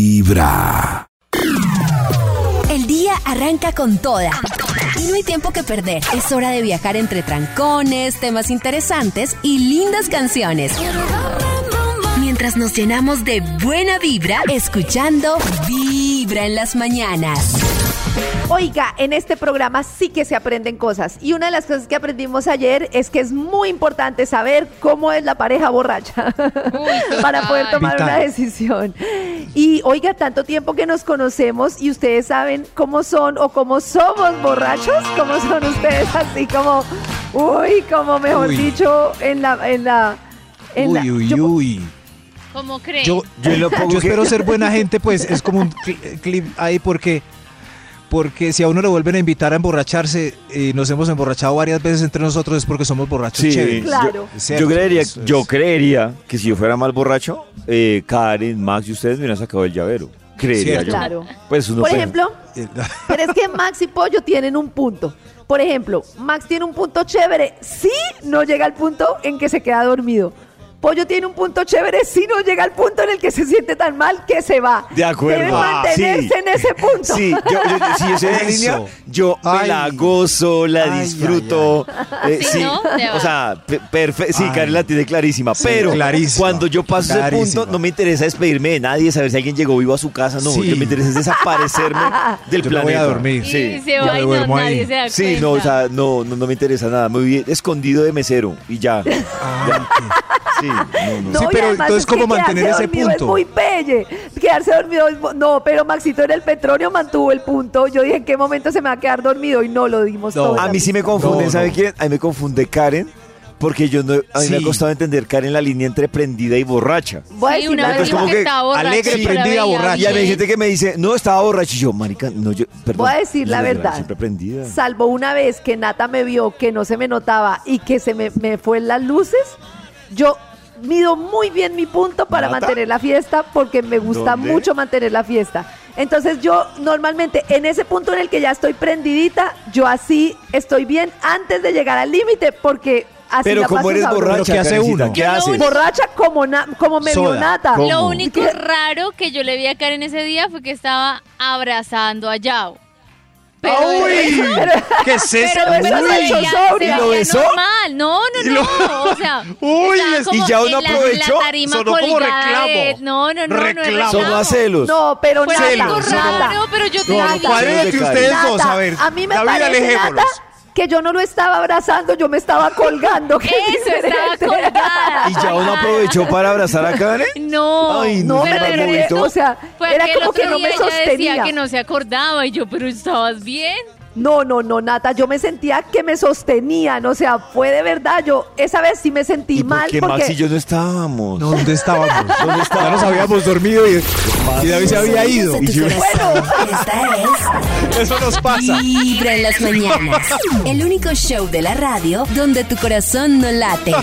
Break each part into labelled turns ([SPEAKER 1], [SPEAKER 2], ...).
[SPEAKER 1] Vibra.
[SPEAKER 2] El día arranca con toda. Y no hay tiempo que perder. Es hora de viajar entre trancones, temas interesantes y lindas canciones. Mientras nos llenamos de buena vibra, escuchando Vibra en las mañanas.
[SPEAKER 3] Oiga, en este programa sí que se aprenden cosas y una de las cosas que aprendimos ayer es que es muy importante saber cómo es la pareja borracha para poder tomar
[SPEAKER 4] Vital.
[SPEAKER 3] una decisión. Y oiga, tanto tiempo que nos conocemos y ustedes saben cómo son o cómo somos borrachos, cómo son ustedes así como, uy, como mejor
[SPEAKER 4] Uy.
[SPEAKER 3] dicho, en la... En la en la-
[SPEAKER 4] Uy, uy,
[SPEAKER 3] yo-
[SPEAKER 4] uy.
[SPEAKER 5] ¿Cómo crees?
[SPEAKER 4] Yo, yo,
[SPEAKER 1] lo pongo
[SPEAKER 4] yo
[SPEAKER 1] que-
[SPEAKER 4] espero ser buena gente, pues es como un cli- clip ahí porque, porque si a uno lo vuelven a invitar a emborracharse y nos hemos emborrachado varias veces entre nosotros es porque somos borrachos
[SPEAKER 1] Sí,
[SPEAKER 4] chéveres.
[SPEAKER 3] Claro.
[SPEAKER 1] yo, yo creería,
[SPEAKER 4] Eso es.
[SPEAKER 1] yo creería que si yo fuera mal borracho, eh, Karen, Max y ustedes me hubieran sacado el llavero. Creería
[SPEAKER 4] Cierto.
[SPEAKER 1] yo.
[SPEAKER 3] Claro.
[SPEAKER 1] Pues uno
[SPEAKER 3] Por
[SPEAKER 1] puede-
[SPEAKER 3] ejemplo,
[SPEAKER 4] Eh,
[SPEAKER 3] Pero es que Max y Pollo tienen un punto. Por ejemplo, Max tiene un punto chévere si no llega al punto en que se queda dormido. Pollo tiene un punto chévere si no llega al punto en el que se siente tan mal que se va.
[SPEAKER 1] De acuerdo.
[SPEAKER 3] Debe
[SPEAKER 1] Ah,
[SPEAKER 3] mantenerse
[SPEAKER 1] sí.
[SPEAKER 3] en ese punto.
[SPEAKER 1] Sí, yo, yo- yo- si yo soy de
[SPEAKER 4] Eso.
[SPEAKER 1] línea, yo me
[SPEAKER 4] Ay.
[SPEAKER 1] la gozo, la
[SPEAKER 4] Ay, ay,
[SPEAKER 1] disfruto. eh,
[SPEAKER 5] Sí, ¿no? Te
[SPEAKER 1] O
[SPEAKER 5] va.
[SPEAKER 1] sea, pe- perfe- sí,
[SPEAKER 4] Ay.
[SPEAKER 1] Karen la tiene clarísima.
[SPEAKER 4] Sí,
[SPEAKER 1] pero
[SPEAKER 4] clarísima,
[SPEAKER 1] cuando yo paso ese
[SPEAKER 4] clarísima.
[SPEAKER 1] punto, no me interesa despedirme de nadie, saber si alguien llegó vivo a su casa. No,
[SPEAKER 4] Sí.
[SPEAKER 1] lo que me interesa es desaparecerme del
[SPEAKER 4] Yo me
[SPEAKER 1] planeta.
[SPEAKER 4] voy a dormir.
[SPEAKER 5] Y
[SPEAKER 1] Sí.
[SPEAKER 5] se
[SPEAKER 4] yo
[SPEAKER 5] va
[SPEAKER 4] me
[SPEAKER 5] y no,
[SPEAKER 4] duermo
[SPEAKER 5] nadie
[SPEAKER 4] ahí.
[SPEAKER 5] se da
[SPEAKER 1] Sí, no, o
[SPEAKER 5] cuenta.
[SPEAKER 1] sea, no, no, no me interesa nada. Me voy escondido de mesero y ya.
[SPEAKER 4] ah,
[SPEAKER 1] Sí, no, no.
[SPEAKER 3] No,
[SPEAKER 4] Sí,
[SPEAKER 3] y
[SPEAKER 4] pero
[SPEAKER 3] además
[SPEAKER 4] entonces,
[SPEAKER 3] es que
[SPEAKER 4] ¿cómo
[SPEAKER 3] quedarse
[SPEAKER 4] mantener ese
[SPEAKER 3] dormido
[SPEAKER 4] punto?
[SPEAKER 3] Es muy pelle. Quedarse dormido es mo- No, pero Maxito en el petróleo mantuvo el punto. Yo dije, ¿en qué momento se me va a quedar dormido? Y no lo dimos
[SPEAKER 4] No.
[SPEAKER 3] todo.
[SPEAKER 1] A mí sí me
[SPEAKER 4] No,
[SPEAKER 1] confunde,
[SPEAKER 4] no.
[SPEAKER 1] ¿sabe quién? A mí me confunde Karen, porque yo no, a mí me ha
[SPEAKER 4] Sí.
[SPEAKER 1] costado entender Karen la línea entre prendida y borracha.
[SPEAKER 3] Voy a
[SPEAKER 5] Sí,
[SPEAKER 3] decir
[SPEAKER 5] una
[SPEAKER 3] la
[SPEAKER 1] vez
[SPEAKER 3] verdad.
[SPEAKER 5] vez dijo
[SPEAKER 1] como que
[SPEAKER 5] que estaba borracha,
[SPEAKER 4] alegre,
[SPEAKER 5] pero la
[SPEAKER 4] prendida,
[SPEAKER 5] veía
[SPEAKER 4] borracha.
[SPEAKER 1] Y hay
[SPEAKER 5] bien.
[SPEAKER 1] gente que me dice, no, estaba borracho. Y yo, marica, no, yo, perdón.
[SPEAKER 3] Voy a decir la
[SPEAKER 1] Yo
[SPEAKER 3] verdad.
[SPEAKER 1] Siempre prendida.
[SPEAKER 3] Salvo una vez que Nata me vio que no se me notaba y que se me, me fue en las luces, yo mido muy bien mi punto para
[SPEAKER 1] ¿Nata?
[SPEAKER 3] mantener la fiesta porque me gusta
[SPEAKER 1] ¿Dónde?
[SPEAKER 3] mucho mantener la fiesta. Entonces yo normalmente en ese punto en el que ya estoy prendidita, yo así estoy bien antes de llegar al límite porque así
[SPEAKER 1] Pero
[SPEAKER 3] la
[SPEAKER 1] como
[SPEAKER 3] paso
[SPEAKER 1] eres
[SPEAKER 3] sabroso.
[SPEAKER 1] borracha,
[SPEAKER 4] ¿Pero qué hace
[SPEAKER 1] Karencita?
[SPEAKER 4] uno?
[SPEAKER 1] ¿Qué
[SPEAKER 5] Yo lo
[SPEAKER 1] haces?
[SPEAKER 5] único-
[SPEAKER 3] borracha como na- como me vio
[SPEAKER 4] Soda.
[SPEAKER 3] Nata.
[SPEAKER 1] ¿Cómo?
[SPEAKER 5] Lo único raro que yo le vi a Karen ese día fue que estaba abrazando a Yao. Pero,
[SPEAKER 4] ¡Uy! ¿Qué es eso?
[SPEAKER 3] Pero eso
[SPEAKER 5] se
[SPEAKER 3] es hecho
[SPEAKER 5] veía-
[SPEAKER 3] sobria.
[SPEAKER 5] se
[SPEAKER 1] ¿Y lo
[SPEAKER 5] veía
[SPEAKER 1] besó?
[SPEAKER 5] normal. No, no, no. O sea,
[SPEAKER 4] Uy,
[SPEAKER 5] estaba
[SPEAKER 4] es-
[SPEAKER 1] y
[SPEAKER 5] como
[SPEAKER 1] Yao no
[SPEAKER 5] en la-
[SPEAKER 1] aprovechó,
[SPEAKER 5] La, tarima
[SPEAKER 4] sonó como
[SPEAKER 5] colgada de-
[SPEAKER 4] reclamo.
[SPEAKER 5] No, no, no, no. es
[SPEAKER 4] Reclamo.
[SPEAKER 1] Son
[SPEAKER 5] reclamo.
[SPEAKER 1] a celos.
[SPEAKER 3] No, pero
[SPEAKER 5] Fue
[SPEAKER 3] Nata,
[SPEAKER 5] algo
[SPEAKER 4] celos,
[SPEAKER 3] Nata.
[SPEAKER 5] raro, pero yo te
[SPEAKER 4] No,
[SPEAKER 5] la
[SPEAKER 4] no,
[SPEAKER 5] vi.
[SPEAKER 4] cuadren
[SPEAKER 1] Karen.
[SPEAKER 4] ustedes dos,
[SPEAKER 3] Nata,
[SPEAKER 4] a ver.
[SPEAKER 3] a mí me
[SPEAKER 4] David,
[SPEAKER 3] parece
[SPEAKER 4] alejémonos.
[SPEAKER 3] Nata, que yo no lo estaba abrazando, yo me estaba colgando. que es
[SPEAKER 5] Eso estaba
[SPEAKER 3] diferente.
[SPEAKER 5] colgada.
[SPEAKER 1] ¿Y ya uno aprovechó para abrazar a Karen?
[SPEAKER 5] No,
[SPEAKER 1] Ay,
[SPEAKER 3] No,
[SPEAKER 1] Pero
[SPEAKER 3] me
[SPEAKER 1] de
[SPEAKER 3] parece-
[SPEAKER 1] momento-
[SPEAKER 3] o sea,
[SPEAKER 5] fue
[SPEAKER 3] era
[SPEAKER 5] aquel
[SPEAKER 3] como que
[SPEAKER 5] otro
[SPEAKER 3] no me
[SPEAKER 5] día ella
[SPEAKER 3] sostenía.
[SPEAKER 5] decía que no se acordaba y yo, pero estabas bien.
[SPEAKER 3] No, no, no, Nata, yo me sentía que me sostenían, o sea, fue de verdad, yo esa vez sí me sentí
[SPEAKER 1] ¿Y
[SPEAKER 3] mal
[SPEAKER 1] porque Max y
[SPEAKER 3] porque
[SPEAKER 1] yo no estábamos.
[SPEAKER 4] No, ¿dónde estábamos? Ya nos habíamos dormido y, y David se había ido.
[SPEAKER 2] De tu corazón. Esta
[SPEAKER 4] Eso nos
[SPEAKER 2] es
[SPEAKER 4] pasa.
[SPEAKER 2] Vibra en las mañanas. El único show de la radio donde tu corazón no late.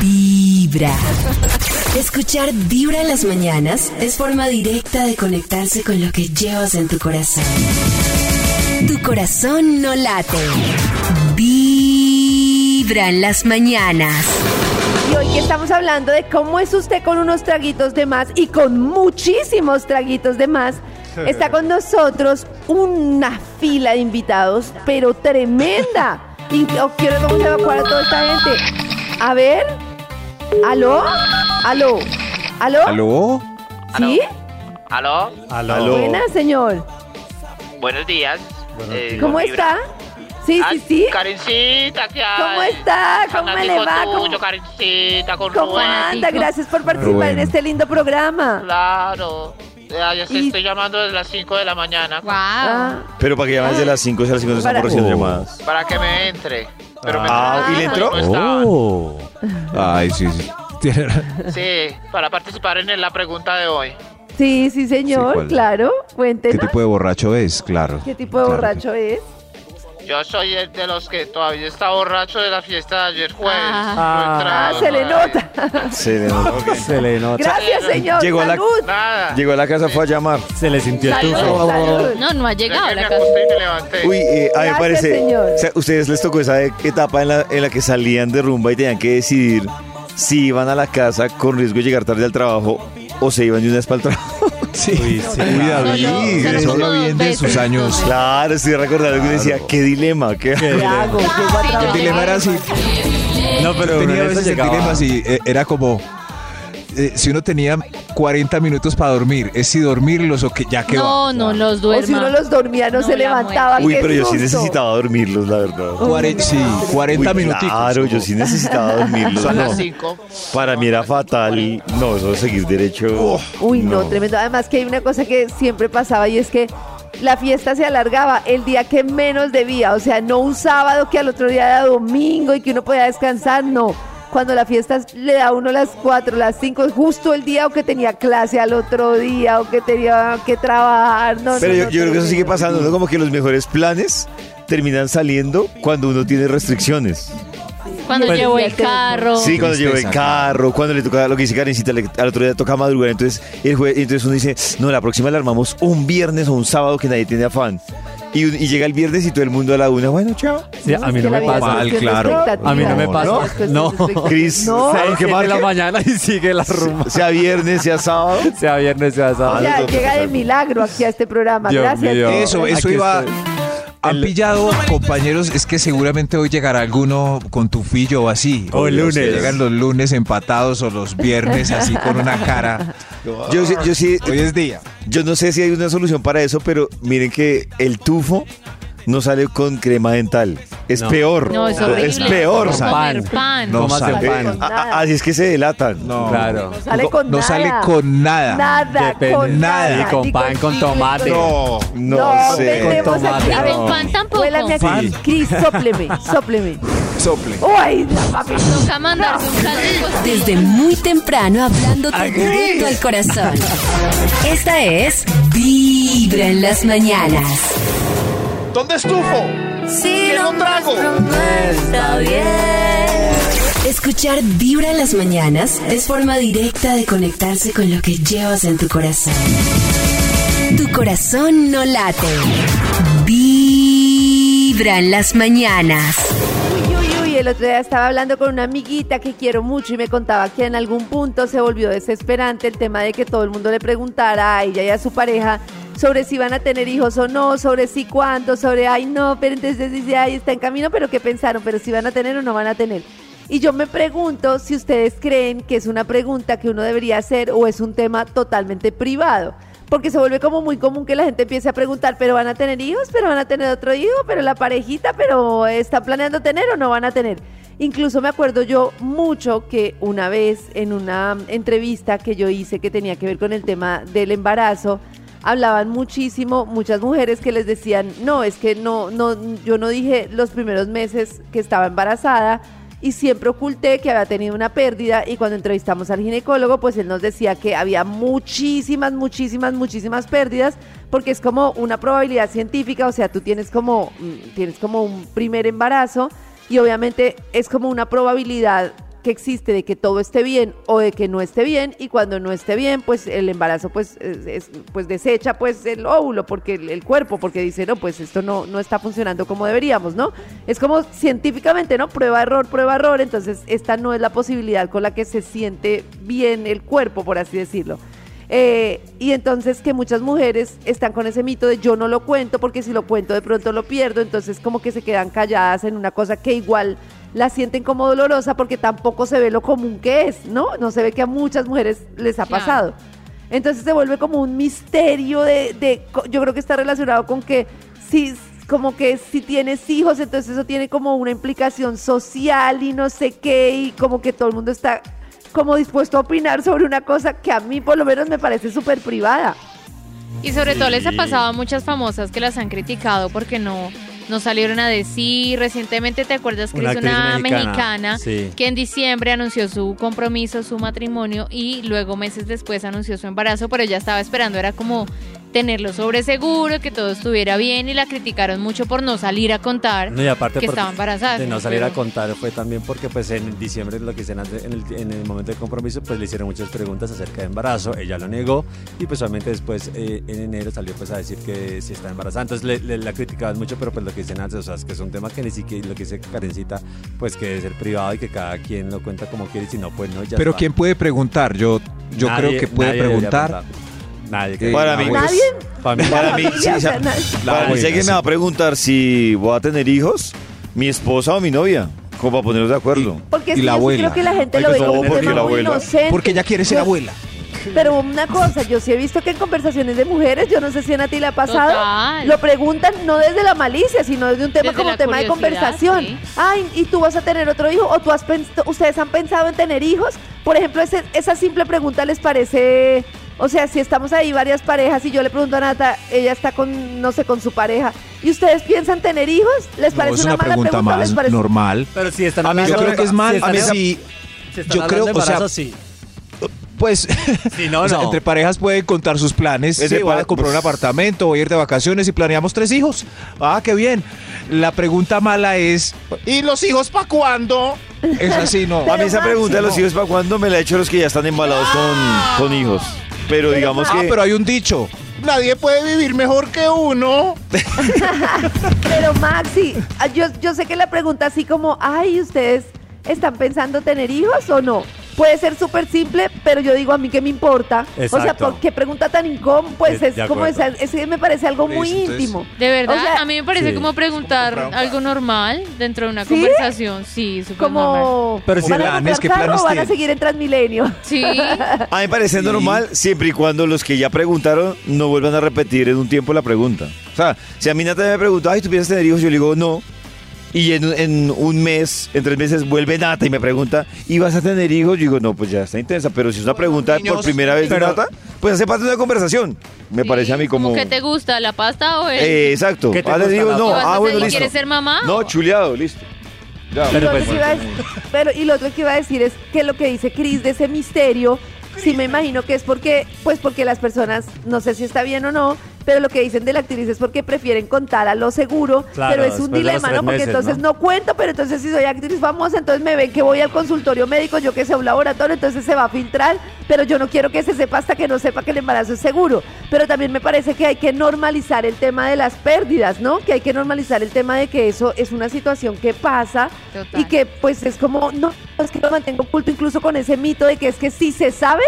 [SPEAKER 2] Vibra. Escuchar Vibra en las mañanas es forma directa de conectarse con lo que llevas en tu corazón. Tu corazón no late. Vibra en las mañanas.
[SPEAKER 3] y hoy que estamos hablando de cómo es usted con unos traguitos de más y con muchísimos traguitos de más, está con nosotros una fila de invitados, pero tremenda. Y yo quiero cómo se evacuar a toda esta gente. A ver, ¿aló? ¿Aló? ¿Aló?
[SPEAKER 1] ¿Aló?
[SPEAKER 3] ¿Sí?
[SPEAKER 6] Aló,
[SPEAKER 1] ¿Aló?
[SPEAKER 3] Buenas, señor.
[SPEAKER 6] buenos días. Eh,
[SPEAKER 3] ¿Cómo
[SPEAKER 6] Vibra.
[SPEAKER 3] está? Sí,
[SPEAKER 6] Ay,
[SPEAKER 3] sí, sí.
[SPEAKER 6] Karencita, ¿qué hay?
[SPEAKER 3] ¿Cómo está? ¿Cómo le
[SPEAKER 6] Fanático
[SPEAKER 3] va?
[SPEAKER 6] tuyo,
[SPEAKER 3] ¿Cómo-
[SPEAKER 6] Karencita, con
[SPEAKER 3] ¿Cómo
[SPEAKER 6] Rubén.
[SPEAKER 3] anda? Gracias por participar en
[SPEAKER 1] Rubén.
[SPEAKER 3] este lindo programa.
[SPEAKER 6] Claro. Ya, ya se
[SPEAKER 3] Y-
[SPEAKER 6] estoy llamando desde las 5 de la mañana
[SPEAKER 5] Wow.
[SPEAKER 3] Ah,
[SPEAKER 1] Pero para que llamas de las 5 a las 5 no estamos
[SPEAKER 3] Para-
[SPEAKER 1] recibiendo
[SPEAKER 4] Oh.
[SPEAKER 1] llamadas.
[SPEAKER 6] para que me entre. Pero me
[SPEAKER 1] Ah, ¿y le
[SPEAKER 6] entró?
[SPEAKER 1] entró?
[SPEAKER 6] No
[SPEAKER 4] Oh.
[SPEAKER 1] Ay, sí, sí.
[SPEAKER 4] Tiene-
[SPEAKER 1] Oh.
[SPEAKER 6] estaba. Sí, para participar en la pregunta de hoy.
[SPEAKER 3] sí, sí, señor,
[SPEAKER 1] ¿cuál?
[SPEAKER 3] claro.
[SPEAKER 1] ¿Qué
[SPEAKER 3] Cuéntenos.
[SPEAKER 1] tipo de borracho es? Claro.
[SPEAKER 3] ¿Qué tipo de
[SPEAKER 1] Claro.
[SPEAKER 3] borracho es?
[SPEAKER 6] Yo soy el de los que todavía está borracho de la fiesta de ayer jueves.
[SPEAKER 5] Ah.
[SPEAKER 6] No he
[SPEAKER 3] Ah,
[SPEAKER 6] entrado
[SPEAKER 3] se le
[SPEAKER 6] todavía.
[SPEAKER 3] nota.
[SPEAKER 1] Se le nota.
[SPEAKER 7] Se le nota.
[SPEAKER 3] Gracias, señor.
[SPEAKER 1] Llegó a la-
[SPEAKER 3] Salud.
[SPEAKER 6] Nada.
[SPEAKER 1] Llegó a la casa, fue a llamar.
[SPEAKER 7] Se le sintió el
[SPEAKER 3] Salud,
[SPEAKER 7] tufo.
[SPEAKER 3] salud.
[SPEAKER 5] No, no ha
[SPEAKER 6] Desde
[SPEAKER 5] llegado a
[SPEAKER 6] que me
[SPEAKER 5] la casa.
[SPEAKER 6] acosté y me levanté.
[SPEAKER 1] Uy, eh, a mí me
[SPEAKER 3] Gracias,
[SPEAKER 1] parece.
[SPEAKER 3] señor.
[SPEAKER 1] o sea, ustedes les tocó esa e- etapa en la, en la que salían de rumba y tenían que decidir si iban a la casa con riesgo de llegar tarde al trabajo o se iban de una vez para el trabajo.
[SPEAKER 4] Sí,
[SPEAKER 7] sí.
[SPEAKER 4] Uy, David,
[SPEAKER 5] Solo-
[SPEAKER 4] él
[SPEAKER 5] solo
[SPEAKER 4] solo bien de
[SPEAKER 5] besos.
[SPEAKER 4] sus años.
[SPEAKER 1] Claro, estoy recordando que decía, qué dilema, qué...
[SPEAKER 7] ¿Qué?
[SPEAKER 8] ¿Qué hago? Llego a
[SPEAKER 5] Sí, yo
[SPEAKER 4] El
[SPEAKER 8] trabajar.
[SPEAKER 4] dilema era así.
[SPEAKER 7] No, pero uno
[SPEAKER 4] tenía
[SPEAKER 7] en
[SPEAKER 4] a
[SPEAKER 7] esa
[SPEAKER 4] veces el
[SPEAKER 7] llegaba.
[SPEAKER 4] dilema así, eh, era como eh, si uno tenía 40 minutos para dormir, es si dormirlos o que ya que va.
[SPEAKER 5] No, no los duerma.
[SPEAKER 3] O si uno los dormía, no,
[SPEAKER 5] No,
[SPEAKER 3] se
[SPEAKER 5] la
[SPEAKER 3] levantaba.
[SPEAKER 1] Uy,
[SPEAKER 3] qué
[SPEAKER 1] pero yo sí
[SPEAKER 3] susto.
[SPEAKER 1] necesitaba dormirlos, la verdad.
[SPEAKER 4] Cuare- sí, 40
[SPEAKER 1] Uy,
[SPEAKER 4] minuticos.
[SPEAKER 1] Claro, yo sí necesitaba dormirlos.
[SPEAKER 6] Son
[SPEAKER 1] no.
[SPEAKER 6] las 5.
[SPEAKER 1] Para mí era fatal. No, eso de seguir derecho.
[SPEAKER 3] Uy, no, tremendo. Además que hay una cosa que siempre pasaba y es que la fiesta se alargaba el día que menos debía. O sea, no un sábado que al otro día era domingo y que uno podía descansar, no. Cuando la fiesta le da a uno las 4, las 5, justo el día o que tenía clase al otro día o que tenía que trabajar. No,
[SPEAKER 1] Pero
[SPEAKER 3] no,
[SPEAKER 1] yo,
[SPEAKER 3] no,
[SPEAKER 1] yo creo que eso
[SPEAKER 3] tremendo.
[SPEAKER 1] sigue pasando, ¿no? Como que los mejores planes terminan saliendo cuando uno tiene restricciones.
[SPEAKER 5] Cuando
[SPEAKER 3] Bueno.
[SPEAKER 5] llevo el
[SPEAKER 3] Oh.
[SPEAKER 5] carro.
[SPEAKER 1] Sí, cuando llevo en
[SPEAKER 4] tristeza,
[SPEAKER 1] carro, cuando le toca lo que dice Karencita, le- al otro día toca madrugar. Entonces, el jue- entonces uno dice, no, la próxima la armamos un viernes o un sábado que nadie tiene afán. Y, un- y llega el viernes y todo el mundo a la una, bueno, chao.
[SPEAKER 7] Sí, a mí
[SPEAKER 3] Es
[SPEAKER 7] no
[SPEAKER 3] que la vida
[SPEAKER 7] me
[SPEAKER 3] es
[SPEAKER 7] pasa.
[SPEAKER 4] Mal,
[SPEAKER 3] cuestión de
[SPEAKER 4] claro.
[SPEAKER 3] expectativas,
[SPEAKER 7] A mí no me
[SPEAKER 3] la
[SPEAKER 7] pasa.
[SPEAKER 3] vida es cuestión
[SPEAKER 7] No.
[SPEAKER 3] de expectativas.
[SPEAKER 1] Cris,
[SPEAKER 3] No.
[SPEAKER 1] ¿saben qué
[SPEAKER 7] Siete de la
[SPEAKER 1] marca?
[SPEAKER 7] mañana y sigue la rumba.
[SPEAKER 1] Sea viernes, sea sábado.
[SPEAKER 7] Sea viernes, sea
[SPEAKER 3] O
[SPEAKER 7] sábado.
[SPEAKER 3] sea,
[SPEAKER 1] Algo que
[SPEAKER 3] llega de
[SPEAKER 1] pasar.
[SPEAKER 3] milagro aquí a este programa.
[SPEAKER 7] Dios
[SPEAKER 3] Gracias.
[SPEAKER 7] mío.
[SPEAKER 4] Eso, eso
[SPEAKER 7] Aquí
[SPEAKER 4] iba.
[SPEAKER 7] estoy.
[SPEAKER 4] Han
[SPEAKER 7] El-
[SPEAKER 4] pillado, compañeros, es que seguramente hoy llegará alguno con tufillo o así.
[SPEAKER 7] O el
[SPEAKER 4] Los que
[SPEAKER 7] lunes.
[SPEAKER 4] Llegan los lunes empatados o los viernes así con una cara.
[SPEAKER 1] Yo, sí- yo sí,
[SPEAKER 4] Hoy es día.
[SPEAKER 1] yo no sé si hay una solución para eso, pero miren que el tufo no sale con crema dental. Es
[SPEAKER 7] No.
[SPEAKER 1] peor.
[SPEAKER 5] No, es horrible.
[SPEAKER 1] es peor.
[SPEAKER 5] Comer
[SPEAKER 7] Pan.
[SPEAKER 5] pan.
[SPEAKER 4] No
[SPEAKER 7] Comas de
[SPEAKER 4] sale.
[SPEAKER 7] pan.
[SPEAKER 1] Eh, a- a- así es que se delatan.
[SPEAKER 4] No.
[SPEAKER 7] Claro.
[SPEAKER 3] No sale con
[SPEAKER 4] no
[SPEAKER 3] nada.
[SPEAKER 4] sale con nada.
[SPEAKER 3] Nada,
[SPEAKER 7] Depende.
[SPEAKER 3] con nada.
[SPEAKER 7] Sí, con
[SPEAKER 3] Ni
[SPEAKER 7] pan, con
[SPEAKER 3] chile,
[SPEAKER 7] tomate.
[SPEAKER 1] No, no,
[SPEAKER 3] No,
[SPEAKER 1] sé.
[SPEAKER 3] vendemos
[SPEAKER 7] Con tomate,
[SPEAKER 3] aquí. A ver,
[SPEAKER 7] no.
[SPEAKER 5] pan tampoco.
[SPEAKER 3] huélame aquí.
[SPEAKER 4] Pan.
[SPEAKER 3] Cris, sópleme, sópleme.
[SPEAKER 4] Sople.
[SPEAKER 3] Uy, no, papi.
[SPEAKER 5] Toca mandarse un caldo de costillas.
[SPEAKER 2] Desde muy temprano hablándote directo al corazón. Esta es Vibra en las mañanas.
[SPEAKER 8] ¿Dónde estufo?
[SPEAKER 2] Si
[SPEAKER 8] lo trago.
[SPEAKER 2] está bien. Escuchar Vibra en las mañanas es forma directa de conectarse con lo que llevas en tu corazón. Tu corazón no late. Vibra en las mañanas.
[SPEAKER 3] Uy, uy, uy, el otro día estaba hablando con una amiguita que quiero mucho y me contaba que en algún punto se volvió desesperante el tema de que todo el mundo le preguntara a ella y a su pareja sobre si van a tener hijos o no, sobre si cuándo, sobre ay no, pero entonces dice ay está en camino, pero qué pensaron, pero si van a tener o no van a tener. Y yo me pregunto si ustedes creen que es una pregunta que uno debería hacer o es un tema totalmente privado. Porque se vuelve como muy común que la gente empiece a preguntar, pero van a tener hijos, pero van a tener otro hijo, pero la parejita, pero están planeando tener o no van a tener. Incluso me acuerdo yo mucho que una vez en una entrevista que yo hice que tenía que ver con el tema del embarazo, hablaban muchísimo muchas mujeres que les decían, no, es que no, no, yo no dije los primeros meses que estaba embarazada y siempre oculté que había tenido una pérdida y cuando entrevistamos al ginecólogo, pues él nos decía que había muchísimas, muchísimas, muchísimas pérdidas porque es como una probabilidad científica, o sea, tú tienes como, mm, tienes como un primer embarazo y obviamente es como una probabilidad que existe de que todo esté bien o de que no esté bien y cuando no esté bien pues el embarazo pues es- es- pues desecha pues el óvulo porque el, el cuerpo porque dice no pues esto no no está funcionando como deberíamos no es como científicamente no prueba error prueba error entonces esta no es la posibilidad con la que se siente bien el cuerpo por así decirlo eh, y entonces que muchas mujeres están con ese mito de yo no lo cuento porque si lo cuento de pronto lo pierdo, entonces como que se quedan calladas en una cosa que igual la sienten como dolorosa porque tampoco se ve lo común que es, ¿no? No se ve que a muchas mujeres les ha
[SPEAKER 5] Claro.
[SPEAKER 3] pasado. Entonces se vuelve como un misterio de, de- co- yo creo que está relacionado con que si como que si tienes hijos, entonces eso tiene como una implicación social y no sé qué y como que todo el mundo está como dispuesto a opinar sobre una cosa que a mí por lo menos me parece súper privada.
[SPEAKER 5] Y sobre todo les ha pasado a muchas famosas que las han criticado porque no, no salieron a decir. Recientemente, ¿te acuerdas, Cris?
[SPEAKER 7] Una
[SPEAKER 5] Una,
[SPEAKER 7] actriz mexicana.
[SPEAKER 5] mexicana
[SPEAKER 7] Sí.
[SPEAKER 5] que en diciembre anunció su compromiso, su matrimonio y luego meses después anunció su embarazo, pero ya estaba esperando, era como tenerlo sobre seguro, que todo estuviera bien y la criticaron mucho por no salir a contar
[SPEAKER 7] No, y aparte
[SPEAKER 5] que
[SPEAKER 7] por-
[SPEAKER 5] estaba embarazada.
[SPEAKER 7] De no salir a
[SPEAKER 5] Pero-
[SPEAKER 7] contar fue también porque pues en diciembre lo que hicieron antes- en el, en el momento del compromiso pues le hicieron muchas preguntas acerca de embarazo, ella lo negó y pues obviamente después eh, en enero salió pues a decir que sí está embarazada, entonces le, le- la criticaban mucho pero pues lo que dicen antes, o sea, es que es un tema que ni siquiera lo que dice Karencita pues que es el privado y que cada quien lo cuenta como quiere y si no pues no, ya
[SPEAKER 4] Pero
[SPEAKER 7] está.
[SPEAKER 4] ¿quién puede preguntar? Yo, yo
[SPEAKER 7] Nadie-
[SPEAKER 4] creo que puede
[SPEAKER 7] nadie debería
[SPEAKER 4] preguntar.
[SPEAKER 7] Nadie.
[SPEAKER 4] Eh,
[SPEAKER 1] Para mí.
[SPEAKER 3] ¿Nadie?
[SPEAKER 7] Para mí.
[SPEAKER 1] Para mí,
[SPEAKER 3] familia,
[SPEAKER 1] sí,
[SPEAKER 3] o
[SPEAKER 1] o sea,
[SPEAKER 3] sea, nadie.
[SPEAKER 1] para mí, si alguien me va a preguntar si voy a tener hijos, mi esposa o mi novia, como para ponernos de acuerdo.
[SPEAKER 4] Y
[SPEAKER 3] Porque es que
[SPEAKER 4] la
[SPEAKER 3] yo sí
[SPEAKER 4] abuela.
[SPEAKER 3] creo que la gente
[SPEAKER 1] Ay,
[SPEAKER 3] lo
[SPEAKER 1] que
[SPEAKER 3] ve
[SPEAKER 1] no,
[SPEAKER 3] como un
[SPEAKER 1] porque
[SPEAKER 3] tema
[SPEAKER 1] la
[SPEAKER 3] muy
[SPEAKER 1] abuela.
[SPEAKER 3] inocente.
[SPEAKER 4] Porque ella quiere ser
[SPEAKER 3] Yo-
[SPEAKER 4] abuela.
[SPEAKER 3] Pero una cosa, yo sí he visto que en conversaciones de mujeres, yo no sé si a ti le ha pasado,
[SPEAKER 5] Total.
[SPEAKER 3] lo preguntan no desde la malicia, sino desde un tema
[SPEAKER 5] Desde
[SPEAKER 3] como
[SPEAKER 5] la
[SPEAKER 3] tema de
[SPEAKER 5] curiosidad,
[SPEAKER 3] conversación.
[SPEAKER 5] sí.
[SPEAKER 3] Ay, ¿y tú vas a tener otro hijo? ¿O tú has pens- ustedes han pensado en tener hijos? Por ejemplo, ese- esa simple pregunta les parece... O sea, si estamos ahí varias parejas y yo le pregunto a Nata, ella está con, no sé, con su pareja, ¿y ustedes piensan tener hijos? ¿Les
[SPEAKER 4] No,
[SPEAKER 3] parece
[SPEAKER 4] es
[SPEAKER 3] una,
[SPEAKER 4] una
[SPEAKER 3] mala
[SPEAKER 4] pregunta
[SPEAKER 3] o les
[SPEAKER 4] más
[SPEAKER 3] parece-
[SPEAKER 4] normal.
[SPEAKER 7] Pero si están
[SPEAKER 4] A mí
[SPEAKER 7] hablando
[SPEAKER 4] yo creo
[SPEAKER 7] de-
[SPEAKER 4] que es mal.
[SPEAKER 7] si
[SPEAKER 4] A mí
[SPEAKER 7] están-
[SPEAKER 4] sí.
[SPEAKER 7] si están
[SPEAKER 4] yo
[SPEAKER 7] hablando
[SPEAKER 4] creo,
[SPEAKER 7] de
[SPEAKER 4] o sea-
[SPEAKER 7] embarazo, sí.
[SPEAKER 4] Pues,
[SPEAKER 7] Sí, no,
[SPEAKER 4] o sea,
[SPEAKER 7] no.
[SPEAKER 4] entre parejas pueden contar sus planes.
[SPEAKER 1] Es
[SPEAKER 4] Sí,
[SPEAKER 1] de
[SPEAKER 4] voy a
[SPEAKER 1] para-
[SPEAKER 4] comprar un apartamento, voy a ir de vacaciones y planeamos tres hijos. Ah, qué bien. La pregunta mala es,
[SPEAKER 8] ¿Y los hijos para cuándo?
[SPEAKER 4] es así, no.
[SPEAKER 1] A mí esa pregunta de los hijos para cuándo me la he hecho los que ya están embalados con, con hijos. Pero digamos
[SPEAKER 4] Ah,
[SPEAKER 1] que
[SPEAKER 4] pero hay un dicho.
[SPEAKER 8] Nadie puede vivir mejor que uno.
[SPEAKER 3] Pero Maxi, ah, yo, yo sé que la pregunta así como, ay, ¿ustedes están pensando tener hijos o no? Puede ser súper simple, pero yo digo, ¿a mí qué me importa? O sea,
[SPEAKER 7] Exacto.
[SPEAKER 3] ¿por qué pregunta tan incómoda? Pues
[SPEAKER 7] De-
[SPEAKER 3] es
[SPEAKER 7] de
[SPEAKER 3] como,
[SPEAKER 7] acuerdo.
[SPEAKER 3] esa- es que me parece algo muy
[SPEAKER 4] Eso, entonces-
[SPEAKER 3] íntimo.
[SPEAKER 5] De verdad,
[SPEAKER 3] O sea,
[SPEAKER 5] a mí me parece
[SPEAKER 7] sí.
[SPEAKER 5] como preguntar
[SPEAKER 8] comprar un carro.
[SPEAKER 5] algo normal dentro de una
[SPEAKER 3] ¿Sí?
[SPEAKER 5] conversación. Sí, súper normal.
[SPEAKER 3] Como,
[SPEAKER 4] Pero si
[SPEAKER 3] ¿van a
[SPEAKER 4] planes,
[SPEAKER 3] comprar
[SPEAKER 4] ¿qué
[SPEAKER 3] carro
[SPEAKER 4] planes
[SPEAKER 3] o van a
[SPEAKER 4] tienen?
[SPEAKER 3] seguir en Transmilenio?
[SPEAKER 5] Sí,
[SPEAKER 1] a mí me parece
[SPEAKER 4] Sí.
[SPEAKER 1] normal siempre y cuando los que ya preguntaron no vuelvan a repetir en un tiempo la pregunta. O sea, si a mí Nata me pregunta, ay, ¿tú piensas tener hijos? Yo le digo, no. Y en, un- en un mes, en tres meses, vuelve Nata y me pregunta, ¿y vas a tener hijos? Yo digo, no, pues ya está intensa. Pero si es una pregunta por
[SPEAKER 4] niños,
[SPEAKER 1] primera vez de
[SPEAKER 4] pero-
[SPEAKER 1] Nata, pues hace parte de una conversación. Me
[SPEAKER 5] sí,
[SPEAKER 1] parece a mí como...
[SPEAKER 5] ¿Qué te gusta, la pasta o el...?
[SPEAKER 1] Eh, exacto.
[SPEAKER 7] ¿Qué te
[SPEAKER 1] Ah, le
[SPEAKER 7] gusta,
[SPEAKER 1] digo,
[SPEAKER 7] Nata?
[SPEAKER 1] no.
[SPEAKER 5] ¿Y vas a
[SPEAKER 1] Ah, bueno,
[SPEAKER 5] ser-
[SPEAKER 1] listo.
[SPEAKER 5] ¿Quieres ser mamá?
[SPEAKER 1] No, chuleado, listo. Ya.
[SPEAKER 7] Pero
[SPEAKER 3] Lo
[SPEAKER 7] pues-
[SPEAKER 3] que iba a decir- pero- y lo otro que iba a decir es que lo que dice Cris de ese misterio, sí me imagino que es porque, pues porque las personas, no sé si está bien o no, pero lo que dicen de la actriz es porque prefieren contar a lo seguro,
[SPEAKER 7] Claro,
[SPEAKER 3] pero es un
[SPEAKER 7] después de los
[SPEAKER 3] dilema,
[SPEAKER 7] tres
[SPEAKER 3] ¿no? Porque
[SPEAKER 7] meses,
[SPEAKER 3] entonces
[SPEAKER 7] ¿no?
[SPEAKER 3] ¿no? cuento, pero entonces si soy actriz famosa, entonces me ven que voy al consultorio médico, yo que sé, a un laboratorio, entonces se va a filtrar, pero yo no quiero que se sepa hasta que no sepa que el embarazo es seguro. Pero también me parece que hay que normalizar el tema de las pérdidas, ¿no? Que hay que normalizar el tema de que eso es una situación que pasa
[SPEAKER 5] Total.
[SPEAKER 3] y que pues es como, no, es que lo mantengo oculto incluso con ese mito de que es que si se sabe,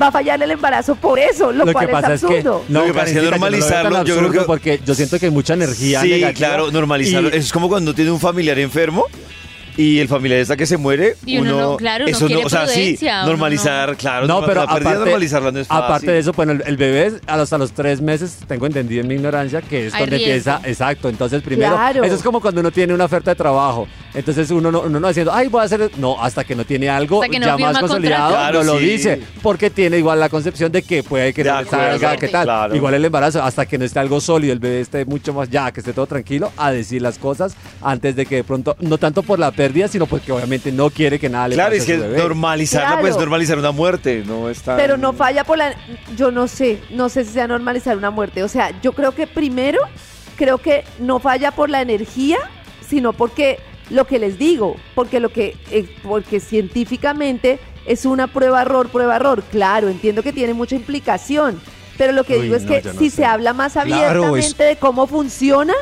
[SPEAKER 3] va a fallar el embarazo por eso, lo,
[SPEAKER 7] Lo
[SPEAKER 3] cual
[SPEAKER 7] que pasa
[SPEAKER 3] es
[SPEAKER 7] es que
[SPEAKER 3] absurdo.
[SPEAKER 1] Lo que pasa es que
[SPEAKER 7] Karencita, yo no lo veo
[SPEAKER 1] normalizarlo,
[SPEAKER 7] tan
[SPEAKER 1] yo creo
[SPEAKER 7] absurdo
[SPEAKER 1] que-
[SPEAKER 7] porque yo siento que hay mucha energía
[SPEAKER 1] Sí,
[SPEAKER 7] negativa
[SPEAKER 1] claro, normalizarlo.
[SPEAKER 7] y-
[SPEAKER 1] Es como cuando tiene un familiar enfermo y el familiar está que se muere.
[SPEAKER 5] Y uno no, claro, uno
[SPEAKER 1] eso
[SPEAKER 5] quiere
[SPEAKER 1] o sea, sí,
[SPEAKER 5] prudencia, uno
[SPEAKER 1] normalizar, claro.
[SPEAKER 7] No,
[SPEAKER 1] norma-
[SPEAKER 7] pero
[SPEAKER 1] la pérdida
[SPEAKER 7] aparte,
[SPEAKER 1] normalizarla no es fácil.
[SPEAKER 7] aparte de eso, bueno, el, el bebé a los, a los tres meses, tengo entendido en mi ignorancia, que es
[SPEAKER 5] Hay
[SPEAKER 7] donde
[SPEAKER 5] riesgo.
[SPEAKER 7] empieza, exacto, entonces primero,
[SPEAKER 3] Claro.
[SPEAKER 7] eso es como cuando uno tiene una oferta de trabajo, entonces uno no, uno no diciendo, ay, voy a hacer, no, hasta que no tiene algo
[SPEAKER 5] Hasta que no
[SPEAKER 7] ya
[SPEAKER 5] firma
[SPEAKER 7] más consolidado,
[SPEAKER 1] contrato.
[SPEAKER 7] no
[SPEAKER 1] Claro,
[SPEAKER 7] lo
[SPEAKER 1] sí.
[SPEAKER 7] dice, porque tiene igual la concepción de que puede que
[SPEAKER 1] De
[SPEAKER 7] no
[SPEAKER 1] acuerdo,
[SPEAKER 7] salga, que tal,
[SPEAKER 1] claro.
[SPEAKER 7] igual el embarazo, hasta que no esté algo sólido, el bebé esté mucho más, ya, que esté todo tranquilo, a decir las cosas antes de que de pronto, no tanto por la pérdida, sino porque obviamente no quiere que nada le
[SPEAKER 1] Claro,
[SPEAKER 7] pase
[SPEAKER 1] es
[SPEAKER 7] a su
[SPEAKER 1] que
[SPEAKER 7] bebé.
[SPEAKER 1] normalizarla, pues
[SPEAKER 3] Claro.
[SPEAKER 1] normalizar una muerte, no está.
[SPEAKER 3] Pero no falla por la... Yo no sé, no sé si sea normalizar una muerte. O sea, yo creo que primero, creo que no falla por la energía, sino porque lo que les digo, porque lo que, eh, porque científicamente es una prueba error, prueba error. Claro, entiendo que tiene mucha implicación, pero lo que
[SPEAKER 7] Uy,
[SPEAKER 3] digo es
[SPEAKER 7] no,
[SPEAKER 3] que
[SPEAKER 7] yo no
[SPEAKER 3] si
[SPEAKER 7] sé.
[SPEAKER 3] se habla más abiertamente
[SPEAKER 4] Claro,
[SPEAKER 3] de cómo funciona,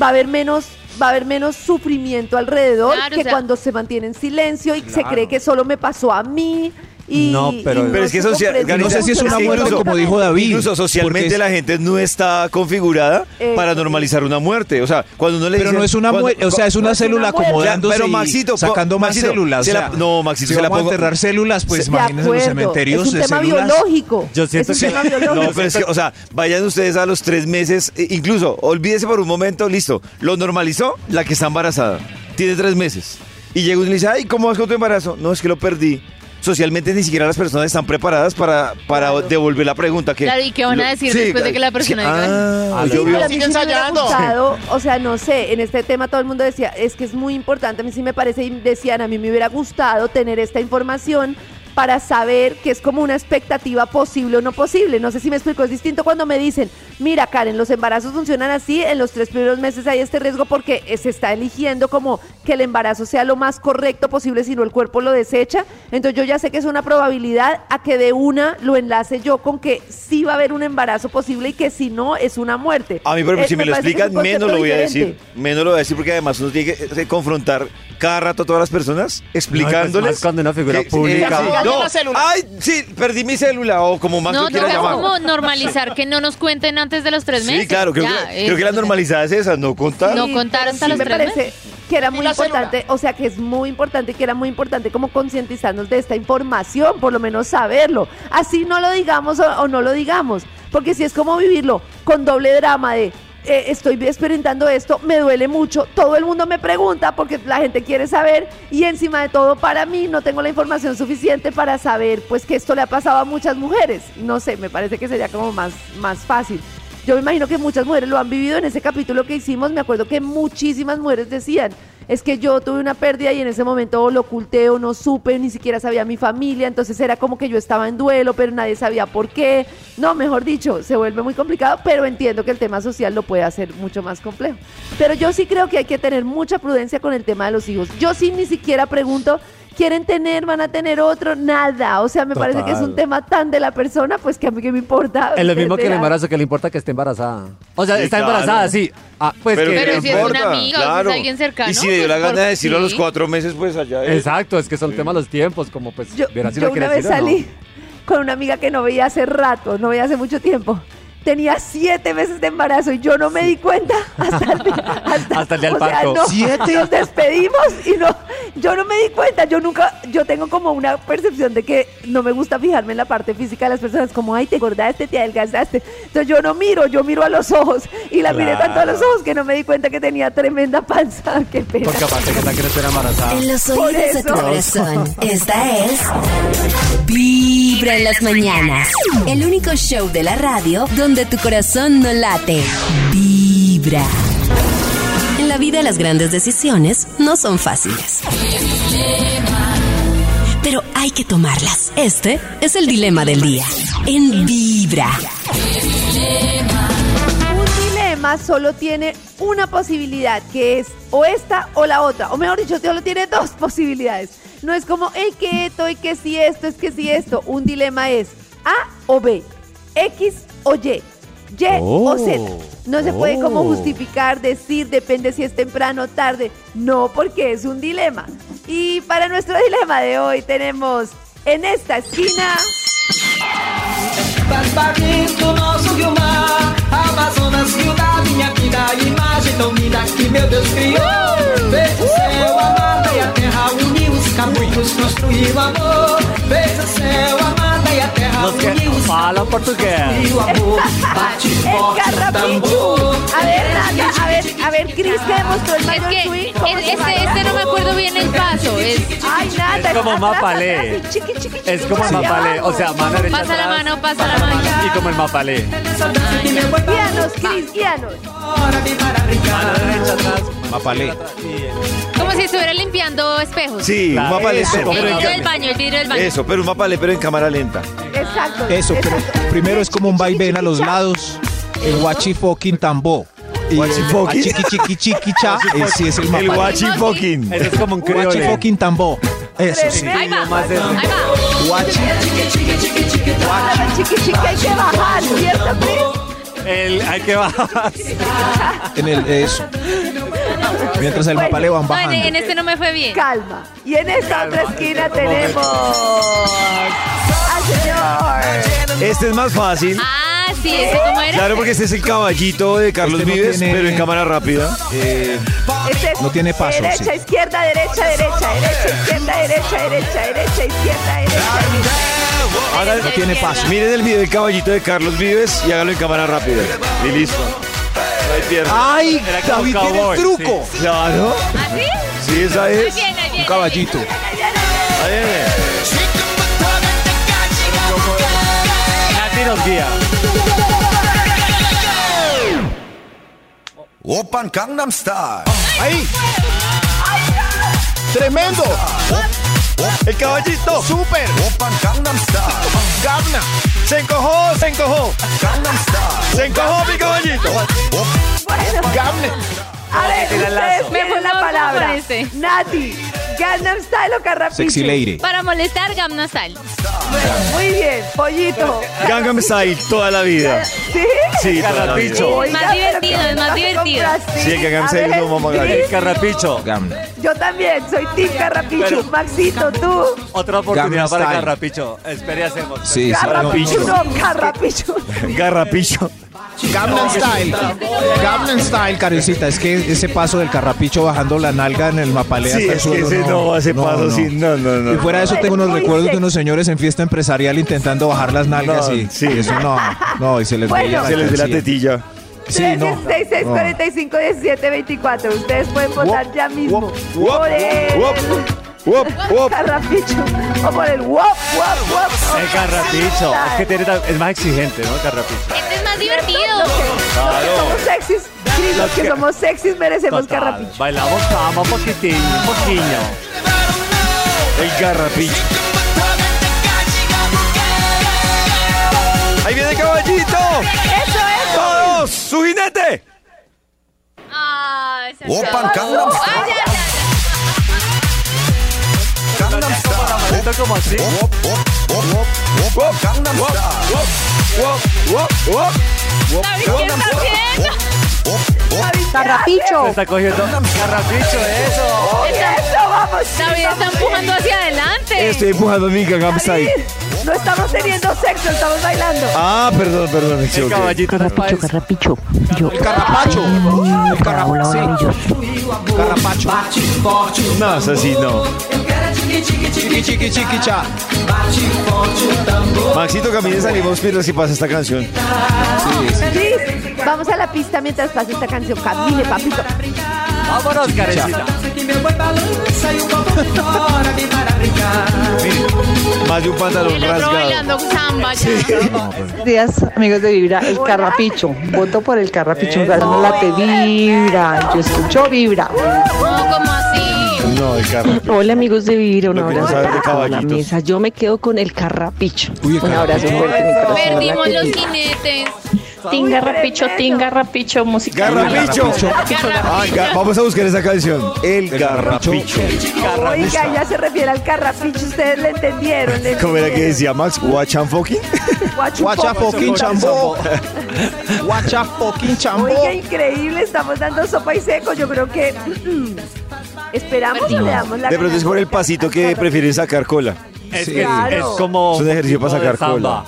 [SPEAKER 3] va a haber menos va a haber menos sufrimiento alrededor
[SPEAKER 5] Claro, o
[SPEAKER 3] que
[SPEAKER 5] sea-
[SPEAKER 3] cuando se mantiene en silencio y se cree que solo me pasó a mí y
[SPEAKER 7] No, pero-
[SPEAKER 1] Pero es que
[SPEAKER 3] eso
[SPEAKER 1] social-
[SPEAKER 4] No sé si es una
[SPEAKER 1] Incluso-
[SPEAKER 4] muerte como dijo David.
[SPEAKER 1] Incluso
[SPEAKER 4] porque
[SPEAKER 1] socialmente
[SPEAKER 4] es-
[SPEAKER 1] la gente no está configurada
[SPEAKER 3] Eh,
[SPEAKER 1] para normalizar una muerte. O sea, cuando uno le
[SPEAKER 4] Pero
[SPEAKER 1] dicen-
[SPEAKER 4] no es una
[SPEAKER 1] cuando-
[SPEAKER 4] muerte, o sea, es
[SPEAKER 3] no
[SPEAKER 4] una
[SPEAKER 3] es una
[SPEAKER 4] célula
[SPEAKER 3] muerte.
[SPEAKER 4] acomodándose
[SPEAKER 1] Ya, pero
[SPEAKER 4] y
[SPEAKER 1] Maxito,
[SPEAKER 4] sacando más
[SPEAKER 1] Maxito,
[SPEAKER 4] células.
[SPEAKER 1] se
[SPEAKER 4] o
[SPEAKER 1] la-
[SPEAKER 4] sea,
[SPEAKER 1] no, Maxito,
[SPEAKER 4] si
[SPEAKER 1] se la
[SPEAKER 4] vamos a
[SPEAKER 1] pongo-
[SPEAKER 4] enterrar células, pues
[SPEAKER 3] de
[SPEAKER 4] imagínense los
[SPEAKER 3] acuerdo,
[SPEAKER 4] cementerios
[SPEAKER 3] es un
[SPEAKER 4] de
[SPEAKER 3] tema
[SPEAKER 4] células.
[SPEAKER 3] biológico.
[SPEAKER 7] Yo siento
[SPEAKER 3] es
[SPEAKER 7] que- pues,
[SPEAKER 3] un tema biológico.
[SPEAKER 1] No, pero es que, o sea, vayan ustedes a los tres meses, e- incluso, olvídese por un momento, listo, lo normalizó la que está embarazada, tiene tres meses, y llega uno y le dice, ay, ¿cómo vas con tu embarazo? No, es que lo perdí. Socialmente ni siquiera las personas están preparadas para, para devolver la pregunta. Que,
[SPEAKER 5] Claro, ¿y qué van a
[SPEAKER 1] lo-
[SPEAKER 5] decir después de que la persona diga,
[SPEAKER 1] ah,
[SPEAKER 7] "Ay,
[SPEAKER 1] yo
[SPEAKER 3] Sí,
[SPEAKER 1] vi-
[SPEAKER 3] pero a
[SPEAKER 8] Sigue
[SPEAKER 3] mí sí me hubiera
[SPEAKER 8] ensayando.
[SPEAKER 3] gustado, o sea, no sé, en este tema todo el mundo decía, es que es muy importante, a mí sí me parece, y decían, a mí me hubiera gustado tener esta información para saber que es como una expectativa posible o no posible. No sé si me explico, es distinto cuando me dicen, mira Karen, los embarazos funcionan así, en los tres primeros meses hay este riesgo porque eh, se está eligiendo como que el embarazo sea lo más correcto posible, si no el cuerpo lo desecha. Entonces yo ya sé que es una probabilidad a que de una lo enlace yo con que sí va a haber un embarazo posible y que si no es una muerte.
[SPEAKER 1] A mí, por ejemplo,
[SPEAKER 3] Eh,
[SPEAKER 1] si me lo
[SPEAKER 3] parece que es
[SPEAKER 1] explican,
[SPEAKER 3] un
[SPEAKER 1] menos
[SPEAKER 3] concepto
[SPEAKER 1] lo voy a decir.
[SPEAKER 3] diferente.
[SPEAKER 1] Menos lo voy a decir porque además uno tiene que eh, confrontar cada rato a todas las personas explicándoles.
[SPEAKER 7] pues más cuando una figura
[SPEAKER 1] que-
[SPEAKER 7] pública.
[SPEAKER 1] sí,
[SPEAKER 3] Ya, ya,
[SPEAKER 8] Dame la célula.
[SPEAKER 1] Ay, sí, perdí mi célula o como más
[SPEAKER 5] No,
[SPEAKER 1] lo quiera
[SPEAKER 5] toca
[SPEAKER 1] llamar.
[SPEAKER 5] como normalizar que no nos cuenten antes de los tres meses.
[SPEAKER 1] Sí, claro, creo,
[SPEAKER 5] Ya,
[SPEAKER 1] que,
[SPEAKER 5] es-
[SPEAKER 1] creo que la normalizada es esa, no contar.
[SPEAKER 5] No pues, contar hasta los
[SPEAKER 3] me
[SPEAKER 5] tres
[SPEAKER 3] parece que era
[SPEAKER 8] Y
[SPEAKER 3] muy
[SPEAKER 8] la célula.
[SPEAKER 3] importante, o sea, que es muy importante, que era muy importante como concientizarnos de esta información, por lo menos saberlo. Así no lo digamos o, o no lo digamos, porque si es como vivirlo con doble drama de eh, estoy experimentando esto, me duele mucho, todo el mundo me pregunta porque la gente quiere saber y encima de todo para mí no tengo la información suficiente para saber pues que esto le ha pasado a muchas mujeres. No sé, me parece que sería como más, más fácil. Yo me imagino que muchas mujeres lo han vivido en ese capítulo que hicimos. Me acuerdo que muchísimas mujeres decían, es que yo tuve una pérdida y en ese momento lo oculté o no supe, ni siquiera sabía mi familia, entonces era como que yo estaba en duelo, pero nadie sabía por qué. No, mejor dicho, se vuelve muy complicado, pero entiendo que el tema social lo puede hacer mucho más complejo. Pero yo sí creo que hay que tener mucha prudencia con el tema de los hijos. Yo sí ni siquiera pregunto, ¿quieren tener, van a tener otro? Nada. O sea, me parece que es un
[SPEAKER 7] Total.
[SPEAKER 3] tema tan de la persona, pues que a mí que me importa.
[SPEAKER 7] Es lo mismo que el
[SPEAKER 3] Será.
[SPEAKER 7] embarazo, que le importa que esté embarazada. O sea,
[SPEAKER 1] Sí,
[SPEAKER 7] está
[SPEAKER 1] claro.
[SPEAKER 7] embarazada, sí. Ah, pues
[SPEAKER 1] Pero,
[SPEAKER 7] que
[SPEAKER 1] ¿qué
[SPEAKER 5] Pero
[SPEAKER 1] le
[SPEAKER 5] si es una
[SPEAKER 1] importa?
[SPEAKER 5] amiga o si es alguien cercano,
[SPEAKER 1] Y si le dio la
[SPEAKER 5] pues,
[SPEAKER 1] gana de
[SPEAKER 5] ¿por
[SPEAKER 1] decirlo a los
[SPEAKER 5] qué?
[SPEAKER 1] cuatro meses, pues allá es.
[SPEAKER 7] Exacto, es que son temas los tiempos, como pues
[SPEAKER 3] Yo,
[SPEAKER 7] verás si
[SPEAKER 3] yo
[SPEAKER 7] lo
[SPEAKER 3] una vez
[SPEAKER 7] quieres decir o no.
[SPEAKER 3] salí con una amiga que no veía hace rato, no veía hace mucho tiempo. Tenía siete meses de embarazo y yo no me di cuenta hasta el día, hasta,
[SPEAKER 7] Hasta el día
[SPEAKER 3] o
[SPEAKER 7] del
[SPEAKER 3] sea,
[SPEAKER 7] parto.
[SPEAKER 3] no,
[SPEAKER 4] ¿Siete?
[SPEAKER 3] Nos despedimos y no, yo no me di cuenta. Yo nunca, yo tengo como una percepción de que no me gusta fijarme en la parte física de las personas, como ay, te engordaste, te adelgazaste. Entonces yo no miro, yo miro a los ojos y la miré tanto a los ojos que no me di cuenta que tenía tremenda panza. Qué pena.
[SPEAKER 7] Porque aparte que la quiere estar embarazada.
[SPEAKER 2] En los
[SPEAKER 3] Por
[SPEAKER 2] oídos de tu
[SPEAKER 3] eso.
[SPEAKER 2] corazón. Esta es. Vibra en las mañanas. El único show de la radio donde tu corazón no late. Vibra. En la vida las grandes decisiones no son fáciles. Pero hay que tomarlas. Este es el dilema del día. En Vibra.
[SPEAKER 3] Un dilema solo tiene una posibilidad, que es o esta o la otra. O mejor dicho, solo tiene dos posibilidades. No es como, hey, que esto, hey, que si esto, es que si esto. Un dilema es A o B, X o Y, Y o Z. No se puede como justificar, decir, depende si es temprano o tarde. No, porque es un dilema. Y para nuestro dilema de hoy tenemos en esta esquina...
[SPEAKER 7] Los que hablan portugués.
[SPEAKER 3] Escarrapicho. É A ver, Nata, a ver, a ver, Cris, que demostró el
[SPEAKER 5] Es
[SPEAKER 3] mayor
[SPEAKER 5] que
[SPEAKER 3] swing. ¿Cómo
[SPEAKER 5] es-
[SPEAKER 3] se
[SPEAKER 5] este,
[SPEAKER 3] baila?
[SPEAKER 5] este no me acuerdo bien el paso. Es
[SPEAKER 3] Ay, Nata,
[SPEAKER 7] Es como
[SPEAKER 3] atrás,
[SPEAKER 7] mapalé.
[SPEAKER 3] atrás, y chiqui, chiqui, chiqui,
[SPEAKER 7] Es como el
[SPEAKER 3] por allá
[SPEAKER 7] mapalé, o
[SPEAKER 3] abajo.
[SPEAKER 7] sea, mano derecha
[SPEAKER 5] Pasa la
[SPEAKER 7] atrás,
[SPEAKER 5] mano, pasa la mano.
[SPEAKER 7] Y como el mapalé.
[SPEAKER 3] Guíanos, Cris, guíanos.
[SPEAKER 1] Mapalé.
[SPEAKER 5] como si estuviera limpiando espejos.
[SPEAKER 1] Sí,
[SPEAKER 7] Claro,
[SPEAKER 1] un mapalé.
[SPEAKER 7] eso,
[SPEAKER 1] pero
[SPEAKER 5] El
[SPEAKER 1] en
[SPEAKER 5] vidrio
[SPEAKER 1] cam-
[SPEAKER 5] del baño, el vidrio del baño.
[SPEAKER 1] Eso, pero un mapalé, pero en cámara lenta.
[SPEAKER 3] Exacto.
[SPEAKER 4] Eso, pero
[SPEAKER 3] exacto.
[SPEAKER 4] primero es como un vaivén a los lados, el guachifoquín tambó. Y
[SPEAKER 1] Guachifoquín.
[SPEAKER 4] el guachiquichiquiquicha, eh, sí es el
[SPEAKER 1] El
[SPEAKER 4] mapalé.
[SPEAKER 1] guachifoquín.
[SPEAKER 7] Eso es como un criollo.
[SPEAKER 4] Guachifoquín tambó. Eso sí.
[SPEAKER 5] Ahí va,
[SPEAKER 7] más eso.
[SPEAKER 5] ahí va.
[SPEAKER 4] Guachi.
[SPEAKER 3] Ah, Chiqui, chiqui, hay que bajar, ¿cierto, Cris?
[SPEAKER 7] El, hay que bajar.
[SPEAKER 4] En el, eso. Mientras el mapalé van
[SPEAKER 5] No, en,
[SPEAKER 4] bajando.
[SPEAKER 5] en este no me fue bien.
[SPEAKER 3] Calma. Y en esta otra esquina tenemos al señor.
[SPEAKER 1] Este es más fácil.
[SPEAKER 5] Ah, sí, ¿eso cómo era?
[SPEAKER 1] Claro, porque este es el caballito de Carlos
[SPEAKER 4] Este no
[SPEAKER 1] Vives,
[SPEAKER 4] tiene-
[SPEAKER 1] pero en cámara rápida.
[SPEAKER 3] Este es
[SPEAKER 4] Eh, No tiene paso,
[SPEAKER 3] Derecha,
[SPEAKER 4] sí.
[SPEAKER 3] izquierda, derecha, derecha, derecha, izquierda, derecha, derecha, derecha, izquierda, derecha.
[SPEAKER 1] Ahora
[SPEAKER 5] No
[SPEAKER 4] tiene paso.
[SPEAKER 1] Miren el video del caballito de Carlos Vives y háganlo en cámara rápida. Y listo. No hay pierna.
[SPEAKER 4] ¡Ay!
[SPEAKER 7] Era como
[SPEAKER 4] David tiene
[SPEAKER 7] cowboy,
[SPEAKER 4] el truco.
[SPEAKER 1] Claro.
[SPEAKER 5] ¿Así?
[SPEAKER 1] Sí, esa
[SPEAKER 5] Ahí viene, ahí
[SPEAKER 1] es.
[SPEAKER 5] viene, ahí viene.
[SPEAKER 4] Un caballito.
[SPEAKER 1] Ahí viene.
[SPEAKER 7] Nati nos guía.
[SPEAKER 9] Open Gangnam Style.
[SPEAKER 8] Ahí. Tremendo.
[SPEAKER 1] El caballito.
[SPEAKER 8] Super.
[SPEAKER 9] Open Gangnam Style.
[SPEAKER 8] Gabna.
[SPEAKER 1] Se encojó, se encojó.
[SPEAKER 9] Gangnam Style.
[SPEAKER 1] Se encojó mi caballito.
[SPEAKER 3] Bueno,
[SPEAKER 8] Gabna.
[SPEAKER 3] a ver,
[SPEAKER 7] Tira
[SPEAKER 3] ustedes
[SPEAKER 7] el lazo.
[SPEAKER 3] tienen
[SPEAKER 5] Me
[SPEAKER 3] la
[SPEAKER 5] pongo
[SPEAKER 3] palabra.
[SPEAKER 5] con este.
[SPEAKER 3] Nati, Gangnam Style o Carrapiche.
[SPEAKER 4] Sexy Lady.
[SPEAKER 5] Para molestar Gamna Style.
[SPEAKER 3] Bueno, muy bien, pollito.
[SPEAKER 1] Gangnam Style toda la vida.
[SPEAKER 3] ¿Sí?
[SPEAKER 1] Sí, toda la vida.
[SPEAKER 5] Carrapicho.
[SPEAKER 3] Oiga,
[SPEAKER 5] Más
[SPEAKER 3] pero
[SPEAKER 5] divertido,
[SPEAKER 3] ¿qué
[SPEAKER 5] es más
[SPEAKER 3] pasa con
[SPEAKER 5] divertido.
[SPEAKER 3] Brasil?
[SPEAKER 1] Sí, el Gangnam
[SPEAKER 3] A
[SPEAKER 1] Style
[SPEAKER 3] ver,
[SPEAKER 1] no vamos a
[SPEAKER 3] sí.
[SPEAKER 1] ganar.
[SPEAKER 7] El carrapicho.
[SPEAKER 4] Gamna.
[SPEAKER 3] Yo también, soy Team Carrapicho.
[SPEAKER 7] Pero-
[SPEAKER 3] Maxito, tú.
[SPEAKER 7] Otra
[SPEAKER 4] Gamma
[SPEAKER 7] oportunidad para
[SPEAKER 4] Style.
[SPEAKER 7] Carrapicho. Espere, hacemos.
[SPEAKER 4] Sí, sí.
[SPEAKER 3] Carrapicho,
[SPEAKER 1] no,
[SPEAKER 3] no, Carrapicho.
[SPEAKER 1] Garrapicho.
[SPEAKER 8] Gangnam Style. Gangnam Style, cariño.
[SPEAKER 4] Karencita, es que ese paso del carrapicho bajando la nalga en el mapalea
[SPEAKER 1] Sí,
[SPEAKER 4] hasta el
[SPEAKER 1] es que
[SPEAKER 4] suelo,
[SPEAKER 1] ese no hace paso
[SPEAKER 4] no.
[SPEAKER 1] sin. No, no, no.
[SPEAKER 4] Y fuera de eso tengo unos
[SPEAKER 3] Muy
[SPEAKER 4] recuerdos
[SPEAKER 3] sexy.
[SPEAKER 4] de unos señores en fiesta empresarial intentando bajar las nalgas
[SPEAKER 1] No,
[SPEAKER 4] y,
[SPEAKER 1] sí.
[SPEAKER 4] y eso no, no, y se les
[SPEAKER 3] Bueno.
[SPEAKER 4] veía la
[SPEAKER 1] Se les ve la
[SPEAKER 4] alcancía.
[SPEAKER 1] tetilla.
[SPEAKER 4] Sí, no.
[SPEAKER 3] 316
[SPEAKER 4] no.
[SPEAKER 3] 45 17 24. Ustedes pueden votar ya mismo
[SPEAKER 1] Wop, wop,
[SPEAKER 3] por el
[SPEAKER 1] wop, wop, wop.
[SPEAKER 3] Carrapicho o por el Wop, Wop, Wop. o
[SPEAKER 7] El carrapicho.
[SPEAKER 3] Gangnam
[SPEAKER 7] Es que
[SPEAKER 3] Style.
[SPEAKER 7] tiene ta- es más exigente, ¿no? El carrapicho.
[SPEAKER 5] Este es más
[SPEAKER 3] Los que-
[SPEAKER 5] divertido.
[SPEAKER 3] los que somos sexys, sí, los que somos sexys merecemos
[SPEAKER 7] Total.
[SPEAKER 3] Carrapicho.
[SPEAKER 7] Bailamos cama, poquitín, poquiño.
[SPEAKER 1] El garrapicho. ¡Ahí viene el caballito!
[SPEAKER 3] ¡Eso es!
[SPEAKER 1] ¡Todos! ¡Su jinete!
[SPEAKER 5] Ay, se acabó.
[SPEAKER 9] Open Gangnam
[SPEAKER 5] Ay,
[SPEAKER 9] Style.
[SPEAKER 5] ya, ya, ya.
[SPEAKER 9] Gangnam Style.
[SPEAKER 7] Esto como así.
[SPEAKER 9] Wop, wop, wop, wop, wop, wop. Gangnam
[SPEAKER 1] ¡Wop,
[SPEAKER 9] Style.
[SPEAKER 1] wop, wop, wop, wop! wop
[SPEAKER 5] ¿Sabes qué está haciendo?
[SPEAKER 9] Wop, wop,
[SPEAKER 7] Se está cogiendo carrapicho, eso.
[SPEAKER 3] ¡Eso, vamos!
[SPEAKER 5] David está empujando hacia adelante.
[SPEAKER 1] Estoy Este empujando a mi Gangnam Style.
[SPEAKER 3] David, No estamos teniendo sexo, estamos bailando.
[SPEAKER 1] Ah, perdón, perdón, me
[SPEAKER 7] El
[SPEAKER 1] equivoqué.
[SPEAKER 7] caballito no es para eso.
[SPEAKER 10] Carrapicho. Yo.
[SPEAKER 4] Carrapacho. El carrapacho. sí. Carrapacho.
[SPEAKER 1] No, es así, no.
[SPEAKER 10] é
[SPEAKER 4] Chiqui, chiqui, chiqui, cha.
[SPEAKER 1] Maxito Camille salimos mientras si pasa esta canción.
[SPEAKER 3] Liz, vamos a la pista mientras pasa esta canción. Camine, papito.
[SPEAKER 7] Vámonos, carecita.
[SPEAKER 1] Más de un pantalón
[SPEAKER 5] El otro
[SPEAKER 1] rasgado.
[SPEAKER 5] bailando samba. ya.
[SPEAKER 10] Buenos días, amigos de Vibra. El
[SPEAKER 3] Hola.
[SPEAKER 10] carrapicho. Voto por el carrapicho. Ganó la te vibra. Yo escucho Vibra.
[SPEAKER 5] No, como así.
[SPEAKER 1] No, el carro.
[SPEAKER 10] Hola, amigos de Vibra. Un
[SPEAKER 1] Lo que no
[SPEAKER 10] abrazo
[SPEAKER 1] saben de
[SPEAKER 10] para toda la
[SPEAKER 1] caballitos.
[SPEAKER 10] mesa. Yo me quedo con el carrapicho.
[SPEAKER 4] Uy, el
[SPEAKER 10] Un abrazo
[SPEAKER 4] carrapicho.
[SPEAKER 10] fuerte. mi corazón.
[SPEAKER 5] Perdimos
[SPEAKER 10] La te
[SPEAKER 5] los
[SPEAKER 10] vibra.
[SPEAKER 5] jinetes.
[SPEAKER 11] Tinga rapicho, tinga rapicho, música.
[SPEAKER 1] Garrapicho. Ah, ga- vamos a buscar esa canción. El garrapicho.
[SPEAKER 3] Oiga, ya se refiere al carrapicho, ustedes le entendieron. le
[SPEAKER 1] ¿Cómo era que
[SPEAKER 3] entendieron.
[SPEAKER 1] decía Max? Watch and fucking.
[SPEAKER 3] Guachu
[SPEAKER 4] Guacha
[SPEAKER 3] poco.
[SPEAKER 4] poquín chambó. Guacha poquín chambó.
[SPEAKER 3] Oiga, increíble, estamos dando sopa y seco. Yo creo que mm, esperamos o le damos la
[SPEAKER 1] De pronto es por el pasito que prefieren sacar cola.
[SPEAKER 7] Es,
[SPEAKER 4] Sí.
[SPEAKER 7] que es- es
[SPEAKER 3] Claro.
[SPEAKER 7] como.
[SPEAKER 1] Es un ejercicio
[SPEAKER 7] tipo
[SPEAKER 1] para
[SPEAKER 7] de
[SPEAKER 1] sacar
[SPEAKER 7] samba.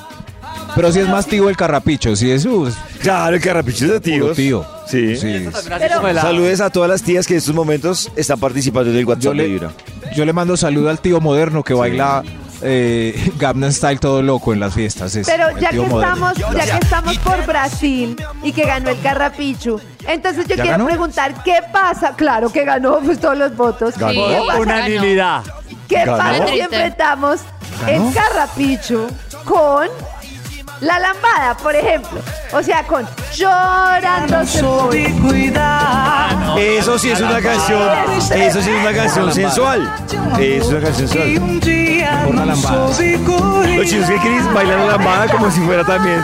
[SPEAKER 4] Pero si es más tío el carrapicho, si es uh,
[SPEAKER 1] Claro, el carrapicho es de
[SPEAKER 4] puro
[SPEAKER 1] tíos.
[SPEAKER 4] tío.
[SPEAKER 1] Sí.
[SPEAKER 4] Sí.
[SPEAKER 7] Gracias, como el-
[SPEAKER 1] Saludes a todas las tías que en estos momentos están participando del
[SPEAKER 4] Yo
[SPEAKER 1] WhatsApp de
[SPEAKER 4] le,
[SPEAKER 1] Vibra.
[SPEAKER 4] yo le mando saludo al tío moderno que baila eh, Gangnam Style todo loco en las fiestas. es
[SPEAKER 3] Pero
[SPEAKER 4] el
[SPEAKER 3] ya
[SPEAKER 4] tío
[SPEAKER 3] que,
[SPEAKER 4] moderno.
[SPEAKER 3] estamos, ya que estamos por Brasil y que ganó el carrapicho, entonces yo
[SPEAKER 4] ¿Ya
[SPEAKER 3] quiero
[SPEAKER 4] ganó?
[SPEAKER 3] preguntar, ¿qué pasa? Claro que ganó pues, todos los votos.
[SPEAKER 5] Ganó.
[SPEAKER 3] ¿Qué pasa?
[SPEAKER 7] Unanimidad.
[SPEAKER 3] ¿Qué
[SPEAKER 1] Ganó.
[SPEAKER 3] pasa si
[SPEAKER 5] Triste.
[SPEAKER 3] enfrentamos
[SPEAKER 4] ¿Ganó?
[SPEAKER 3] el carrapicho con la lambada, por ejemplo? O sea, con llorando se voy.
[SPEAKER 5] Ah,
[SPEAKER 1] Eso sí es una canción. Eso sí es una canción sensual. Es una canción sensual.
[SPEAKER 4] Una lambada.
[SPEAKER 1] Los chicos que Chris bailan la lambada como si fuera también.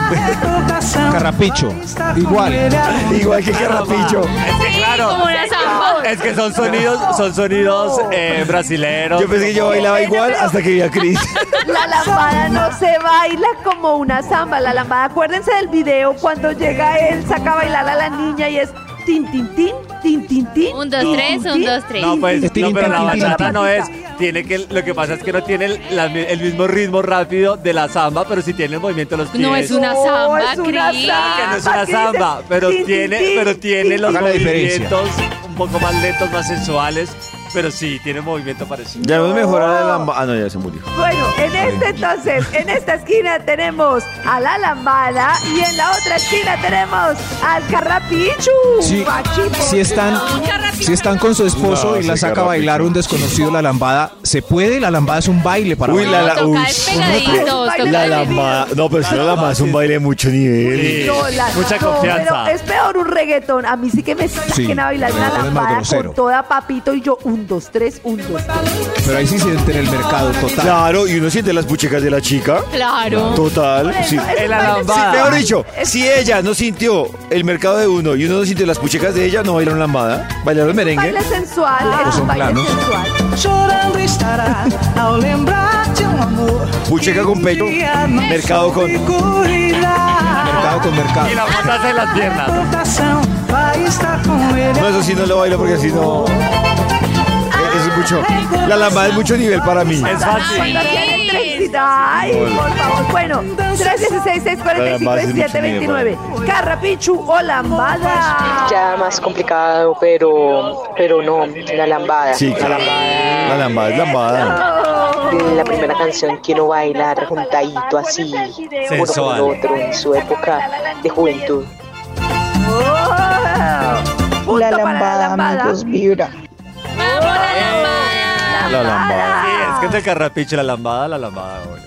[SPEAKER 4] Carrapicho. Igual.
[SPEAKER 1] Igual que Carrapicho.
[SPEAKER 7] Claro.
[SPEAKER 5] Como una zamba.
[SPEAKER 7] Es que son sonidos, son sonidos eh, brasileros.
[SPEAKER 1] Yo pensé que yo bailaba igual hasta que vi a Chris.
[SPEAKER 3] La lambada no se baila como una samba. La lambada, acuérdense del video cuando llega él, saca a bailar a la niña y es tin, tin, tin, tin, tin, tin.
[SPEAKER 5] Un, dos,
[SPEAKER 3] tin,
[SPEAKER 5] tres,
[SPEAKER 3] tin,
[SPEAKER 5] un, dos, tres.
[SPEAKER 7] No, pues,
[SPEAKER 4] Tin, tin,
[SPEAKER 7] no, pero
[SPEAKER 4] tin,
[SPEAKER 7] la
[SPEAKER 4] tin,
[SPEAKER 7] bachata
[SPEAKER 3] tin.
[SPEAKER 7] no es. Tiene que, lo que pasa es que no tiene el, la- el mismo ritmo rápido de la samba, pero sí tiene el movimiento de los pies.
[SPEAKER 5] No es una
[SPEAKER 3] No,
[SPEAKER 5] samba,
[SPEAKER 3] es una
[SPEAKER 5] Cris.
[SPEAKER 3] samba.
[SPEAKER 7] que no es una
[SPEAKER 3] ¿Qué dices?
[SPEAKER 7] samba, pero
[SPEAKER 3] Tin, tin,
[SPEAKER 7] tiene,
[SPEAKER 3] tin,
[SPEAKER 7] pero tiene
[SPEAKER 3] tin,
[SPEAKER 7] los
[SPEAKER 4] Haga la diferencia.
[SPEAKER 7] movimientos un poco más lentos, más sensuales, pero sí tiene movimiento parecido.
[SPEAKER 1] Ya hemos mejorado la lambada. Ah, no, ya se murió.
[SPEAKER 3] Bueno, en este entonces, en esta esquina tenemos a la lambada y en la otra esquina tenemos al carrapichu.
[SPEAKER 4] Sí,
[SPEAKER 3] Pachipo.
[SPEAKER 4] si están, si están con su esposo
[SPEAKER 1] No,
[SPEAKER 4] y la
[SPEAKER 1] ese
[SPEAKER 4] saca a bailar
[SPEAKER 1] carrapicho.
[SPEAKER 4] un desconocido la lambada, ¿se puede? La lambada es un baile para
[SPEAKER 1] Uy,
[SPEAKER 4] bailar.
[SPEAKER 1] la- la-
[SPEAKER 5] No,
[SPEAKER 1] uy,
[SPEAKER 5] toca es pegadito,
[SPEAKER 3] uy,
[SPEAKER 5] toca
[SPEAKER 1] La
[SPEAKER 5] es pegadito.
[SPEAKER 1] lambada. No, pero si la lambada es un baile de mucho nivel.
[SPEAKER 7] Sí.
[SPEAKER 3] No, la-
[SPEAKER 7] Mucha
[SPEAKER 3] no,
[SPEAKER 7] confianza.
[SPEAKER 3] Pero es peor un reggaetón. A mí sí que me saquen
[SPEAKER 4] Sí,
[SPEAKER 3] a bailar una
[SPEAKER 4] reggaetón es más
[SPEAKER 3] lambada con
[SPEAKER 4] grosero.
[SPEAKER 3] toda papito y yo un, dos, tres, un, dos, tres.
[SPEAKER 4] Pero ahí sí se entra en el mercado total.
[SPEAKER 1] Claro, y uno siente las puchecas de la chica.
[SPEAKER 5] Claro.
[SPEAKER 1] Total. Sí.
[SPEAKER 3] Eso- eso
[SPEAKER 7] En la
[SPEAKER 3] baila-
[SPEAKER 7] lambada.
[SPEAKER 1] Mejor dicho, si ella no sintió el mercado de uno y uno no sintió las puchecas de ella, no bailaron lambada, bailaron merengue.
[SPEAKER 3] baile sensual, es
[SPEAKER 4] Ah. Pues son
[SPEAKER 3] un baile
[SPEAKER 4] planos.
[SPEAKER 3] sensual.
[SPEAKER 12] chorando estará ao lembrar de um amor.
[SPEAKER 1] Pucheca con pecho, mercado con.
[SPEAKER 12] Mercado
[SPEAKER 4] con mercado.
[SPEAKER 12] Y la botaza en las piernas. Vai estar com ele.
[SPEAKER 1] No, eso sí no lo bailo porque así no. Eh, Es mucho. La lambada es mucho nivel para mí.
[SPEAKER 7] Es
[SPEAKER 3] Bueno, tienen tres- Ay, por favor. Bueno, 316 645 729 Carrapichu o lambada.
[SPEAKER 10] Ya más complicado, pero, pero no, la lambada.
[SPEAKER 1] Sí,
[SPEAKER 10] la
[SPEAKER 1] claro.
[SPEAKER 10] lambada.
[SPEAKER 1] La lambada es lambada.
[SPEAKER 3] Oh.
[SPEAKER 10] La primera canción que uno bailar juntadito así, uno con
[SPEAKER 1] Sensual.
[SPEAKER 10] el otro en su época de juventud.
[SPEAKER 3] La lambada, amigos,
[SPEAKER 10] vibra.
[SPEAKER 7] La lambada. Sí, es que entre el carrapicho y la lambada, la lambada, bueno.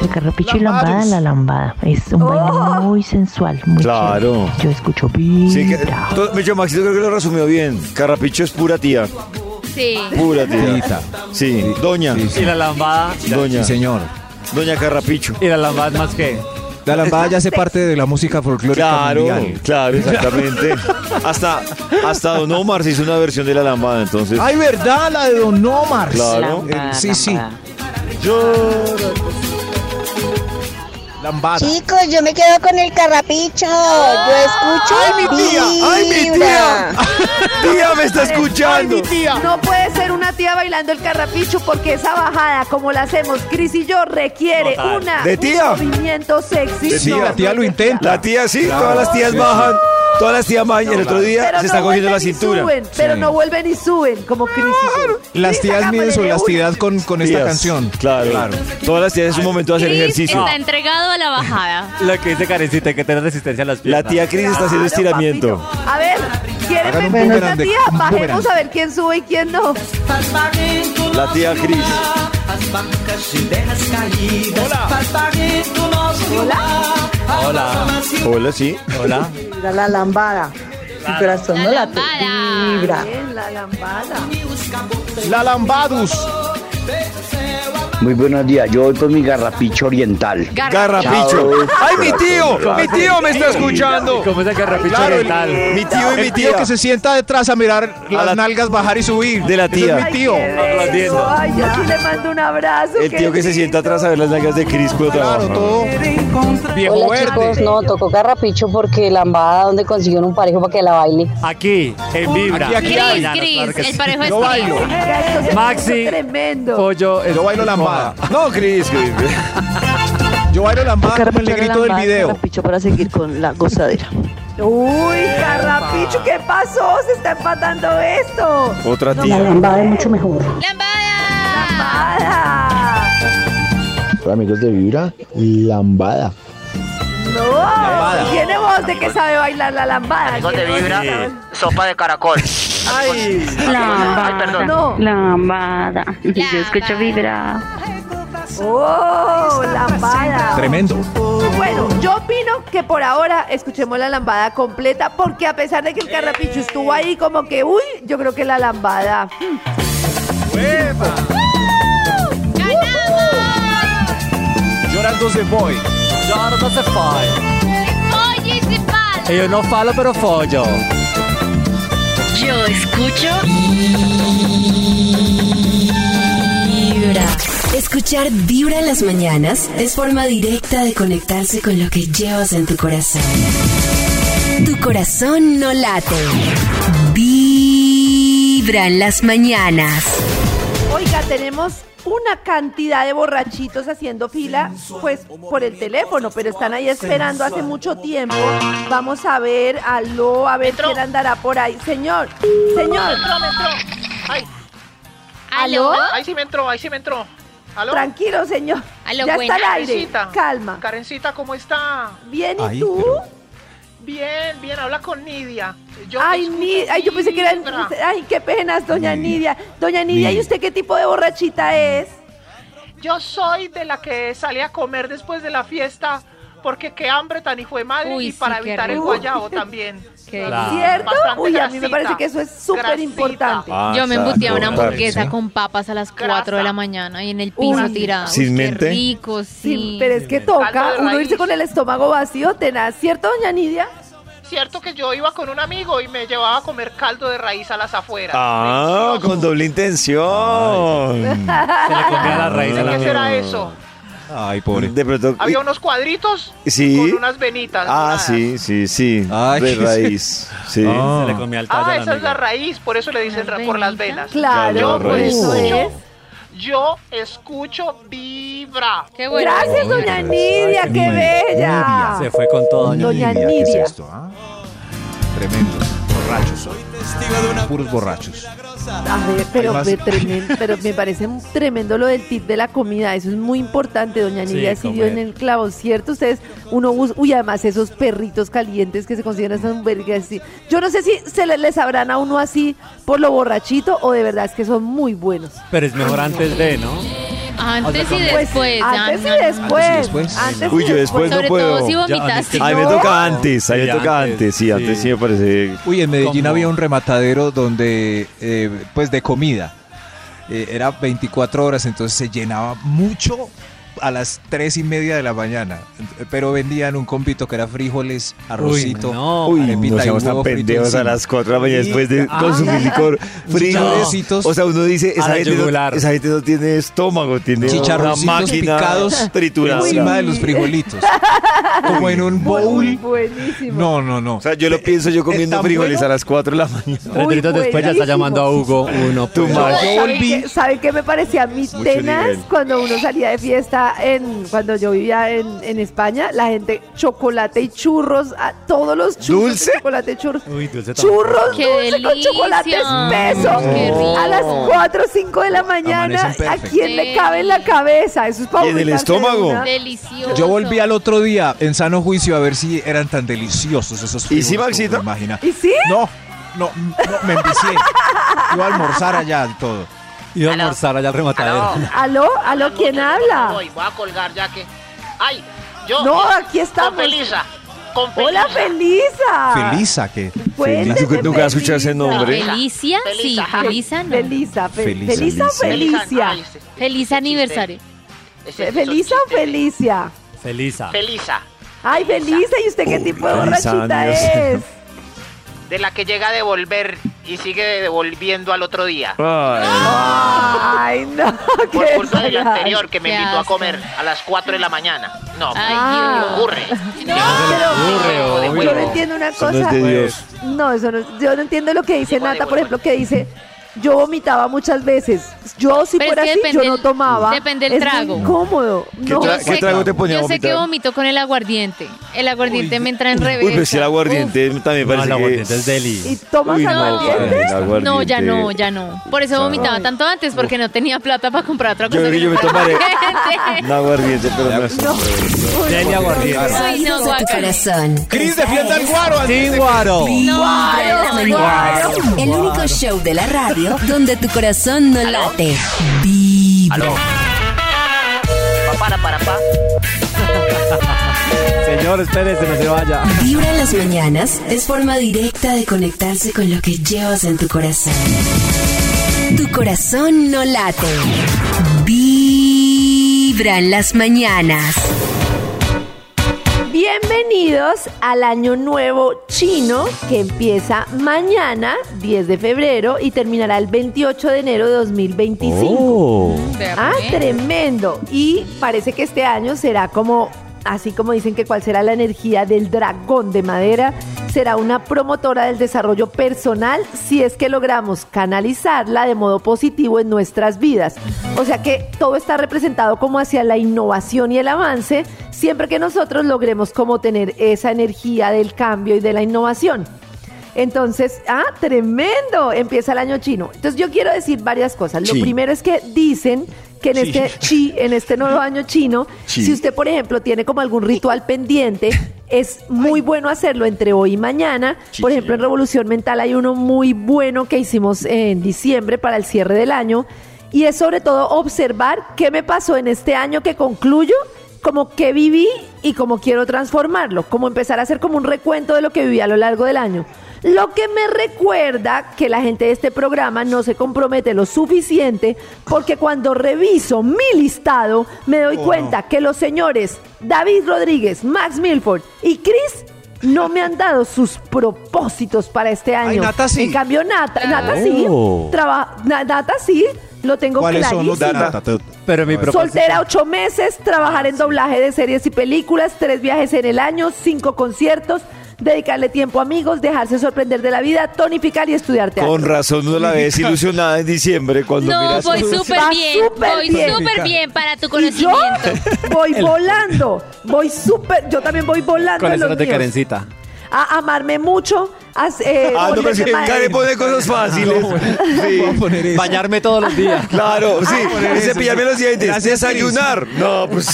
[SPEAKER 13] El carrapicho y lambada, la lambada. Es un
[SPEAKER 3] Oh.
[SPEAKER 13] baile muy sensual. Muy
[SPEAKER 1] Claro.
[SPEAKER 13] Yo escucho bien.
[SPEAKER 1] Sí, que, to- Mecho Maxito creo que lo resumió bien. Carrapicho es pura tía.
[SPEAKER 5] Sí.
[SPEAKER 1] Pura tía.
[SPEAKER 4] Tita.
[SPEAKER 1] Sí, doña.
[SPEAKER 7] Y la lambada.
[SPEAKER 1] Doña.
[SPEAKER 4] Sí, señor.
[SPEAKER 1] Doña Carrapicho.
[SPEAKER 7] Y la lambada es más que.
[SPEAKER 4] La lambada ya hace parte de la música folclórica
[SPEAKER 1] Claro,
[SPEAKER 4] mundial.
[SPEAKER 1] claro, exactamente. hasta, hasta Don Omar se hizo una versión de la lambada, entonces.
[SPEAKER 4] Ay, ¿verdad? La de Don Omar.
[SPEAKER 1] Claro.
[SPEAKER 4] Eh, sí, sí. Lambada.
[SPEAKER 14] Chicos, yo me quedo con el carrapicho. Yo escucho.
[SPEAKER 1] ¡Ay, mi tía! ¡Ay, mi tía! ¡Tía, me está escuchando!
[SPEAKER 3] No puede ser una tía bailando el carrapicho porque esa bajada, como la hacemos Cris y yo, requiere
[SPEAKER 1] Total.
[SPEAKER 3] una,
[SPEAKER 1] ¿De tía?
[SPEAKER 3] un movimiento sexy.
[SPEAKER 1] Sí,
[SPEAKER 3] No,
[SPEAKER 1] la tía lo intenta. La tía sí, todas las tías
[SPEAKER 4] sí,
[SPEAKER 1] bajan, todas las tías bajan y el otro día
[SPEAKER 3] pero
[SPEAKER 1] se
[SPEAKER 3] no
[SPEAKER 1] está cogiendo
[SPEAKER 3] vuelven
[SPEAKER 1] la
[SPEAKER 3] y
[SPEAKER 1] cintura.
[SPEAKER 3] Suben, Pero
[SPEAKER 1] Sí.
[SPEAKER 3] no vuelven y suben, como Cris y yo.
[SPEAKER 4] Las tías miden su elasticidad con, con esta
[SPEAKER 1] Tías,
[SPEAKER 4] canción.
[SPEAKER 1] Claro. Todas las tías es un momento de hacer
[SPEAKER 5] Chris
[SPEAKER 1] ejercicio.
[SPEAKER 5] está entregado a la bajada.
[SPEAKER 7] La que dice Karencita, hay que tener resistencia a las
[SPEAKER 1] La
[SPEAKER 7] piernas.
[SPEAKER 1] tía Cris está haciendo estiramiento.
[SPEAKER 3] A ver, ¿quieren
[SPEAKER 7] Hagan un
[SPEAKER 3] meter una
[SPEAKER 7] boomerang de-
[SPEAKER 3] tía?
[SPEAKER 7] un
[SPEAKER 3] Bajemos
[SPEAKER 7] boomerang.
[SPEAKER 3] a ver quién sube y quién no.
[SPEAKER 1] La tía Cris.
[SPEAKER 3] Hola.
[SPEAKER 1] Hola. Hola, sí.
[SPEAKER 7] Hola.
[SPEAKER 10] Vibra la lambada. Mi corazón no la vibra.
[SPEAKER 3] La lambada.
[SPEAKER 4] La lambadus.
[SPEAKER 15] Muy buenos días, yo voy por mi garrapicho oriental.
[SPEAKER 1] Garrapicho. ¡Ay, mi tío! ¡Mi tío me está escuchando!
[SPEAKER 7] ¿Cómo es el garrapicho
[SPEAKER 1] Claro, el-
[SPEAKER 7] oriental?
[SPEAKER 1] Mi tío y mi
[SPEAKER 4] El tío
[SPEAKER 1] tía.
[SPEAKER 4] que se sienta detrás a mirar las
[SPEAKER 1] la-
[SPEAKER 4] nalgas bajar y subir.
[SPEAKER 1] De la
[SPEAKER 4] Ese es
[SPEAKER 1] tía.
[SPEAKER 4] mi tío.
[SPEAKER 3] Ay, qué
[SPEAKER 1] Aplaudiendo.
[SPEAKER 3] beso. Ay, yo sí le mando un abrazo.
[SPEAKER 1] El
[SPEAKER 3] qué
[SPEAKER 1] tío que se sienta atrás a ver las nalgas de Cris cuando trabaja.
[SPEAKER 4] Viejo
[SPEAKER 10] Hola
[SPEAKER 4] verde.
[SPEAKER 10] chicos, no, tocó carrapicho porque lambada, donde consiguieron un parejo para que la baile?
[SPEAKER 7] Aquí, en Vibra.
[SPEAKER 10] Aquí, aquí hay.
[SPEAKER 7] Claro,
[SPEAKER 5] Cris,
[SPEAKER 7] claro que
[SPEAKER 5] el
[SPEAKER 7] sí.
[SPEAKER 5] parejo es
[SPEAKER 7] Yo
[SPEAKER 5] Cris.
[SPEAKER 7] bailo.
[SPEAKER 3] Oiga, esto se
[SPEAKER 7] Maxi,
[SPEAKER 3] puso Tremendo.
[SPEAKER 7] Pollo,
[SPEAKER 4] Yo bailo lambada. No, Cris. Yo bailo lambada como el negrito del video.
[SPEAKER 16] Carrapicho para seguir con la gozadera.
[SPEAKER 3] Uy, Carrapicho, ¿qué pasó? Se está empatando esto.
[SPEAKER 1] Otra
[SPEAKER 16] La
[SPEAKER 1] tía.
[SPEAKER 16] lambada es mucho mejor.
[SPEAKER 17] Hola amigos de Vibra, lambada.
[SPEAKER 3] No. Tiene voz de que sabe bailar la lambada.
[SPEAKER 6] Amigos de
[SPEAKER 3] ¿Quién
[SPEAKER 6] Vibra,
[SPEAKER 3] sabe?
[SPEAKER 6] sopa de caracol.
[SPEAKER 3] Ay,
[SPEAKER 6] perdón.
[SPEAKER 3] No.
[SPEAKER 11] Lambada. Y yo escucho vibra.
[SPEAKER 3] Oh, lambada.
[SPEAKER 4] Tremendo.
[SPEAKER 3] Bueno, yo opino que por ahora escuchemos la lambada completa porque a pesar de que el carrapicho estuvo ahí como que, uy, yo creo que la lambada.
[SPEAKER 4] Llorando se voy.
[SPEAKER 7] Llorando se voy. Y Yo no falo, pero follo.
[SPEAKER 2] Yo escucho. Vibra. Escuchar Vibra en las mañanas es forma directa de conectarse con lo que llevas en tu corazón. Tu corazón no late. Vibra en las mañanas.
[SPEAKER 3] Oiga, tenemos una cantidad de borrachitos haciendo fila, pues por el teléfono, pero están ahí esperando hace mucho tiempo. Vamos a ver, aló, a ver quién andará por ahí. Señor, señor.
[SPEAKER 6] Metro, metro. Ay.
[SPEAKER 3] ¿Aló?
[SPEAKER 6] Ahí sí me entró, ahí sí me entró. ¿Aló?
[SPEAKER 3] Tranquilo, señor.
[SPEAKER 6] Aló,
[SPEAKER 3] ya
[SPEAKER 6] buena.
[SPEAKER 3] está al aire.
[SPEAKER 6] Karencita.
[SPEAKER 3] Calma.
[SPEAKER 6] Karencita, ¿cómo está?
[SPEAKER 3] Bien, ¿y
[SPEAKER 6] Ay,
[SPEAKER 3] tú?
[SPEAKER 6] Bien, bien, habla con Nidia. Yo
[SPEAKER 3] Ay, Ni- ay, yo pensé que era...
[SPEAKER 6] Vibra.
[SPEAKER 3] Ay, qué penas, doña Nidia. Doña Nidia, ¿y
[SPEAKER 6] Nidia.
[SPEAKER 3] usted qué tipo de borrachita es?
[SPEAKER 6] Yo soy de la que sale a comer después de la fiesta porque qué hambre tan hijo de madre
[SPEAKER 3] Uy,
[SPEAKER 6] y
[SPEAKER 3] sí,
[SPEAKER 6] para
[SPEAKER 3] qué
[SPEAKER 6] evitar el
[SPEAKER 3] rico.
[SPEAKER 6] guayabo también.
[SPEAKER 7] Claro.
[SPEAKER 3] ¿Cierto?
[SPEAKER 6] Bastante
[SPEAKER 3] Uy, a mí me
[SPEAKER 6] grasita.
[SPEAKER 3] parece que eso es súper importante.
[SPEAKER 5] Yo me embutía una hamburguesa
[SPEAKER 1] sí.
[SPEAKER 5] con papas a las 4 de la mañana y en el piso tirada. Uy,
[SPEAKER 1] Sin
[SPEAKER 5] qué
[SPEAKER 1] mente.
[SPEAKER 5] rico, sí.
[SPEAKER 3] Pero es que toca uno irse con el estómago vacío, tenaz, ¿cierto, doña Nidia?
[SPEAKER 6] Cierto que yo iba con un amigo y me llevaba a comer caldo de raíz a las afueras.
[SPEAKER 1] Ah, con doble intención.
[SPEAKER 6] Se le comía la raíz
[SPEAKER 7] Ah.
[SPEAKER 6] a la ¿Qué será
[SPEAKER 1] mierda.
[SPEAKER 6] eso?
[SPEAKER 1] Ay, pobre. De pronto.
[SPEAKER 6] Había unos cuadritos
[SPEAKER 1] Sí.
[SPEAKER 6] con unas venitas.
[SPEAKER 1] Ah, sí, sí, sí.
[SPEAKER 4] Ay,
[SPEAKER 1] de
[SPEAKER 4] sí.
[SPEAKER 1] raíz. Sí.
[SPEAKER 4] Ah. Se le
[SPEAKER 7] comía el
[SPEAKER 6] Ah, esa es la raíz, por eso le dicen ra- por las venas.
[SPEAKER 1] Claro,
[SPEAKER 6] yo pues,
[SPEAKER 1] por eso
[SPEAKER 6] escucho, yo escucho vibra.
[SPEAKER 5] Qué
[SPEAKER 3] bueno. Gracias, doña pues, Nidia, qué bella.
[SPEAKER 7] Se fue con todo, doña
[SPEAKER 3] Doña
[SPEAKER 7] Nidia.
[SPEAKER 3] Nidia.
[SPEAKER 7] ¿Qué es
[SPEAKER 4] esto, ah? Tremendos. Borrachos son. Puros borrachos.
[SPEAKER 3] A ver, pero,
[SPEAKER 4] Además-
[SPEAKER 3] me tremen- pero me parece un tremendo lo del tip de la comida. Eso es muy importante, doña
[SPEAKER 7] Sí,
[SPEAKER 3] Nidia. si dio en
[SPEAKER 7] comer.
[SPEAKER 3] el clavo, ¿cierto? Ustedes, uno bus, uy, además esos perritos calientes que se consideran esas hamburguesas así. Yo no sé si se le- les sabrán a uno así por lo borrachito o de verdad es que son muy buenos.
[SPEAKER 7] Pero es mejor antes de, ¿no?
[SPEAKER 5] Antes y
[SPEAKER 3] Pues,
[SPEAKER 5] después. ah,
[SPEAKER 3] antes
[SPEAKER 5] no,
[SPEAKER 3] y
[SPEAKER 5] no, no.
[SPEAKER 3] después. Antes
[SPEAKER 1] Uy,
[SPEAKER 3] y
[SPEAKER 1] yo después Pues no
[SPEAKER 5] Sobre
[SPEAKER 1] puedo.
[SPEAKER 5] todo si vomitaste.
[SPEAKER 1] Ay, me
[SPEAKER 5] No.
[SPEAKER 1] toca antes, ahí me
[SPEAKER 4] Sí,
[SPEAKER 1] toca antes, sí, antes sí me parece.
[SPEAKER 4] Uy, en Medellín había un rematadero donde, eh, pues de comida. Eh, era 24 horas, entonces se llenaba mucho a las 3 y media de la mañana. Eh, Pero vendían un compito que era frijoles, arrocito,
[SPEAKER 1] Uy,
[SPEAKER 4] arepita
[SPEAKER 1] no
[SPEAKER 4] y
[SPEAKER 1] seamos tan
[SPEAKER 4] huevo frito
[SPEAKER 1] pendejos a
[SPEAKER 4] encima.
[SPEAKER 1] las 4 de la mañana
[SPEAKER 4] Sí.
[SPEAKER 1] después de
[SPEAKER 4] Ah.
[SPEAKER 1] consumir licor frío.
[SPEAKER 4] Chicharroncitos.
[SPEAKER 1] O sea, uno dice,
[SPEAKER 4] A
[SPEAKER 1] esa
[SPEAKER 4] la
[SPEAKER 1] gente, no,
[SPEAKER 4] yugular.
[SPEAKER 1] esa gente no tiene estómago, tiene una
[SPEAKER 4] Chicharroncitos
[SPEAKER 1] máquina
[SPEAKER 4] picados
[SPEAKER 1] triturada.
[SPEAKER 4] encima de los frijolitos. Como en un bowl.
[SPEAKER 3] Buenísimo.
[SPEAKER 4] No, no, no.
[SPEAKER 1] O sea, yo lo pienso yo comiendo
[SPEAKER 4] tan
[SPEAKER 1] frijoles
[SPEAKER 4] bueno.
[SPEAKER 1] a las 4 de la mañana.
[SPEAKER 7] Tres minutos después ya está llamando a Hugo. Uno,
[SPEAKER 1] Too
[SPEAKER 7] pues.
[SPEAKER 1] much.
[SPEAKER 3] ¿Saben qué- ¿Saben qué me parecía a mí
[SPEAKER 7] Mucho
[SPEAKER 3] tenaz
[SPEAKER 7] nivel.
[SPEAKER 3] cuando uno salía de fiesta en cuando yo vivía en, en España? La gente chocolate y churros, a todos los churros. de
[SPEAKER 1] ¿Dulce?
[SPEAKER 3] Chocolate y churros.
[SPEAKER 7] Uy, dulce tampoco.
[SPEAKER 3] Churros
[SPEAKER 5] ¡Qué
[SPEAKER 3] dulce con chocolate
[SPEAKER 5] delicia!
[SPEAKER 3] espeso
[SPEAKER 5] ¡Qué rico!
[SPEAKER 3] a las 4 o 5 de la mañana.
[SPEAKER 4] Amanecen
[SPEAKER 3] ¿A
[SPEAKER 4] perfect.
[SPEAKER 3] quién le cabe en la cabeza? Eso es para
[SPEAKER 4] Y en el
[SPEAKER 3] vomitarse de
[SPEAKER 4] estómago.
[SPEAKER 3] una.
[SPEAKER 5] Delicioso.
[SPEAKER 4] Yo volví al otro día en sano juicio a ver si eran tan deliciosos esos frijoles.
[SPEAKER 1] sí,
[SPEAKER 4] como
[SPEAKER 1] Maxito?
[SPEAKER 4] te imaginas.
[SPEAKER 3] ¿Y sí?
[SPEAKER 4] No, no, no, me envicié. Iba a almorzar allá y todo.
[SPEAKER 7] Iba a almorzar allá al rematadero.
[SPEAKER 3] ¿Aló? ¿Aló? ¿Quién habla?
[SPEAKER 6] Voy, voy a colgar ya que. Ay, yo.
[SPEAKER 3] No, aquí estamos.
[SPEAKER 6] Con Felisa. Con
[SPEAKER 3] Hola,
[SPEAKER 6] Felisa.
[SPEAKER 3] Felisa.
[SPEAKER 4] Felisa, que.
[SPEAKER 3] Cuénteme,
[SPEAKER 1] Nunca- nunca he escuchado ese nombre.
[SPEAKER 5] Felicia, sí, Felisa, no.
[SPEAKER 3] Felisa, fe-
[SPEAKER 4] Felisa,
[SPEAKER 3] Felisa o
[SPEAKER 6] Felisa. este,
[SPEAKER 3] Felicia.
[SPEAKER 5] Feliz aniversario.
[SPEAKER 3] Fe- ¿Felisa o Felicia?
[SPEAKER 7] Felisa.
[SPEAKER 6] Felisa.
[SPEAKER 3] Ay, Felisa, ¿y usted qué tipo de
[SPEAKER 1] Felisa,
[SPEAKER 3] borrachita
[SPEAKER 1] Dios.
[SPEAKER 3] es?
[SPEAKER 6] De la que llega a devolver y sigue devolviendo al otro día.
[SPEAKER 3] Ay, no,
[SPEAKER 6] Por
[SPEAKER 3] qué
[SPEAKER 6] culpa del
[SPEAKER 3] desagradable.
[SPEAKER 6] anterior que me
[SPEAKER 5] Qué
[SPEAKER 6] invitó a
[SPEAKER 5] asco.
[SPEAKER 6] comer a las 4 de la mañana. No,
[SPEAKER 5] Ay,
[SPEAKER 6] ¿qué
[SPEAKER 3] Dios.
[SPEAKER 6] ocurre?
[SPEAKER 3] No, pero yo no entiendo una
[SPEAKER 1] Eso no
[SPEAKER 3] cosa.
[SPEAKER 1] es de Dios.
[SPEAKER 3] No, eso no, yo no entiendo lo que dice
[SPEAKER 6] Igual,
[SPEAKER 3] Nata,
[SPEAKER 6] igual,
[SPEAKER 3] por ejemplo, que dice, yo vomitaba muchas veces. Yo si
[SPEAKER 5] Pero es
[SPEAKER 3] fuera
[SPEAKER 5] que
[SPEAKER 3] así, yo
[SPEAKER 5] Pues depende
[SPEAKER 3] no
[SPEAKER 5] el-
[SPEAKER 3] tomaba.
[SPEAKER 5] depende el
[SPEAKER 3] es
[SPEAKER 5] trago.
[SPEAKER 3] Muy incómodo.
[SPEAKER 1] ¿Qué,
[SPEAKER 3] No,
[SPEAKER 1] tra-
[SPEAKER 5] Yo
[SPEAKER 1] qué
[SPEAKER 5] sé-
[SPEAKER 1] trago te ponía a
[SPEAKER 5] Yo sé que
[SPEAKER 1] vomitar?
[SPEAKER 5] vomito con el aguardiente. El aguardiente me entra en
[SPEAKER 1] Uy, pero si el
[SPEAKER 5] reversa.
[SPEAKER 1] aguardiente también
[SPEAKER 7] No,
[SPEAKER 1] parece
[SPEAKER 7] la
[SPEAKER 1] que...
[SPEAKER 7] aguardiente es
[SPEAKER 3] ¿Y
[SPEAKER 7] deli.
[SPEAKER 3] tomas
[SPEAKER 1] Uy,
[SPEAKER 3] aguardiente?
[SPEAKER 1] padre, el
[SPEAKER 5] Uf. No, ya
[SPEAKER 1] aguardiente.
[SPEAKER 5] no, ya no. Por eso vomitaba
[SPEAKER 3] Ay.
[SPEAKER 5] tanto antes, porque no tenía plata para comprar otra cosa.
[SPEAKER 1] creo que yo me tomaré.
[SPEAKER 5] aguardiente.
[SPEAKER 1] No aguardiente, pero no es.
[SPEAKER 7] Deli aguardiente.
[SPEAKER 5] Ay,
[SPEAKER 2] Sonidos
[SPEAKER 5] no,
[SPEAKER 2] de tu
[SPEAKER 5] guácala.
[SPEAKER 2] corazón.
[SPEAKER 8] Cris, defienda al guaro.
[SPEAKER 7] Sin guaro.
[SPEAKER 2] Vibra en las mañanas. El único show de la radio donde tu corazón no late. Vibra.
[SPEAKER 6] Para, para, pa.
[SPEAKER 7] Señor, espérese, no se vaya.
[SPEAKER 2] Vibra en las mañanas es forma directa de conectarse con lo que llevas en tu corazón. Tu corazón no late. Vibra en las mañanas.
[SPEAKER 3] Bienvenidos al año nuevo chino que empieza mañana, 10 de febrero, y terminará el 28 de enero de 2025. Ah, tremendo. Y parece que este año será como, así como dicen que cuál será la energía del dragón de madera, será una promotora del desarrollo personal si es que logramos canalizarla de modo positivo en nuestras vidas. O sea que todo está representado como hacia la innovación y el avance, siempre que nosotros logremos como tener esa energía del cambio y de la innovación. Entonces, ah, tremendo, empieza el año chino. Entonces yo quiero decir varias cosas. Lo
[SPEAKER 1] Chi.
[SPEAKER 3] primero es que dicen que en
[SPEAKER 1] Chi.
[SPEAKER 3] este chi, en este nuevo año chino,
[SPEAKER 1] Chi.
[SPEAKER 3] si usted, por ejemplo, tiene como algún ritual pendiente, es muy bueno hacerlo entre hoy y mañana.
[SPEAKER 1] Chi,
[SPEAKER 3] Por ejemplo, en Revolución Mental hay uno muy bueno que hicimos en diciembre para el cierre del año. Y es sobre todo observar qué me pasó en este año que concluyo, como qué viví y cómo quiero transformarlo. Como empezar a hacer como un recuento de lo que viví a lo largo del año. Lo que me recuerda que la gente de este programa no se compromete lo suficiente porque cuando reviso mi listado
[SPEAKER 8] Oh,
[SPEAKER 3] me doy cuenta que los señores David Rodríguez, Max Milford y Chris no me han dado sus propósitos para este año.
[SPEAKER 8] Nata sí.
[SPEAKER 3] En cambio, Nata, Nata sí.
[SPEAKER 7] Oh.
[SPEAKER 3] traba- Na- Nata sí, lo tengo clarísimo.
[SPEAKER 7] Ah. Pero mi propósito.
[SPEAKER 3] Soltera ocho meses, trabajar
[SPEAKER 1] Ah,
[SPEAKER 3] en doblaje de series y películas, tres viajes en el año, cinco conciertos, dedicarle tiempo a amigos, dejarse sorprender de la vida, tonificar y estudiar teatro.
[SPEAKER 1] Con razón no la ves ilusionada en diciembre cuando
[SPEAKER 5] No,
[SPEAKER 1] miras.
[SPEAKER 5] voy súper
[SPEAKER 3] Va
[SPEAKER 5] bien,
[SPEAKER 3] súper
[SPEAKER 5] voy
[SPEAKER 3] bien.
[SPEAKER 5] súper bien para tu
[SPEAKER 3] Y yo
[SPEAKER 5] conocimiento.
[SPEAKER 3] voy volando, voy súper, yo también voy volando.
[SPEAKER 7] ¿Cuáles
[SPEAKER 3] en los
[SPEAKER 7] eran de
[SPEAKER 3] míos.
[SPEAKER 7] Karencita?
[SPEAKER 3] A amarme mucho, a, eh,
[SPEAKER 1] Ah, no, pero es
[SPEAKER 3] volverme
[SPEAKER 1] que
[SPEAKER 3] maestra.
[SPEAKER 1] Karen pone cosas fáciles. Sí.
[SPEAKER 7] Bañarme todos los días.
[SPEAKER 1] Claro, sí.
[SPEAKER 7] poner eso.
[SPEAKER 1] Cepillarme los dientes.
[SPEAKER 7] Gracias, Cris.
[SPEAKER 1] desayunar. No, pues.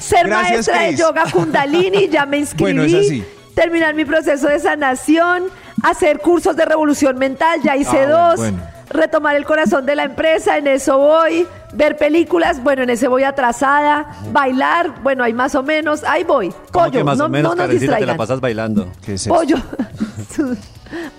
[SPEAKER 3] Ser
[SPEAKER 1] Gracias,
[SPEAKER 3] maestra
[SPEAKER 1] Cris.
[SPEAKER 3] de yoga kundalini, ya me inscribí.
[SPEAKER 1] Bueno, esa sí.
[SPEAKER 3] Terminar mi proceso de sanación, hacer cursos de revolución mental, ya hice
[SPEAKER 18] Ah, bueno,
[SPEAKER 3] dos.
[SPEAKER 18] bueno.
[SPEAKER 3] Retomar el corazón de la empresa, en eso voy. Ver películas, bueno, en ese voy atrasada. Bailar, bueno, ahí más o menos, ahí voy.
[SPEAKER 7] ¿Cómo
[SPEAKER 3] Pollo,
[SPEAKER 7] que más
[SPEAKER 3] no,
[SPEAKER 7] o menos,
[SPEAKER 3] no nos
[SPEAKER 7] Karencita, te la
[SPEAKER 3] distraigan.
[SPEAKER 7] pasas bailando.
[SPEAKER 3] Pollo.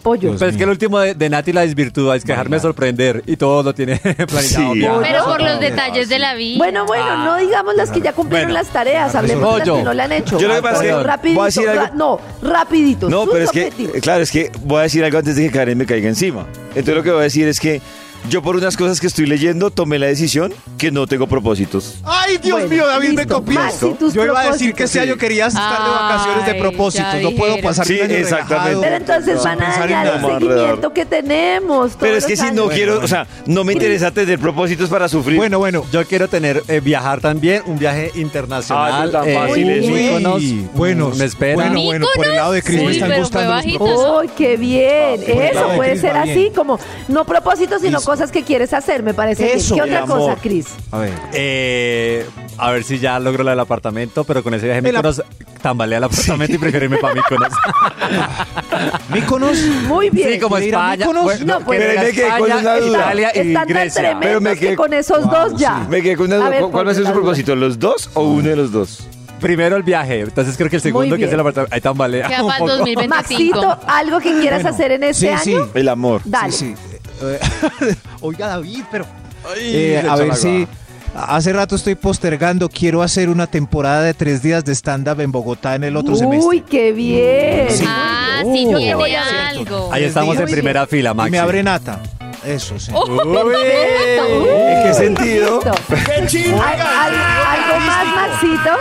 [SPEAKER 3] Pollo.
[SPEAKER 1] Pues,
[SPEAKER 7] Pero es que el último de, de Nati la desvirtúa, es que dejarme sorprender y todo lo tiene planificado.
[SPEAKER 5] Pero por los detalles de la vida.
[SPEAKER 3] Bueno, bueno,
[SPEAKER 1] Ah,
[SPEAKER 3] no digamos las que ya cumplieron
[SPEAKER 7] Bueno.
[SPEAKER 3] las tareas, hablemos de las
[SPEAKER 1] Pollo.
[SPEAKER 3] que no le han hecho.
[SPEAKER 1] Yo lo que pasa es que voy a
[SPEAKER 3] rapidito,
[SPEAKER 1] decir
[SPEAKER 3] ra-
[SPEAKER 1] algo-
[SPEAKER 3] no, rapidito.
[SPEAKER 1] No,
[SPEAKER 3] sus
[SPEAKER 1] pero es que,
[SPEAKER 3] objetivos.
[SPEAKER 1] claro, es que voy a decir algo antes de que Karen me caiga encima. Entonces lo que voy a decir es que yo por unas cosas que estoy leyendo tomé la decisión que no tengo propósitos.
[SPEAKER 7] Ah,
[SPEAKER 8] Ay, Dios
[SPEAKER 1] Bueno,
[SPEAKER 8] mío, David me
[SPEAKER 1] listo.
[SPEAKER 8] copió.
[SPEAKER 1] Maxi, tus
[SPEAKER 8] Yo iba a decir que
[SPEAKER 1] propósitos.
[SPEAKER 8] ese año quería estar de vacaciones de
[SPEAKER 1] Ay,
[SPEAKER 8] propósito.
[SPEAKER 1] ya
[SPEAKER 8] No puedo
[SPEAKER 1] dijeron.
[SPEAKER 8] pasar
[SPEAKER 1] Sí,
[SPEAKER 8] un año
[SPEAKER 1] exactamente.
[SPEAKER 8] relajado
[SPEAKER 3] Pero entonces
[SPEAKER 8] sin
[SPEAKER 3] van a
[SPEAKER 8] pensar en
[SPEAKER 3] dañar el
[SPEAKER 1] nada.
[SPEAKER 3] seguimiento que tenemos.
[SPEAKER 1] Pero es
[SPEAKER 3] todos
[SPEAKER 1] que
[SPEAKER 3] los
[SPEAKER 1] si no
[SPEAKER 3] años.
[SPEAKER 1] quiero, o sea, no me interesa tener propósitos para sufrir. Bueno,
[SPEAKER 8] bueno.
[SPEAKER 7] Yo quiero tener, eh, viajar también, un viaje
[SPEAKER 1] Ah, eso
[SPEAKER 7] internacional.
[SPEAKER 1] es tan fácil,
[SPEAKER 7] eh,
[SPEAKER 1] eso.
[SPEAKER 7] Mykonos.
[SPEAKER 1] Uy,
[SPEAKER 8] buenos,
[SPEAKER 7] Me espera.
[SPEAKER 8] bueno, bueno, por el lado de Cris me
[SPEAKER 7] Sí,
[SPEAKER 8] están
[SPEAKER 7] pero fue
[SPEAKER 8] gustando los
[SPEAKER 7] bajito,
[SPEAKER 8] propósitos.
[SPEAKER 3] ¡Uy, qué bien!
[SPEAKER 8] por el
[SPEAKER 3] Eso
[SPEAKER 8] lado de
[SPEAKER 3] puede
[SPEAKER 8] Cris
[SPEAKER 3] ser
[SPEAKER 8] va
[SPEAKER 3] así,
[SPEAKER 8] bien.
[SPEAKER 3] como no propósitos, sino
[SPEAKER 8] Listo.
[SPEAKER 3] cosas que quieres hacer, me parece. bien.
[SPEAKER 8] Eso,
[SPEAKER 3] ¿Qué
[SPEAKER 8] el
[SPEAKER 3] otra
[SPEAKER 8] amor.
[SPEAKER 3] cosa, Cris?
[SPEAKER 7] A ver. Eh, a ver si ya logro la del apartamento, pero con ese viaje a Mykonos tambalea el apartamento y prefiero irme para Mykonos.
[SPEAKER 8] ¿Míconos?
[SPEAKER 3] Muy bien.
[SPEAKER 7] Sí, como
[SPEAKER 3] Mira,
[SPEAKER 7] España.
[SPEAKER 3] Míconos. no,
[SPEAKER 7] Bueno,
[SPEAKER 3] pues,
[SPEAKER 7] pero me quedé con
[SPEAKER 3] España,
[SPEAKER 7] una duda.
[SPEAKER 3] Italia
[SPEAKER 7] Italia y
[SPEAKER 3] están
[SPEAKER 7] Grecia.
[SPEAKER 3] tan
[SPEAKER 1] Pero me
[SPEAKER 3] tremendos que
[SPEAKER 1] quedé-
[SPEAKER 3] con esos dos ya.
[SPEAKER 1] Me quedé con una duda.
[SPEAKER 3] A ver,
[SPEAKER 1] ¿Cuál va a ser su
[SPEAKER 3] ponme la duda.
[SPEAKER 1] propósito? ¿Los dos o uno de los dos?
[SPEAKER 7] Primero el viaje, entonces creo que el segundo que es
[SPEAKER 3] bien.
[SPEAKER 7] el apartamento. Ahí tambalea.
[SPEAKER 5] Queda
[SPEAKER 7] un
[SPEAKER 5] para el
[SPEAKER 7] poco.
[SPEAKER 5] 2025.
[SPEAKER 3] Maxito, algo que quieras hacer en este año.
[SPEAKER 1] El amor.
[SPEAKER 3] Dale.
[SPEAKER 4] Sí, sí.
[SPEAKER 8] Oiga, David, pero.
[SPEAKER 4] Eh, a ver si. Hace rato estoy postergando. Quiero hacer una temporada de tres días de stand-up en Bogotá en el otro semestre.
[SPEAKER 3] Uy, qué bien.
[SPEAKER 4] Sí.
[SPEAKER 5] Ah,
[SPEAKER 4] Oh.
[SPEAKER 5] sí
[SPEAKER 4] Yo te voy
[SPEAKER 5] tiene
[SPEAKER 4] a hacer
[SPEAKER 5] algo.
[SPEAKER 7] Ahí estamos en
[SPEAKER 4] Muy
[SPEAKER 7] primera fila,
[SPEAKER 4] Y
[SPEAKER 7] Maxi.
[SPEAKER 4] me abre nata. Eso sí.
[SPEAKER 3] Oh,
[SPEAKER 7] Eh,
[SPEAKER 1] ¿En qué sentido?
[SPEAKER 8] ¡Qué chido!
[SPEAKER 3] Uh, Al- al- ¿Algo más, Maxito?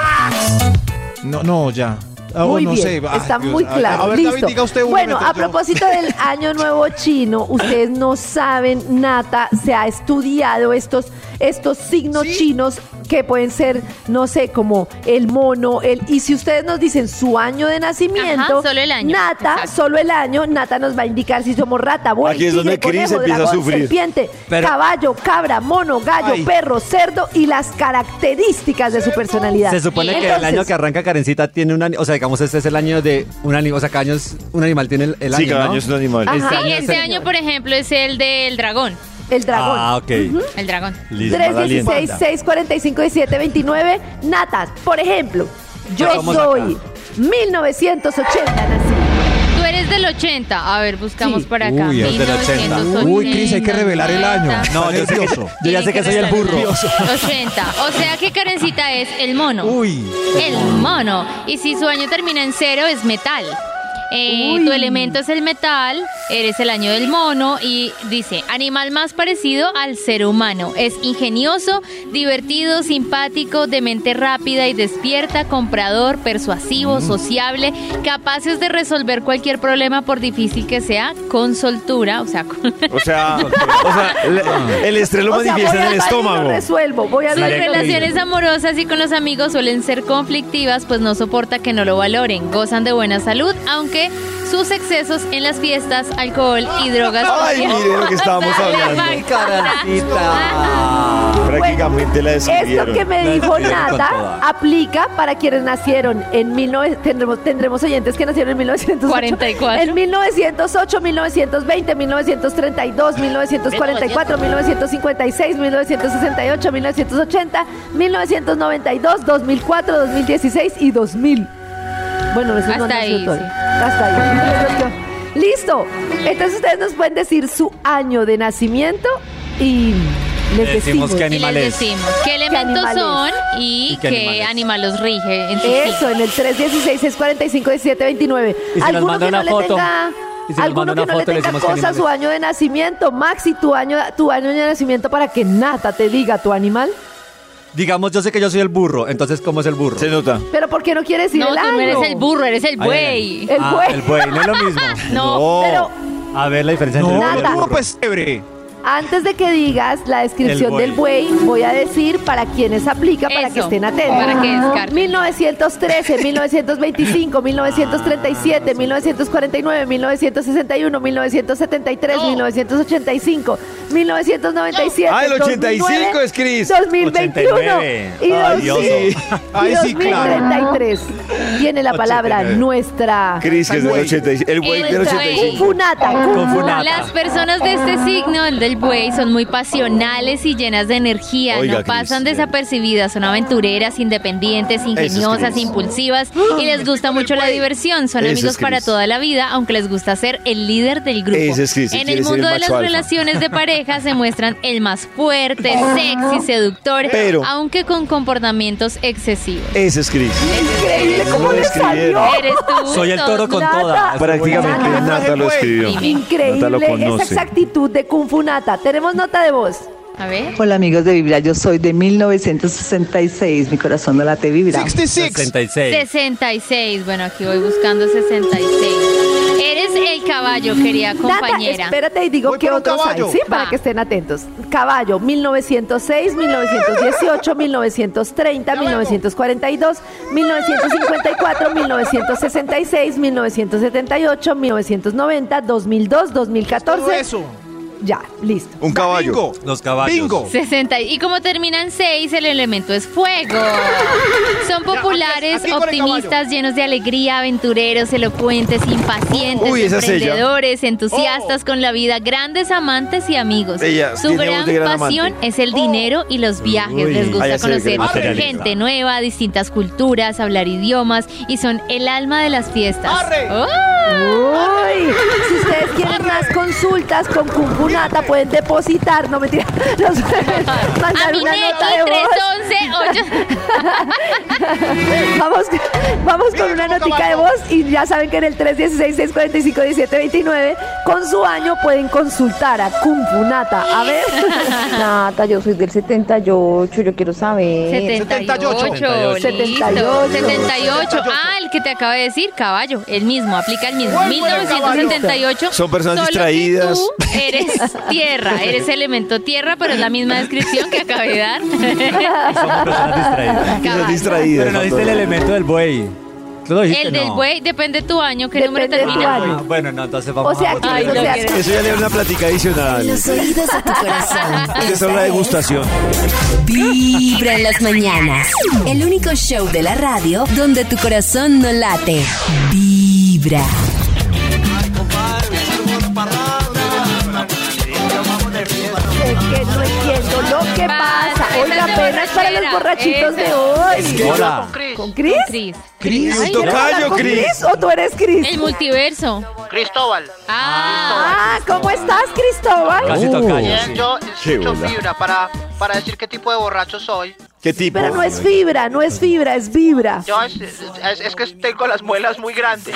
[SPEAKER 4] No, no, ya. Ah,
[SPEAKER 3] Muy
[SPEAKER 4] no
[SPEAKER 3] bien,
[SPEAKER 4] sé. Ay,
[SPEAKER 3] está
[SPEAKER 4] Dios.
[SPEAKER 3] muy
[SPEAKER 4] A-
[SPEAKER 3] claro.
[SPEAKER 4] A ver,
[SPEAKER 3] Listo.
[SPEAKER 4] David, diga usted uno.
[SPEAKER 3] bueno, a
[SPEAKER 4] mientras yo-
[SPEAKER 3] propósito del Año Nuevo Chino, ustedes no saben, Nata se ha estudiado estos, estos signos chinos que pueden ser, no sé, como el mono, el y si ustedes nos dicen su año de nacimiento,
[SPEAKER 5] Ajá, solo el año.
[SPEAKER 3] Nata, solo el año, Nata nos va a indicar si somos rata, buey,
[SPEAKER 1] Aquí es
[SPEAKER 3] tigre,
[SPEAKER 1] donde Cris
[SPEAKER 3] conejo,
[SPEAKER 1] empieza a
[SPEAKER 3] dragón,
[SPEAKER 1] sufrir.
[SPEAKER 3] serpiente,
[SPEAKER 1] Pero-
[SPEAKER 3] caballo, cabra, mono, gallo,
[SPEAKER 7] Ay.
[SPEAKER 3] perro, cerdo y las características de su personalidad.
[SPEAKER 7] Se supone que el
[SPEAKER 3] Entonces,
[SPEAKER 7] año que arranca Karencita tiene un año, o sea, digamos, este es el año de un animal, o sea, cada año es- un animal tiene el, el
[SPEAKER 1] Sí,
[SPEAKER 7] año,
[SPEAKER 1] cada
[SPEAKER 7] ¿no?
[SPEAKER 1] año es un animal.
[SPEAKER 3] Ah,
[SPEAKER 5] Ajá,
[SPEAKER 7] Este
[SPEAKER 5] y
[SPEAKER 7] año es
[SPEAKER 5] este
[SPEAKER 7] el-
[SPEAKER 5] año, por ejemplo, es el del dragón.
[SPEAKER 3] el dragón.
[SPEAKER 7] Ah, ok.
[SPEAKER 5] El dragón.
[SPEAKER 7] Listo. Mala
[SPEAKER 3] 316-645-1729. Natas, por ejemplo, yo
[SPEAKER 5] Estamos acá.
[SPEAKER 3] soy 1980 nací.
[SPEAKER 5] Tú eres del 80. A ver, buscamos para acá.
[SPEAKER 4] Uy, es del 80.
[SPEAKER 5] 1980.
[SPEAKER 4] Uy, Cris, hay que revelar el año.
[SPEAKER 7] No, yo sé que- yo ya sé que soy el burro.
[SPEAKER 5] 80. O sea que Karencita es el mono.
[SPEAKER 4] Uy.
[SPEAKER 5] El mono. Y si su año termina en cero, es metal. Eh, tu elemento es el metal, eres el año del mono y dice, animal más parecido al ser humano. Es ingenioso, divertido, simpático, de mente rápida y despierta, comprador, persuasivo,
[SPEAKER 7] Mm.
[SPEAKER 5] sociable, capaces de resolver cualquier problema por difícil que sea, con soltura, o sea, con-
[SPEAKER 1] O sea, o sea, le- el estrés lo
[SPEAKER 3] O sea,
[SPEAKER 1] manifiesta
[SPEAKER 3] voy al
[SPEAKER 1] en el
[SPEAKER 3] baño y lo
[SPEAKER 1] estómago.
[SPEAKER 3] resuelvo, voy al
[SPEAKER 5] Sus
[SPEAKER 3] baño y lo
[SPEAKER 5] relaciones amorosas y con los amigos suelen ser conflictivas, pues no soporta que no lo valoren. Gozan de buena salud, aunque sus excesos en las fiestas, alcohol y drogas.
[SPEAKER 1] Ay, mire lo que estábamos hablando. Prácticamente la
[SPEAKER 3] Esto
[SPEAKER 1] describieron.
[SPEAKER 3] que me
[SPEAKER 1] La
[SPEAKER 3] dijo
[SPEAKER 1] describieron con
[SPEAKER 3] Nata
[SPEAKER 1] toda.
[SPEAKER 3] aplica para quienes nacieron en 19 tendremos tendremos oyentes que nacieron en 1908,
[SPEAKER 5] 44.
[SPEAKER 3] en 1908, 1920, 1932, 1944, 1956, 1968, 1980, 1992, 2004, 2016 y 2000. Bueno, eso no
[SPEAKER 5] Hasta
[SPEAKER 3] nació
[SPEAKER 5] ahí,
[SPEAKER 3] todo.
[SPEAKER 5] sí.
[SPEAKER 3] Hasta ahí. Listo. Entonces ustedes nos pueden decir su año de nacimiento y les
[SPEAKER 7] Decimos
[SPEAKER 3] decimos
[SPEAKER 7] qué animal
[SPEAKER 5] Les
[SPEAKER 7] es.
[SPEAKER 5] decimos, ¿qué elementos
[SPEAKER 3] animales?
[SPEAKER 5] son? y,
[SPEAKER 7] ¿Y qué
[SPEAKER 5] qué,
[SPEAKER 7] animales?
[SPEAKER 5] animal los rige. en su
[SPEAKER 3] Eso, en el 316-645-1729.
[SPEAKER 7] Y se les
[SPEAKER 3] Alguno
[SPEAKER 7] manda
[SPEAKER 3] que no
[SPEAKER 7] una
[SPEAKER 3] le
[SPEAKER 7] foto.
[SPEAKER 3] tenga...
[SPEAKER 7] Y se les manda
[SPEAKER 3] Alguno que
[SPEAKER 7] una
[SPEAKER 3] no le
[SPEAKER 7] foto, le
[SPEAKER 3] tenga
[SPEAKER 7] decimos que
[SPEAKER 3] cosa a su
[SPEAKER 7] animales.
[SPEAKER 3] año de nacimiento. Maxi, tu año, tu año de nacimiento para que Nata te diga tu animal.
[SPEAKER 7] Digamos, yo sé que yo soy el burro, entonces, ¿cómo es el burro? Se
[SPEAKER 1] nota.
[SPEAKER 3] Pero ¿por qué no quieres ir
[SPEAKER 5] No,
[SPEAKER 3] el
[SPEAKER 5] tú
[SPEAKER 3] año?
[SPEAKER 5] no eres el burro, eres el buey.
[SPEAKER 3] El
[SPEAKER 7] Ah,
[SPEAKER 3] buey.
[SPEAKER 7] El buey, no es lo mismo.
[SPEAKER 3] No, pero-
[SPEAKER 7] A ver la diferencia
[SPEAKER 3] No,
[SPEAKER 7] entre el
[SPEAKER 3] el
[SPEAKER 7] buey y el
[SPEAKER 3] burro,
[SPEAKER 7] burro.
[SPEAKER 3] pues, Antes de que digas la descripción
[SPEAKER 7] El
[SPEAKER 3] del buey, voy a decir para quienes aplica, para que estén atentos.
[SPEAKER 5] para que descarten.
[SPEAKER 3] 1913, 1925, 1937, 1949, 1961, 1973, 1985, 1997.
[SPEAKER 1] Ah, el 85
[SPEAKER 3] 2009,
[SPEAKER 1] es Cris.
[SPEAKER 3] 2021 y,
[SPEAKER 1] Ay,
[SPEAKER 3] dos-
[SPEAKER 1] Dios.
[SPEAKER 3] y
[SPEAKER 1] Ay, sí, claro.
[SPEAKER 3] 2033. Viene la palabra
[SPEAKER 1] 89.
[SPEAKER 3] nuestra.
[SPEAKER 1] Cris, que es del 85. El güey
[SPEAKER 5] El
[SPEAKER 1] del
[SPEAKER 5] buey.
[SPEAKER 1] 85.
[SPEAKER 3] Confunata,
[SPEAKER 1] Confunata.
[SPEAKER 5] Las personas de este signo, el del buey, son muy pasionales y llenas de energía.
[SPEAKER 1] Oiga,
[SPEAKER 5] no
[SPEAKER 1] Cris,
[SPEAKER 5] pasan desapercibidas, son aventureras, independientes, ingeniosas,
[SPEAKER 1] Cris.
[SPEAKER 5] impulsivas y les gusta mucho la diversión. Son
[SPEAKER 1] Eso es
[SPEAKER 5] amigos para
[SPEAKER 1] Cris.
[SPEAKER 5] toda la vida, aunque les gusta ser el líder del grupo.
[SPEAKER 1] Ese es Cris, él
[SPEAKER 5] en
[SPEAKER 1] quiere
[SPEAKER 5] el
[SPEAKER 1] ser
[SPEAKER 5] mundo
[SPEAKER 1] el
[SPEAKER 5] de las
[SPEAKER 1] macho alfa.
[SPEAKER 5] relaciones de pareja se muestran el más fuerte, sexy, seductor,
[SPEAKER 1] Pero-
[SPEAKER 5] aunese con comportamientos excesivos.
[SPEAKER 1] Ese es Cris.
[SPEAKER 5] Increíble,
[SPEAKER 1] ¿cómo Lo le escribieron. salió?
[SPEAKER 5] Eres tú.
[SPEAKER 1] Soy el toro con
[SPEAKER 5] Nata.
[SPEAKER 1] toda. Prácticamente
[SPEAKER 5] Nata.
[SPEAKER 1] Nata lo escribió.
[SPEAKER 3] Ah, Increíble
[SPEAKER 1] Nata lo
[SPEAKER 3] esa
[SPEAKER 1] conoce.
[SPEAKER 3] exactitud de Kung Fu Nata. Tenemos nota de voz.
[SPEAKER 5] A ver.
[SPEAKER 10] Hola amigos de Vibra, yo soy de 1966, mi corazón no late Vibra.
[SPEAKER 7] 66.
[SPEAKER 5] 66. Bueno, aquí voy buscando 66. Eres el caballo, querida compañera.
[SPEAKER 3] Nata, espérate y digo qué
[SPEAKER 5] por un
[SPEAKER 3] otros hay,
[SPEAKER 5] caballo.
[SPEAKER 3] ¿sí?
[SPEAKER 5] Va.
[SPEAKER 3] Para que estén atentos. Caballo, 1906, 1918, 1930, 1942, 1954, 1966, 1978, 1990, 2002, 2014. eso. Ya, listo.
[SPEAKER 1] Un caballo.
[SPEAKER 7] Los caballos.
[SPEAKER 5] 60. Y como terminan 6, el elemento es fuego. Son populares,
[SPEAKER 12] así con el
[SPEAKER 5] optimistas, llenos de alegría, aventureros, elocuentes, impacientes,
[SPEAKER 1] Uy, esa Oh. es ella.
[SPEAKER 5] emprendedores, entusiastas con la vida, grandes amantes y amigos.
[SPEAKER 1] Ella
[SPEAKER 5] Su
[SPEAKER 1] tiene voz
[SPEAKER 5] gran,
[SPEAKER 1] de gran
[SPEAKER 5] pasión
[SPEAKER 1] amante.
[SPEAKER 5] es el dinero y los viajes.
[SPEAKER 1] Uy.
[SPEAKER 5] Les
[SPEAKER 1] Ah, ya
[SPEAKER 5] gusta
[SPEAKER 1] sé de qué le
[SPEAKER 5] conocer
[SPEAKER 1] gusta.
[SPEAKER 5] gente nueva, distintas culturas, hablar idiomas y son el alma de las fiestas. ¡Oh!
[SPEAKER 3] Uy, si ustedes quieren más consultas con Cumpunata, pueden depositar, no mentira, nos pueden mandar
[SPEAKER 5] A mi
[SPEAKER 3] una
[SPEAKER 5] Neki,
[SPEAKER 3] nota de voz. vamos, vamos con una notica de voz y ya saben que en el 316-645-1729, con su año pueden consultar a Cumpunata. A ver.
[SPEAKER 10] Nata, yo soy del 78, yo quiero saber.
[SPEAKER 5] 78. 78.
[SPEAKER 10] 78.
[SPEAKER 5] 78. Ah, el que te acabo de decir, caballo. El mismo, aplica el mismo. 1978.
[SPEAKER 1] Son personas
[SPEAKER 5] solo que
[SPEAKER 1] distraídas.
[SPEAKER 5] tú eres tierra, eres elemento tierra, pero es la misma descripción que acabé de dar.
[SPEAKER 1] Quizás distraída.
[SPEAKER 7] Pero no diste el elemento del buey. ¿Tú lo dijiste?
[SPEAKER 5] El del
[SPEAKER 7] No.
[SPEAKER 5] buey, depende tu año, qué número termina.
[SPEAKER 7] Ah, bueno, no, entonces vamos
[SPEAKER 5] O sea,
[SPEAKER 7] a votar
[SPEAKER 5] que-
[SPEAKER 7] el
[SPEAKER 5] o sea,
[SPEAKER 7] buey.
[SPEAKER 1] Eso ya le da una plática adicional.
[SPEAKER 2] Los oídos de tu corazón.
[SPEAKER 1] Esa es una degustación.
[SPEAKER 2] Vibra en las mañanas. El único show de la radio donde tu corazón no late. Vibra.
[SPEAKER 3] Es que no entiendo lo que pasa. Oiga,
[SPEAKER 5] esa es
[SPEAKER 3] apenas para los borrachitos de hoy.
[SPEAKER 5] Es
[SPEAKER 1] que- Hola.
[SPEAKER 3] ¿Con Cris?
[SPEAKER 5] Cris.
[SPEAKER 1] Cris,
[SPEAKER 3] Ay,
[SPEAKER 1] tocayo,
[SPEAKER 3] ¿quieres hablar con
[SPEAKER 1] Cris.
[SPEAKER 3] ¿O tú eres Cris?
[SPEAKER 5] El multiverso.
[SPEAKER 6] Cristóbal.
[SPEAKER 3] Ah,
[SPEAKER 5] Ah,
[SPEAKER 3] ¿cómo estás, Cristóbal?
[SPEAKER 1] Casi
[SPEAKER 3] Uh.
[SPEAKER 1] tocayo,
[SPEAKER 6] Bien,
[SPEAKER 1] sí.
[SPEAKER 6] yo
[SPEAKER 1] Qué
[SPEAKER 6] escucho
[SPEAKER 1] bola.
[SPEAKER 6] fibra para, para decir qué tipo de borracho soy.
[SPEAKER 1] ¿Qué tipo?
[SPEAKER 3] Pero no es fibra, no es fibra, es vibra.
[SPEAKER 6] Yo es, es- es que tengo las muelas muy grandes.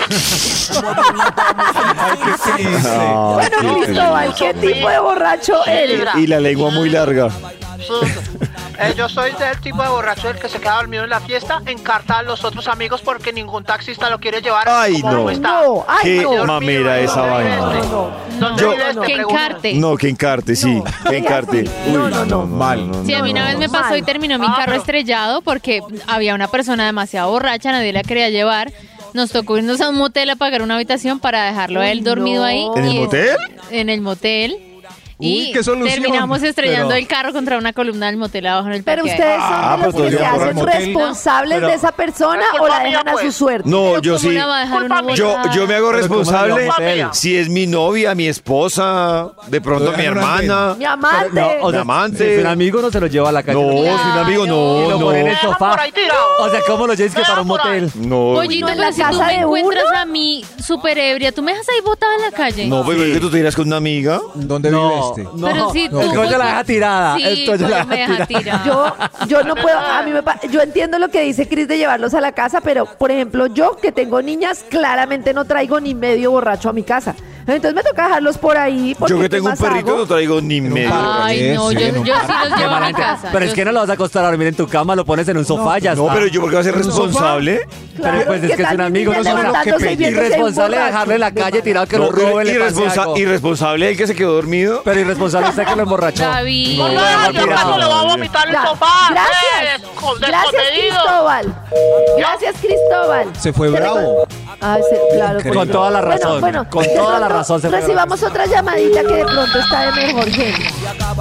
[SPEAKER 1] Ah, qué
[SPEAKER 3] Bueno, Cristóbal, ¿qué tipo de borracho eres?
[SPEAKER 1] Y la lengua muy larga.
[SPEAKER 6] Eh, yo soy del tipo de borracho del que se queda dormido en la fiesta, encarta a los otros amigos porque ningún taxista lo quiere llevar.
[SPEAKER 1] Ay,
[SPEAKER 6] como
[SPEAKER 1] no.
[SPEAKER 6] uno está.
[SPEAKER 1] Qué
[SPEAKER 6] Dormido, ¿dónde
[SPEAKER 1] mamera esa
[SPEAKER 6] vive
[SPEAKER 1] vaina.
[SPEAKER 6] este? ¿Dónde
[SPEAKER 1] Yo-
[SPEAKER 6] vive este?
[SPEAKER 5] que
[SPEAKER 6] Pregunta.
[SPEAKER 5] encarte.
[SPEAKER 1] No, que encarte, sí. Que encarte.
[SPEAKER 3] No, no, no.
[SPEAKER 1] Mal.
[SPEAKER 5] Sí, a mí una vez me pasó y terminó mi carro estrellado porque había una persona demasiado borracha, nadie la quería llevar. Nos tocó irnos a un motel a pagar una habitación para dejarlo a él dormido ahí.
[SPEAKER 1] ¿En el
[SPEAKER 5] Y-
[SPEAKER 1] motel?
[SPEAKER 5] En el motel.
[SPEAKER 4] Uy,
[SPEAKER 5] y
[SPEAKER 4] qué solución.
[SPEAKER 5] terminamos estrellando
[SPEAKER 4] Pero-
[SPEAKER 5] el carro contra una columna del motel abajo en el
[SPEAKER 3] Pero
[SPEAKER 5] parque.
[SPEAKER 3] ustedes son
[SPEAKER 1] Ah,
[SPEAKER 3] de los
[SPEAKER 1] pero
[SPEAKER 3] que se
[SPEAKER 1] todavía por
[SPEAKER 3] hacen
[SPEAKER 1] el motel.
[SPEAKER 3] responsables
[SPEAKER 1] Pero-
[SPEAKER 3] de esa persona
[SPEAKER 6] Pues
[SPEAKER 3] o la dejan a su suerte.
[SPEAKER 1] No, yo
[SPEAKER 5] ¿cómo
[SPEAKER 1] sí.
[SPEAKER 5] la va a dejar uno
[SPEAKER 1] Yo,
[SPEAKER 5] botada?
[SPEAKER 1] yo me hago
[SPEAKER 4] Pero ¿cómo es la
[SPEAKER 1] responsable
[SPEAKER 4] motel?
[SPEAKER 1] si es mi novia, mi esposa, de pronto mi
[SPEAKER 4] Pero no
[SPEAKER 1] hermana.
[SPEAKER 3] Mi amante.
[SPEAKER 7] o
[SPEAKER 1] Mi
[SPEAKER 7] sea,
[SPEAKER 1] amante.
[SPEAKER 7] Si es un amigo no se lo lleva a la calle.
[SPEAKER 1] No, si
[SPEAKER 7] Y
[SPEAKER 1] es un amigo, no,
[SPEAKER 7] lo
[SPEAKER 1] Oh, no.
[SPEAKER 7] pone en el sofá.
[SPEAKER 6] por ahí tirado.
[SPEAKER 7] O sea, ¿cómo lo lleves que para un motel?
[SPEAKER 1] No,
[SPEAKER 5] Pollito,
[SPEAKER 3] Uy, no, en
[SPEAKER 5] pero
[SPEAKER 3] la
[SPEAKER 5] si tú
[SPEAKER 3] casa
[SPEAKER 5] me
[SPEAKER 3] de
[SPEAKER 5] encuentras
[SPEAKER 3] uno.
[SPEAKER 5] a mí súper ebria, ¿tú me dejas ahí botada en la calle?
[SPEAKER 1] no, este. pero es que tú te irás con una amiga.
[SPEAKER 4] ¿Dónde
[SPEAKER 7] No,
[SPEAKER 4] vives? triste.
[SPEAKER 7] No, Pero si no. tú-
[SPEAKER 4] El
[SPEAKER 7] Goyo la deja tirada, Sí,
[SPEAKER 5] pues
[SPEAKER 7] el Goyo la Goyo me deja deja tirada.
[SPEAKER 3] Yo, yo no puedo, a mí me pa- yo entiendo lo que dice Cris de llevarlos a la casa, pero por ejemplo, yo que tengo niñas, claramente no traigo ni medio borracho a mi casa. Entonces me toca dejarlos por ahí. porque
[SPEAKER 1] Yo que
[SPEAKER 3] ¿qué
[SPEAKER 1] tengo un
[SPEAKER 3] más
[SPEAKER 1] perrito
[SPEAKER 3] hago?
[SPEAKER 1] no traigo ni medio.
[SPEAKER 5] Ay, no, yo, yo sí los
[SPEAKER 7] Qué
[SPEAKER 5] llevo a
[SPEAKER 7] mala
[SPEAKER 5] mi
[SPEAKER 7] gente.
[SPEAKER 5] casa.
[SPEAKER 7] Pero
[SPEAKER 5] Yo
[SPEAKER 7] es que no lo vas a acostar a dormir en tu cama, lo pones en un sofá, ya
[SPEAKER 1] No,
[SPEAKER 7] está.
[SPEAKER 1] pero yo porque voy a ser
[SPEAKER 7] ¿En un sofá?
[SPEAKER 1] responsable.
[SPEAKER 7] Pero pues es que es un amigo, no es un irresponsable dejarle en la calle tirado que lo
[SPEAKER 1] No,
[SPEAKER 7] roben, le pase
[SPEAKER 1] irresponsa-
[SPEAKER 7] algo.
[SPEAKER 1] irresponsable el que se quedó dormido.
[SPEAKER 7] Pero irresponsable usted que lo emborrachó.
[SPEAKER 5] David.
[SPEAKER 7] No,
[SPEAKER 5] No,
[SPEAKER 7] lo deja
[SPEAKER 5] yo
[SPEAKER 7] tirado.
[SPEAKER 5] paso,
[SPEAKER 3] lo
[SPEAKER 5] va a
[SPEAKER 6] vomitar
[SPEAKER 3] Ya.
[SPEAKER 6] el sofá.
[SPEAKER 3] Gracias.
[SPEAKER 6] eh, desco-
[SPEAKER 3] Gracias,
[SPEAKER 6] descomedido.
[SPEAKER 3] Cristóbal. Gracias, Cristóbal.
[SPEAKER 4] Se fue bravo.
[SPEAKER 3] Ah, sí, claro.
[SPEAKER 4] Increíble. Con toda la
[SPEAKER 3] Bueno,
[SPEAKER 4] razón,
[SPEAKER 3] bueno,
[SPEAKER 4] con
[SPEAKER 3] de
[SPEAKER 4] toda la
[SPEAKER 3] pronto
[SPEAKER 4] razón se fue
[SPEAKER 3] recibamos otra llamadita que de pronto está de mejor genio.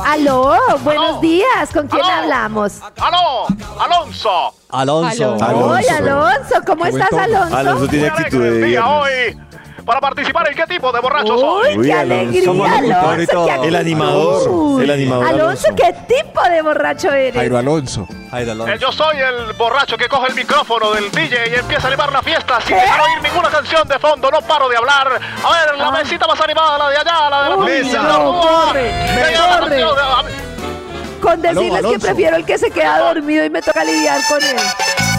[SPEAKER 3] Aló, buenos días. ¿Con quién hablamos?
[SPEAKER 6] ¡Aló! ¡Alonso!
[SPEAKER 7] Alonso.
[SPEAKER 3] Hola, Alonso. ¿Cómo
[SPEAKER 7] Qué buen
[SPEAKER 3] estás,
[SPEAKER 7] tono.
[SPEAKER 3] Alonso?
[SPEAKER 1] Alonso tiene actitud de
[SPEAKER 6] Día
[SPEAKER 1] viernes.
[SPEAKER 6] hoy para participar en qué tipo de borrachos
[SPEAKER 3] Uy,
[SPEAKER 6] son.
[SPEAKER 1] Uy,
[SPEAKER 3] qué
[SPEAKER 1] Alonso,
[SPEAKER 3] alegría,
[SPEAKER 1] somos
[SPEAKER 3] Alonso.
[SPEAKER 1] locutores y todo.
[SPEAKER 3] qué
[SPEAKER 1] El animador,
[SPEAKER 3] actitud.
[SPEAKER 1] el animador
[SPEAKER 3] Alonso, ¿qué tipo de borracho eres?
[SPEAKER 4] Jairo Alonso.
[SPEAKER 6] Eh, yo soy el borracho que coge el micrófono del DJ y empieza a animar la fiesta sin dejar oír ninguna canción de fondo. No paro de hablar. A ver, la mesita más animada, la de allá, la de la
[SPEAKER 3] Ah. Uy,
[SPEAKER 6] mesita.
[SPEAKER 3] no,
[SPEAKER 6] ¡Oh!
[SPEAKER 3] corre,
[SPEAKER 6] Eh,
[SPEAKER 3] me
[SPEAKER 6] ya la
[SPEAKER 3] corre.
[SPEAKER 6] canción de- a-
[SPEAKER 3] Con decirles que
[SPEAKER 1] Alonso.
[SPEAKER 3] prefiero el que se queda dormido y me toca lidiar con él.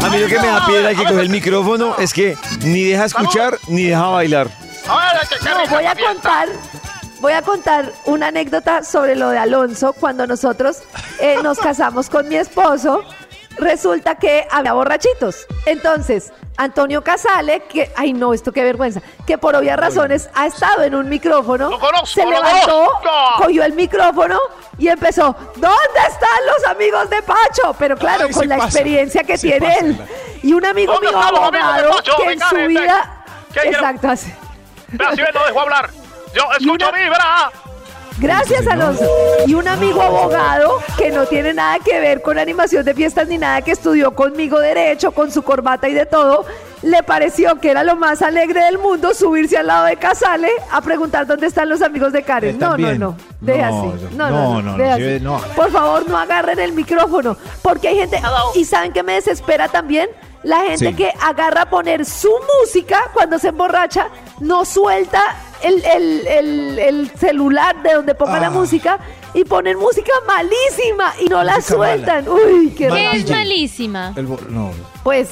[SPEAKER 1] A mí lo que me da piedra y que coge el micrófono es que ni deja escuchar ni deja bailar.
[SPEAKER 3] No, voy a contar, voy a contar una anécdota sobre lo de Alonso cuando nosotros eh, nos casamos con mi esposo. Resulta que había borrachitos. Entonces, Antonio Casale, que, ay no, esto qué vergüenza, que por obvias razones ha estado en un micrófono, se
[SPEAKER 6] lo
[SPEAKER 3] levantó,
[SPEAKER 6] conozco.
[SPEAKER 3] cogió el micrófono y empezó, ¿dónde están los amigos de Pacho? Pero claro,
[SPEAKER 12] Ay, se
[SPEAKER 3] con la
[SPEAKER 12] pasa,
[SPEAKER 3] experiencia que
[SPEAKER 12] se
[SPEAKER 3] tiene
[SPEAKER 12] pasa.
[SPEAKER 3] él. Y un amigo
[SPEAKER 6] ¿Dónde
[SPEAKER 3] mío
[SPEAKER 6] están los amigos de
[SPEAKER 3] abogado
[SPEAKER 6] Pacho?
[SPEAKER 3] que en
[SPEAKER 6] Venga,
[SPEAKER 3] su
[SPEAKER 6] ven, ven.
[SPEAKER 3] vida...
[SPEAKER 6] ¿Quién quiere-
[SPEAKER 3] Exacto, así.
[SPEAKER 6] Vea, si ven, no dejó hablar. Yo escucho vibra.
[SPEAKER 3] Gracias, Alonso. Y un amigo abogado que no tiene nada que ver con animación de fiestas ni nada, que estudió conmigo derecho, con su corbata y de todo, le pareció que era lo más alegre del mundo subirse al lado de Casale a preguntar dónde están los amigos de Karen.
[SPEAKER 4] Él
[SPEAKER 3] No, no,
[SPEAKER 4] también.
[SPEAKER 3] no. Deja
[SPEAKER 4] No,
[SPEAKER 3] así.
[SPEAKER 4] yo- no,
[SPEAKER 3] No, no,
[SPEAKER 4] no,
[SPEAKER 3] no.
[SPEAKER 4] no,
[SPEAKER 3] deja
[SPEAKER 4] sí,
[SPEAKER 3] así.
[SPEAKER 4] no.
[SPEAKER 3] Por favor, no agarren el micrófono, porque hay gente y saben que me desespera también la gente
[SPEAKER 4] Sí.
[SPEAKER 3] que agarra a poner su música cuando se emborracha, no suelta el, el- el- el celular de donde ponga
[SPEAKER 4] Ah.
[SPEAKER 3] la música y ponen música malísima y no la
[SPEAKER 4] Música mala.
[SPEAKER 3] sueltan. Uy, qué
[SPEAKER 5] ¿Qué es
[SPEAKER 3] rabia.
[SPEAKER 5] malísima?
[SPEAKER 4] este? El bo- no.
[SPEAKER 3] Pues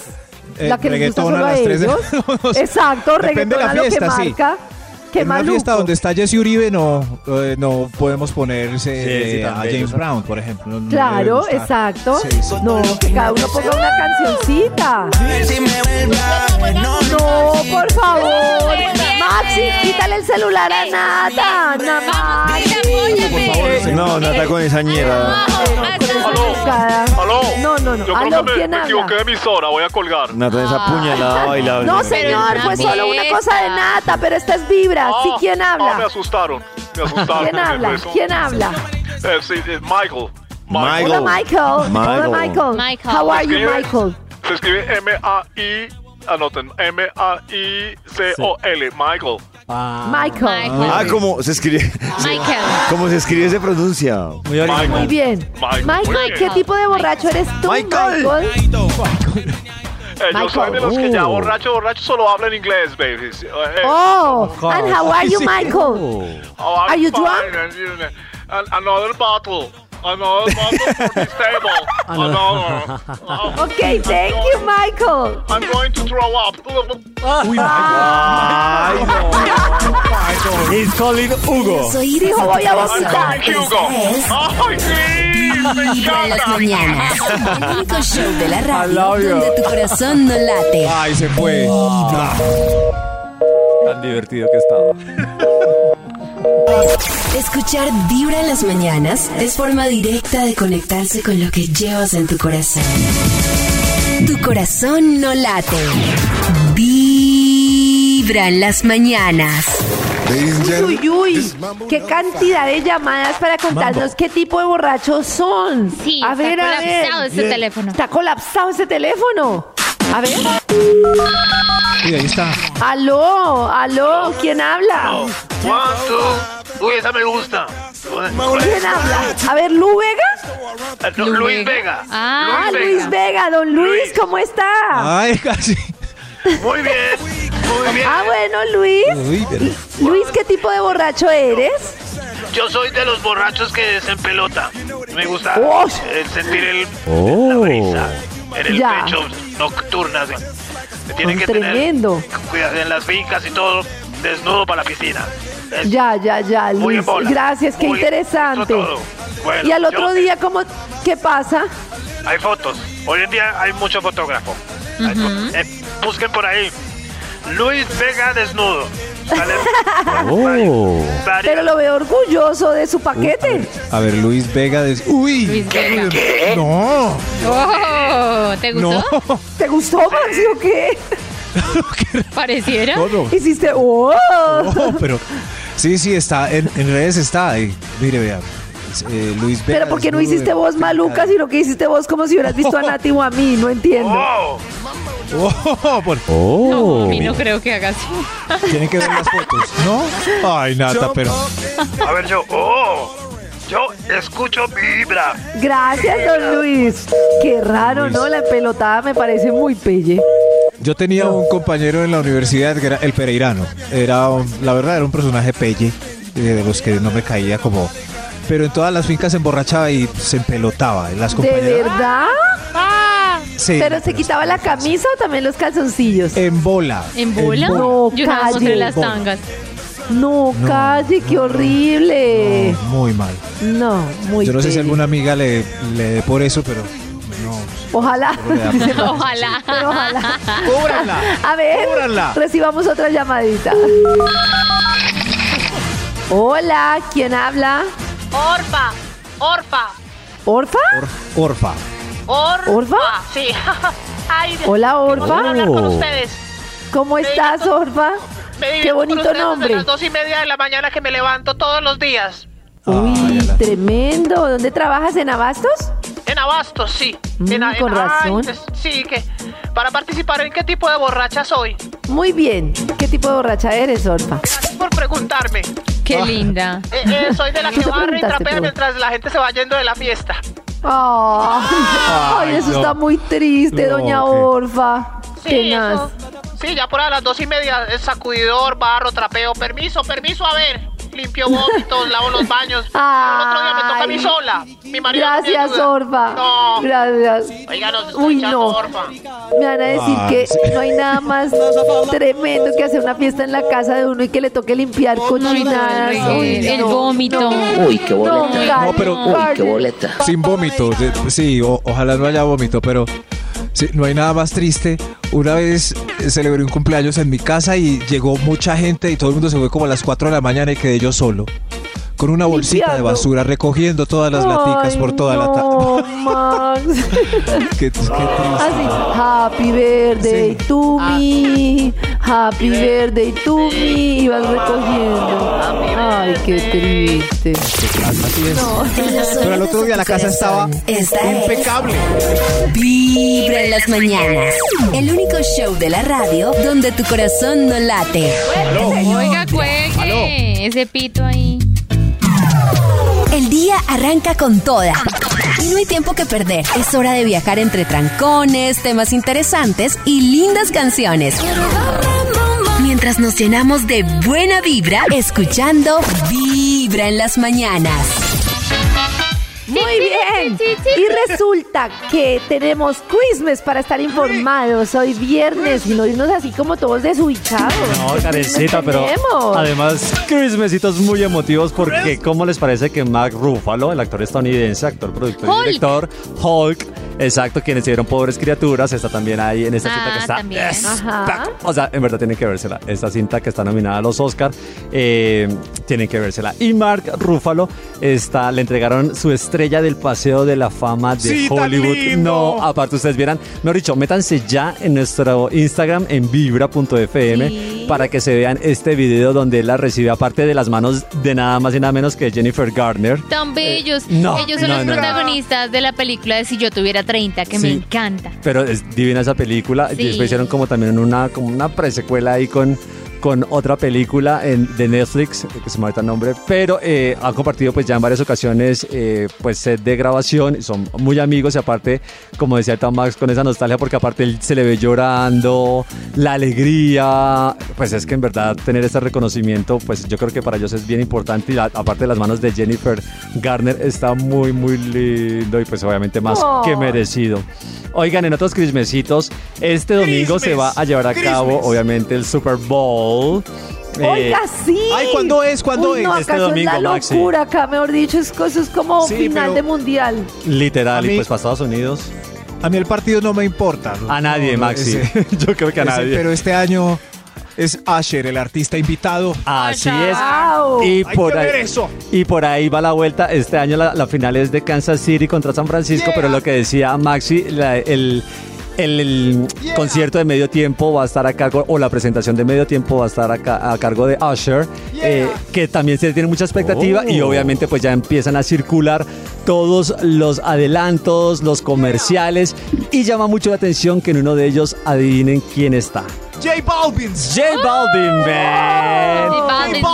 [SPEAKER 4] Eh,
[SPEAKER 3] la que les gusta
[SPEAKER 4] reggaetón
[SPEAKER 3] solo
[SPEAKER 4] a
[SPEAKER 3] a,
[SPEAKER 4] las tres de-
[SPEAKER 3] ellos.
[SPEAKER 4] no sé.
[SPEAKER 3] Exacto,
[SPEAKER 4] Depende
[SPEAKER 3] reggaetón
[SPEAKER 4] de la
[SPEAKER 3] a lo que
[SPEAKER 4] fiesta, sí.
[SPEAKER 3] marca. Qué
[SPEAKER 4] en una fiesta
[SPEAKER 3] maluco.
[SPEAKER 4] donde está Jesse Uribe no, eh, no podemos ponerse
[SPEAKER 7] Sí, sí,
[SPEAKER 4] eh, a
[SPEAKER 7] también,
[SPEAKER 4] James
[SPEAKER 7] eso.
[SPEAKER 4] Brown, por ejemplo. No- no debe
[SPEAKER 3] Claro,
[SPEAKER 4] gustar.
[SPEAKER 3] exacto.
[SPEAKER 4] Sí, sí.
[SPEAKER 3] No, que cada uno ponga una cancioncita. No, por favor. Maxi, quítale el celular a Nata. Nada
[SPEAKER 1] No, Nata con esa ñera.
[SPEAKER 6] Aló.
[SPEAKER 3] No, no, no.
[SPEAKER 6] Yo
[SPEAKER 3] Aló,
[SPEAKER 6] creo que me,
[SPEAKER 3] ¿quién
[SPEAKER 6] me equivoqué
[SPEAKER 3] habla?
[SPEAKER 6] de emisora, voy a colgar.
[SPEAKER 1] Nata esa puñalada bailable.
[SPEAKER 3] No, señor, pues, fue solo una cosa de Nata, pero esta es vibra. Sí, ¿quién
[SPEAKER 6] Ah, me
[SPEAKER 3] habla?
[SPEAKER 6] asustaron. Me asustaron.
[SPEAKER 3] ¿Quién
[SPEAKER 6] con el
[SPEAKER 3] habla?
[SPEAKER 6] beso.
[SPEAKER 3] ¿Quién habla?
[SPEAKER 6] Eh, sí, es Michael.
[SPEAKER 3] Hola, Michael. Hola, Michael.
[SPEAKER 5] Michael.
[SPEAKER 3] How are
[SPEAKER 6] Se
[SPEAKER 3] you,
[SPEAKER 6] escribe-
[SPEAKER 3] Michael?
[SPEAKER 6] Se escribe M-A-I. Anoten. M-A-I-C-O-L. Michael.
[SPEAKER 3] Michael.
[SPEAKER 1] Ah, como se escribe. Como se escribe, se pronuncia.
[SPEAKER 7] Muy original.
[SPEAKER 3] Muy bien.
[SPEAKER 6] Michael.
[SPEAKER 3] Michael, ¿qué tipo de borracho eres tú,
[SPEAKER 1] Michael.
[SPEAKER 6] Eh, yo soy de los que ya borracho, borracho solo habla en inglés, babies. Eh, eh,
[SPEAKER 3] Oh,
[SPEAKER 6] course.
[SPEAKER 3] and how are you, Michael?
[SPEAKER 6] oh, I'm
[SPEAKER 3] are you
[SPEAKER 6] fine,
[SPEAKER 3] drunk?
[SPEAKER 6] and, you know, and another bottle. Another bottle for this table. Another. Oh,
[SPEAKER 3] Okay, thank you, Michael.
[SPEAKER 6] I'm going to throw up.
[SPEAKER 1] Ay, no.
[SPEAKER 7] He's calling Hugo.
[SPEAKER 3] Dijo, voy a
[SPEAKER 6] I'm
[SPEAKER 3] vomitar.
[SPEAKER 6] going, Hugo. Ay, sí, me
[SPEAKER 2] Vibra en las
[SPEAKER 6] encanta.
[SPEAKER 2] mañanas. El único show de la
[SPEAKER 4] I
[SPEAKER 2] radio
[SPEAKER 4] love you.
[SPEAKER 2] donde tu corazón no late.
[SPEAKER 4] Ay, se fue.
[SPEAKER 7] Tan divertido que estaba.
[SPEAKER 2] Escuchar Vibra en las mañanas es forma directa de conectarse con lo que llevas en tu corazón. Tu corazón no late. Vibra en las mañanas.
[SPEAKER 3] Uy, uy, uy. Qué cantidad de llamadas para contarnos qué tipo de borrachos son.
[SPEAKER 5] Sí,
[SPEAKER 3] a
[SPEAKER 5] está
[SPEAKER 3] ver, a ver.
[SPEAKER 5] colapsado ese teléfono.
[SPEAKER 3] Está colapsado ese teléfono. A ver.
[SPEAKER 4] Y ahí está.
[SPEAKER 3] Aló, aló, ¿quién habla?
[SPEAKER 6] One, two. Uy, esa me gusta.
[SPEAKER 3] ¿Quién habla? A ver, Lu Vega.
[SPEAKER 6] Eh, no, Luis Vega.
[SPEAKER 5] Ah,
[SPEAKER 3] Ah,
[SPEAKER 6] Luis
[SPEAKER 3] Luis Vega, don Luis,
[SPEAKER 6] Luis.
[SPEAKER 3] ¿cómo está?
[SPEAKER 4] Ay, casi.
[SPEAKER 6] Muy bien. Muy bien.
[SPEAKER 3] Ah, bueno, Luis.
[SPEAKER 4] Uy, pero-
[SPEAKER 3] Luis, ¿qué tipo de borracho eres?
[SPEAKER 18] Yo soy de los borrachos que desempelota. Me gusta
[SPEAKER 3] ¡Oh!
[SPEAKER 18] eh, sentir el,
[SPEAKER 19] Oh.
[SPEAKER 18] en el
[SPEAKER 3] Ya.
[SPEAKER 18] pecho nocturna. así. Me tienen
[SPEAKER 3] Son
[SPEAKER 18] que
[SPEAKER 3] tremendo.
[SPEAKER 18] tener cuidado en las fincas y todo, desnudo para la piscina. Es-
[SPEAKER 3] Ya, ya, ya,
[SPEAKER 18] Muy
[SPEAKER 3] Luis.
[SPEAKER 18] en bola.
[SPEAKER 3] Gracias, qué
[SPEAKER 18] Muy-
[SPEAKER 3] interesante.
[SPEAKER 18] eso todo. Bueno,
[SPEAKER 3] y al
[SPEAKER 18] yo-
[SPEAKER 3] otro día, ¿cómo, ¿qué pasa?
[SPEAKER 18] Hay fotos. Hoy en día hay mucho fotógrafo. Hay fo- eh, busquen por ahí. Luis Vega desnudo. Salen
[SPEAKER 4] Oh.
[SPEAKER 18] varias-
[SPEAKER 3] Pero lo veo orgulloso de su paquete.
[SPEAKER 4] A ver, Luis Vega. des- ¡Uy!
[SPEAKER 5] Vega.
[SPEAKER 4] ¡No!
[SPEAKER 5] Oh, ¿Te gustó?
[SPEAKER 4] No.
[SPEAKER 3] ¿Te gustó, Maxi, o qué?
[SPEAKER 5] ¿Pareciera?
[SPEAKER 3] Hiciste, ¡oh!
[SPEAKER 4] No, pero sí, sí, está, en, en redes está ahí. Mire, vea. es, eh, Luis Vega.
[SPEAKER 3] Pero ¿por qué no
[SPEAKER 4] desnudo
[SPEAKER 3] hiciste
[SPEAKER 4] de-
[SPEAKER 3] vos maluca, sino que hiciste vos como si hubieras visto a Nati o a mí? No entiendo.
[SPEAKER 4] Oh, por-
[SPEAKER 5] No, a mí no creo que haga así.
[SPEAKER 4] Tienen que ver las fotos, ¿no? Ay, Nata, pero.
[SPEAKER 18] A ver, yo. ¡Oh! Yo escucho vibra.
[SPEAKER 3] Gracias, don Luis. Qué raro, ¿no? La pelotada me parece muy pelle.
[SPEAKER 4] Yo tenía un compañero en la universidad que era el Pereirano. Era, un- la verdad, era un personaje pelle, eh, de los que no me caía como. Pero en todas las fincas se emborrachaba y se empelotaba. y Las
[SPEAKER 3] ¿De
[SPEAKER 4] compañeras
[SPEAKER 3] verdad? Ah.
[SPEAKER 4] Sí,
[SPEAKER 3] ¿Pero se quitaba la camisa o también los calzoncillos?
[SPEAKER 4] En bola.
[SPEAKER 5] ¿En bola?
[SPEAKER 3] No,
[SPEAKER 5] Yo no mostré
[SPEAKER 3] calle.
[SPEAKER 5] las tangas.
[SPEAKER 3] No, calle, qué horrible.
[SPEAKER 4] muy mal.
[SPEAKER 3] No, eh, muy
[SPEAKER 4] Yo no sé si
[SPEAKER 3] pelle.
[SPEAKER 4] alguna amiga le, le dé por eso, pero no.
[SPEAKER 3] Ojalá.
[SPEAKER 5] Ojalá.
[SPEAKER 3] ojalá. A ver,
[SPEAKER 4] Cúbranla.
[SPEAKER 3] recibamos otra llamadita. Hola, ¿quién habla?
[SPEAKER 20] Orfa, Orfa,
[SPEAKER 3] ¿Orfa?
[SPEAKER 4] Orfa.
[SPEAKER 20] Orfa.
[SPEAKER 3] ¿Orfa?
[SPEAKER 20] Sí. Ay, Dios,
[SPEAKER 3] Hola,
[SPEAKER 20] qué gusto
[SPEAKER 3] Orfa.
[SPEAKER 20] hablar con ustedes.
[SPEAKER 3] ¿Cómo
[SPEAKER 20] Me
[SPEAKER 3] estás,
[SPEAKER 20] divierto-
[SPEAKER 3] Orfa?
[SPEAKER 20] Me
[SPEAKER 3] Qué
[SPEAKER 20] divierto con
[SPEAKER 3] bonito
[SPEAKER 20] ustedes desde
[SPEAKER 3] nombre.
[SPEAKER 20] las dos y media de la mañana que me levanto todos los días.
[SPEAKER 3] Uy, tremendo. ¿Dónde trabajas? ¿En Abastos?
[SPEAKER 20] En Abastos, sí.
[SPEAKER 3] Mm,
[SPEAKER 20] en, a- en-
[SPEAKER 3] con
[SPEAKER 20] ay,
[SPEAKER 3] razón.
[SPEAKER 20] es- sí, que para participar en qué tipo de borracha soy.
[SPEAKER 3] Muy bien. ¿Qué tipo de borracha eres, Orfa?
[SPEAKER 20] Gracias por preguntarme.
[SPEAKER 5] Qué linda.
[SPEAKER 20] Eh, eh, soy de la
[SPEAKER 3] No
[SPEAKER 20] que
[SPEAKER 3] te
[SPEAKER 20] barre y
[SPEAKER 3] preguntaste,
[SPEAKER 20] trapea
[SPEAKER 3] pero-
[SPEAKER 20] mientras la gente se va yendo de la fiesta.
[SPEAKER 3] Ay, ay, eso
[SPEAKER 20] no.
[SPEAKER 3] está muy triste,
[SPEAKER 20] No,
[SPEAKER 3] doña
[SPEAKER 20] qué-
[SPEAKER 3] Orfa.
[SPEAKER 20] Sí,
[SPEAKER 3] Tenaz.
[SPEAKER 20] eso. Sí, ya por ahí a las dos y media, eh, sacudidor, barro, trapeo, permiso, permiso, a ver. Limpio vómitos, lavo los baños. El otro día me toca a mí
[SPEAKER 3] Ay.
[SPEAKER 20] sola. Mi marido no me
[SPEAKER 3] Gracias,
[SPEAKER 20] ayuda.
[SPEAKER 3] Orfa.
[SPEAKER 20] No.
[SPEAKER 3] Gracias.
[SPEAKER 20] Oiga, nos está
[SPEAKER 3] Uy,
[SPEAKER 20] echando
[SPEAKER 3] no.
[SPEAKER 20] Orfa.
[SPEAKER 3] Me van a decir
[SPEAKER 20] Ah,
[SPEAKER 3] que
[SPEAKER 20] sí.
[SPEAKER 3] no hay nada más tremendo que hacer una fiesta en la casa de uno y que le toque limpiar cochinadas.
[SPEAKER 5] no, el
[SPEAKER 3] Uy,
[SPEAKER 5] reggae, el
[SPEAKER 3] no,
[SPEAKER 5] vómito.
[SPEAKER 3] no.
[SPEAKER 5] Uy, qué
[SPEAKER 3] No,
[SPEAKER 5] boleta.
[SPEAKER 3] Karen,
[SPEAKER 5] No, pero-
[SPEAKER 4] Uy,
[SPEAKER 3] Karen.
[SPEAKER 4] boleta. Sin vómito, de- sí, o- ojalá no haya vómito, pero sí, no hay nada más triste. Una vez eh, celebré un cumpleaños en mi casa y llegó mucha gente y todo el mundo se fue como a las 4 de la mañana y quedé yo solo. Con una bolsita de
[SPEAKER 3] Limpiando.
[SPEAKER 4] basura, recogiendo todas las laticas
[SPEAKER 3] Ay,
[SPEAKER 4] por toda la tarde.
[SPEAKER 3] No, Max.
[SPEAKER 4] Qué, qué triste.
[SPEAKER 3] Así, happy birthday to me, happy birthday to me, y vas recogiendo. Ay, qué triste.
[SPEAKER 4] Así es.
[SPEAKER 8] Pero al otro día la casa estaba impecable.
[SPEAKER 2] Vibra en las mañanas. El único show de la radio donde tu corazón no late.
[SPEAKER 5] Oiga, cuelgue. Ese pito ahí.
[SPEAKER 2] El día arranca con toda. Y no hay tiempo que perder. Es hora de viajar entre trancones, temas interesantes y lindas canciones. Mientras nos llenamos de buena vibra, escuchando Vibra en las mañanas.
[SPEAKER 3] Muy bien. Y resulta que tenemos Christmas para estar informados. Hoy viernes y no irnos así como todos desubicados.
[SPEAKER 7] No, Karencita, pero
[SPEAKER 3] Tenemos.
[SPEAKER 7] además Christmasitos muy emotivos porque ¿cómo les parece que Mark Ruffalo, el actor estadounidense, actor, productor
[SPEAKER 5] Hulk.
[SPEAKER 7] y director, Hulk, exacto, quienes hicieron Pobres Criaturas, está también ahí en esta cinta que está...
[SPEAKER 5] Ah, también.
[SPEAKER 3] Ajá.
[SPEAKER 7] O sea, en verdad tienen que vérsela. Esta cinta que está nominada a los Oscar, eh, tienen que vérsela. Y Mark Ruffalo está, le entregaron su estrella del Paseo de la Fama de
[SPEAKER 8] Sí, tan
[SPEAKER 7] Hollywood.
[SPEAKER 8] lindo.
[SPEAKER 7] No, aparte ustedes vieran, mejor dicho, métanse ya en nuestro Instagram en vibra.fm para que se vean este video donde él la recibe aparte de las manos de nada más y nada menos que Jennifer Gardner.
[SPEAKER 5] Tan bellos.
[SPEAKER 7] Eh, no,
[SPEAKER 5] Ellos son
[SPEAKER 7] no,
[SPEAKER 5] los
[SPEAKER 7] no, no.
[SPEAKER 5] protagonistas de la película de Si yo tuviera 30, que me
[SPEAKER 7] Sí.
[SPEAKER 5] encanta.
[SPEAKER 7] Pero es divina esa película.
[SPEAKER 5] Sí.
[SPEAKER 7] Y después hicieron como también una, como una presecuela ahí con, con otra película en- de Netflix, que se me ahorita el nombre, pero eh, han compartido pues ya en varias ocasiones eh, pues set de grabación, son muy amigos y aparte, como decía ahorita Max, con esa nostalgia porque aparte él se le ve llorando, la alegría, pues es que en verdad tener ese reconocimiento pues yo creo que para ellos es bien importante y la- aparte de las manos de Jennifer Garner está muy muy lindo y pues obviamente más
[SPEAKER 6] Oh.
[SPEAKER 7] que merecido. Oigan, en otros crismecitos, este domingo se va a llevar a
[SPEAKER 6] Christmas.
[SPEAKER 7] cabo obviamente el Super Bowl. Eh,
[SPEAKER 3] Oiga, sí.
[SPEAKER 7] ay, ¿cuándo es? ¿Cuándo
[SPEAKER 3] Uy,
[SPEAKER 7] es?
[SPEAKER 3] No, acá
[SPEAKER 7] Este
[SPEAKER 3] eso es
[SPEAKER 7] domingo,
[SPEAKER 3] la
[SPEAKER 7] Maxi.
[SPEAKER 3] locura, acá, mejor dicho, es, cosa- es como
[SPEAKER 4] Sí,
[SPEAKER 3] final
[SPEAKER 4] pero-
[SPEAKER 3] de mundial.
[SPEAKER 7] Literal,
[SPEAKER 4] A
[SPEAKER 7] y
[SPEAKER 4] mí-
[SPEAKER 7] pues para Estados Unidos.
[SPEAKER 4] A mí el partido no me importa.
[SPEAKER 7] A nadie,
[SPEAKER 4] No, no,
[SPEAKER 7] Maxi.
[SPEAKER 4] ese-
[SPEAKER 7] Yo creo que
[SPEAKER 4] ese,
[SPEAKER 7] a nadie.
[SPEAKER 4] Pero este año es Asher, el artista invitado.
[SPEAKER 7] Así es.
[SPEAKER 4] Wow.
[SPEAKER 7] Y
[SPEAKER 4] Hay
[SPEAKER 7] por,
[SPEAKER 4] que
[SPEAKER 7] ahí,
[SPEAKER 4] ver eso.
[SPEAKER 7] y por ahí va la vuelta. Este año la, la final es de Kansas City contra San Francisco, pero lo que decía Maxi, la- el, el- el concierto de medio tiempo va a estar a cargo, o la presentación de medio tiempo va a estar a, ca- a cargo de Usher, eh, que también se tiene mucha expectativa y obviamente pues ya empiezan a circular todos los adelantos, los comerciales y llama mucho la atención que en uno de ellos adivinen quién está.
[SPEAKER 4] J Balvin's.
[SPEAKER 7] J Balvin, man.
[SPEAKER 3] Oh,
[SPEAKER 5] Oh.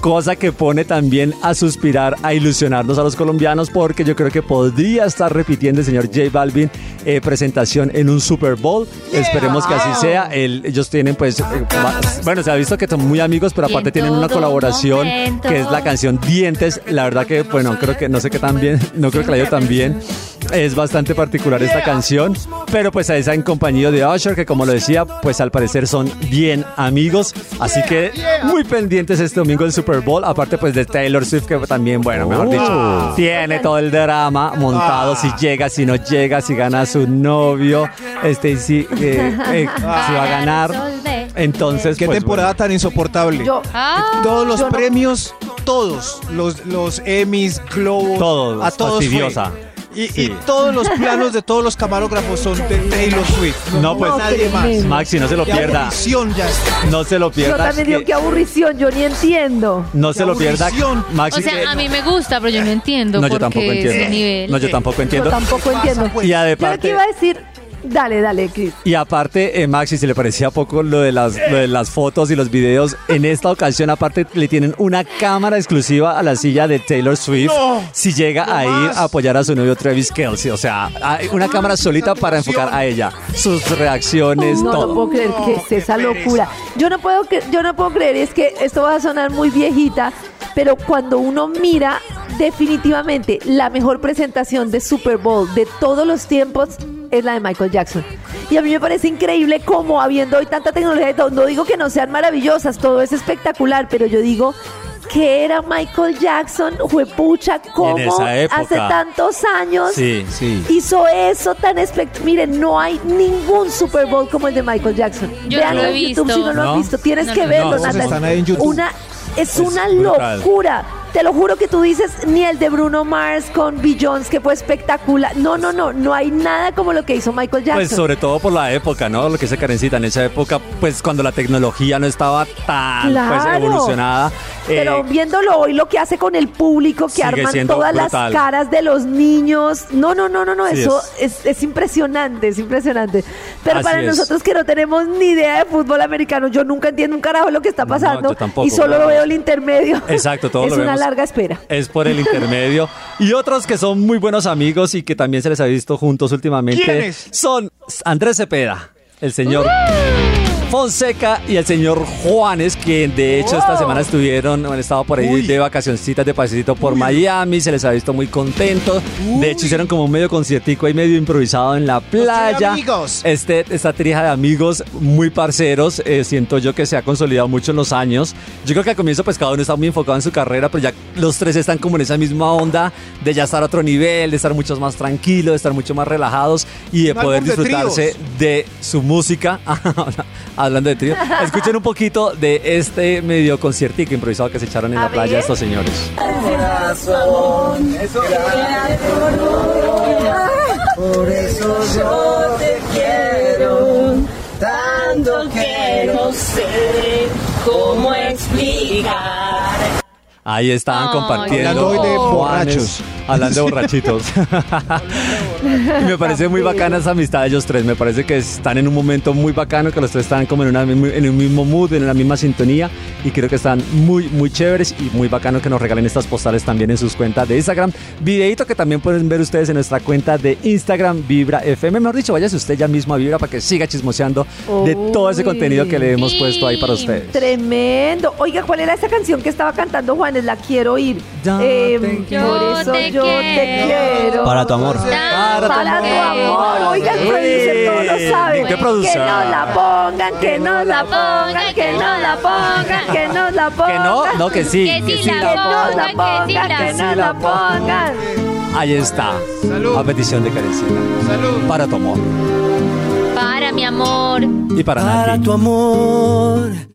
[SPEAKER 7] Cosa que pone también a suspirar, a ilusionarnos a los colombianos, porque yo creo que podría estar repitiendo el señor J Balvin eh, presentación en un Super Bowl. Esperemos que así sea. Él- ellos tienen, pues, eh, va- bueno, se ha visto que son muy amigos, pero
[SPEAKER 6] Y en
[SPEAKER 7] aparte tienen una
[SPEAKER 6] todo
[SPEAKER 7] colaboración
[SPEAKER 6] momento.
[SPEAKER 7] que es la canción Dientes. La verdad que, bueno, creo que no sé qué tan bien, no creo que la haya ido tan bien. Es bastante particular esta canción, pero pues ahí está en compañía de Usher, que como lo decía, pues al parecer son bien amigos. Así que muy pendientes este domingo del Super Bowl. Aparte, pues de Taylor Swift, que también, bueno, mejor
[SPEAKER 6] Oh.
[SPEAKER 7] dicho, tiene todo el drama montado:
[SPEAKER 4] Ah.
[SPEAKER 7] si llega, si no llega, si gana su novio, este, si, eh, eh, si va a ganar. Entonces,
[SPEAKER 4] Qué
[SPEAKER 7] pues,
[SPEAKER 4] temporada
[SPEAKER 7] bueno.
[SPEAKER 4] tan insoportable.
[SPEAKER 3] Yo-
[SPEAKER 5] Ah,
[SPEAKER 4] todos los
[SPEAKER 3] yo no-
[SPEAKER 4] premios, todos, los, los Emmys, Globos,
[SPEAKER 7] Todos,
[SPEAKER 4] a todos fue.
[SPEAKER 7] fastidiosa.
[SPEAKER 4] Y, y
[SPEAKER 7] Sí.
[SPEAKER 4] todos los planos de todos los camarógrafos son de Taylor Swift.
[SPEAKER 7] No, pues,
[SPEAKER 4] nadie más.
[SPEAKER 7] Maxi, no se lo
[SPEAKER 4] Qué
[SPEAKER 7] pierda.
[SPEAKER 4] aburrición ya es.
[SPEAKER 7] No se lo
[SPEAKER 3] Yo
[SPEAKER 7] pierda.
[SPEAKER 3] también digo
[SPEAKER 7] que-
[SPEAKER 3] que aburrición, yo ni entiendo.
[SPEAKER 7] No se lo pierda. Maxi, Eh,
[SPEAKER 5] O sea, a mí me gusta, pero yo no entiendo
[SPEAKER 7] no,
[SPEAKER 5] por
[SPEAKER 7] yo tampoco
[SPEAKER 5] qué ese
[SPEAKER 7] entiendo.
[SPEAKER 5] nivel.
[SPEAKER 7] No, yo tampoco entiendo.
[SPEAKER 3] eh, Yo tampoco entiendo.
[SPEAKER 4] pues?
[SPEAKER 7] Y a
[SPEAKER 3] Yo
[SPEAKER 7] de
[SPEAKER 3] lo
[SPEAKER 7] parte-
[SPEAKER 3] que iba a decir, dale, dale, Chris.
[SPEAKER 7] Y aparte, eh, Maxi, si le parecía poco lo de, las, lo de las fotos y los videos, en esta ocasión aparte le tienen una cámara exclusiva a la silla de Taylor Swift
[SPEAKER 6] No, Ah,
[SPEAKER 7] si llega a ir a apoyar a su novio Travis Kelsey. O sea, hay una cámara solita para enfocar a ella, sus reacciones,
[SPEAKER 3] No, no
[SPEAKER 7] todo.
[SPEAKER 3] puedo creer que es esa locura. Yo no puedo, cre- yo no puedo creer, es que esto va a sonar muy viejita, pero cuando uno mira definitivamente la mejor presentación de Super Bowl de todos los tiempos es la de Michael Jackson. Y a mí me parece increíble cómo habiendo hoy tanta tecnología y todo, no digo que no sean maravillosas, todo es espectacular, pero yo digo que era Michael Jackson, fue pucha, cómo
[SPEAKER 7] esa época.
[SPEAKER 3] hace tantos años
[SPEAKER 7] Sí, sí.
[SPEAKER 3] hizo eso tan espectacular. Miren, no hay ningún Super Bowl como el de Michael Jackson.
[SPEAKER 5] Yo
[SPEAKER 3] Véanlo
[SPEAKER 5] no lo he
[SPEAKER 3] en YouTube
[SPEAKER 5] visto.
[SPEAKER 3] si no lo
[SPEAKER 5] ¿No?
[SPEAKER 3] has visto. Tienes
[SPEAKER 5] No,
[SPEAKER 3] que
[SPEAKER 5] no,
[SPEAKER 3] verlo,
[SPEAKER 5] no.
[SPEAKER 3] Natalia.
[SPEAKER 4] Están ahí en YouTube.
[SPEAKER 3] Una, es, una
[SPEAKER 4] brutal.
[SPEAKER 3] locura. Te lo juro que tú dices, ni el de Bruno Mars con Jones que fue espectacular. No, no, no, no hay nada como lo que hizo Michael Jackson.
[SPEAKER 7] Pues sobre todo por la época, ¿no? Lo que se carencita en esa época, pues cuando la tecnología no estaba tan pues,
[SPEAKER 3] Claro.
[SPEAKER 7] evolucionada. eh,
[SPEAKER 3] Pero viéndolo hoy, lo que hace con el público, que
[SPEAKER 7] Sigue
[SPEAKER 3] arman
[SPEAKER 7] siendo
[SPEAKER 3] todas
[SPEAKER 7] brutal.
[SPEAKER 3] las caras de los niños. No, no, no, no, no,
[SPEAKER 7] Así
[SPEAKER 3] eso es. es impresionante, es impresionante. Pero
[SPEAKER 7] Así
[SPEAKER 3] para
[SPEAKER 7] es.
[SPEAKER 3] nosotros que no tenemos ni idea de fútbol americano, yo nunca entiendo un carajo lo que está pasando
[SPEAKER 7] yo tampoco,
[SPEAKER 3] y solo
[SPEAKER 7] claro.
[SPEAKER 3] veo el intermedio.
[SPEAKER 7] Exacto, todo
[SPEAKER 3] es
[SPEAKER 7] lo
[SPEAKER 3] una
[SPEAKER 7] vemos.
[SPEAKER 3] larga espera.
[SPEAKER 7] Es por el intermedio. Y otros que son muy buenos amigos y que también se les ha visto juntos últimamente
[SPEAKER 6] ¿Quiénes?
[SPEAKER 7] son Andrés Cepeda, el señor Fonseca y el señor Juanes, que de hecho esta semana estuvieron, han estado por ahí de vacacioncitas de pasecito por Miami, se les ha visto muy contentos. De hecho hicieron como un medio conciertico ahí medio improvisado en la playa.
[SPEAKER 4] amigos.
[SPEAKER 7] Este, esta trija de amigos muy parceros, eh, siento yo que se ha consolidado mucho en los años. Yo creo que al comienzo pues cada uno está muy enfocado en su carrera, pero ya los tres están como en esa misma onda de ya estar a otro nivel, de estar muchos más tranquilos, de estar mucho más relajados y de
[SPEAKER 4] Un
[SPEAKER 7] poder
[SPEAKER 4] álbum de
[SPEAKER 7] disfrutarse de su música. Hablando de trío, escuchen un poquito de este medio conciertico improvisado que se echaron en
[SPEAKER 6] A
[SPEAKER 7] la playa
[SPEAKER 6] ver.
[SPEAKER 7] estos señores.
[SPEAKER 6] Corazón, Por eso yo te quiero, tanto que no sé cómo explicar.
[SPEAKER 7] Ahí estaban
[SPEAKER 6] Ay,
[SPEAKER 7] compartiendo.
[SPEAKER 6] Hablando hoy de
[SPEAKER 7] Juanes,
[SPEAKER 6] borrachos.
[SPEAKER 7] Hablando de borrachitos. Y me parece muy bacana esa amistad de ellos tres. Me parece que están en un momento muy bacano, que los tres están como en, una, mi- en un mismo mood, en la misma sintonía. Y creo que están muy, muy chéveres y muy bacano que nos regalen estas postales también en sus cuentas de Instagram. Videito que también pueden ver ustedes en nuestra cuenta de Instagram, Vibra FM. Mejor dicho, váyase usted ya mismo a Vibra para que siga chismoseando de todo ese
[SPEAKER 3] Uy.
[SPEAKER 7] contenido que le hemos puesto ahí para ustedes.
[SPEAKER 3] Tremendo. Oiga, ¿cuál era esa canción que estaba cantando Juanes? La quiero oír.
[SPEAKER 7] Yo
[SPEAKER 3] Eh,
[SPEAKER 7] te
[SPEAKER 3] por eso yo te quiero.
[SPEAKER 19] Para tu amor.
[SPEAKER 3] Para, tu amor. Oiga, el
[SPEAKER 19] Sí.
[SPEAKER 3] producer todo lo sabe.
[SPEAKER 19] ¿De qué producer?
[SPEAKER 3] Que nos la pongan, que nos la pongan, que nos la pongan, que nos la pongan.
[SPEAKER 7] Que no, no, que sí, Que sí que sí la
[SPEAKER 3] Que nos la
[SPEAKER 7] pongan,
[SPEAKER 3] pongan, que nos la pongan.
[SPEAKER 7] Ahí está. A petición de Karencita. Salud. Para tu amor.
[SPEAKER 5] Para mi amor.
[SPEAKER 7] Y para, para tu
[SPEAKER 21] amor.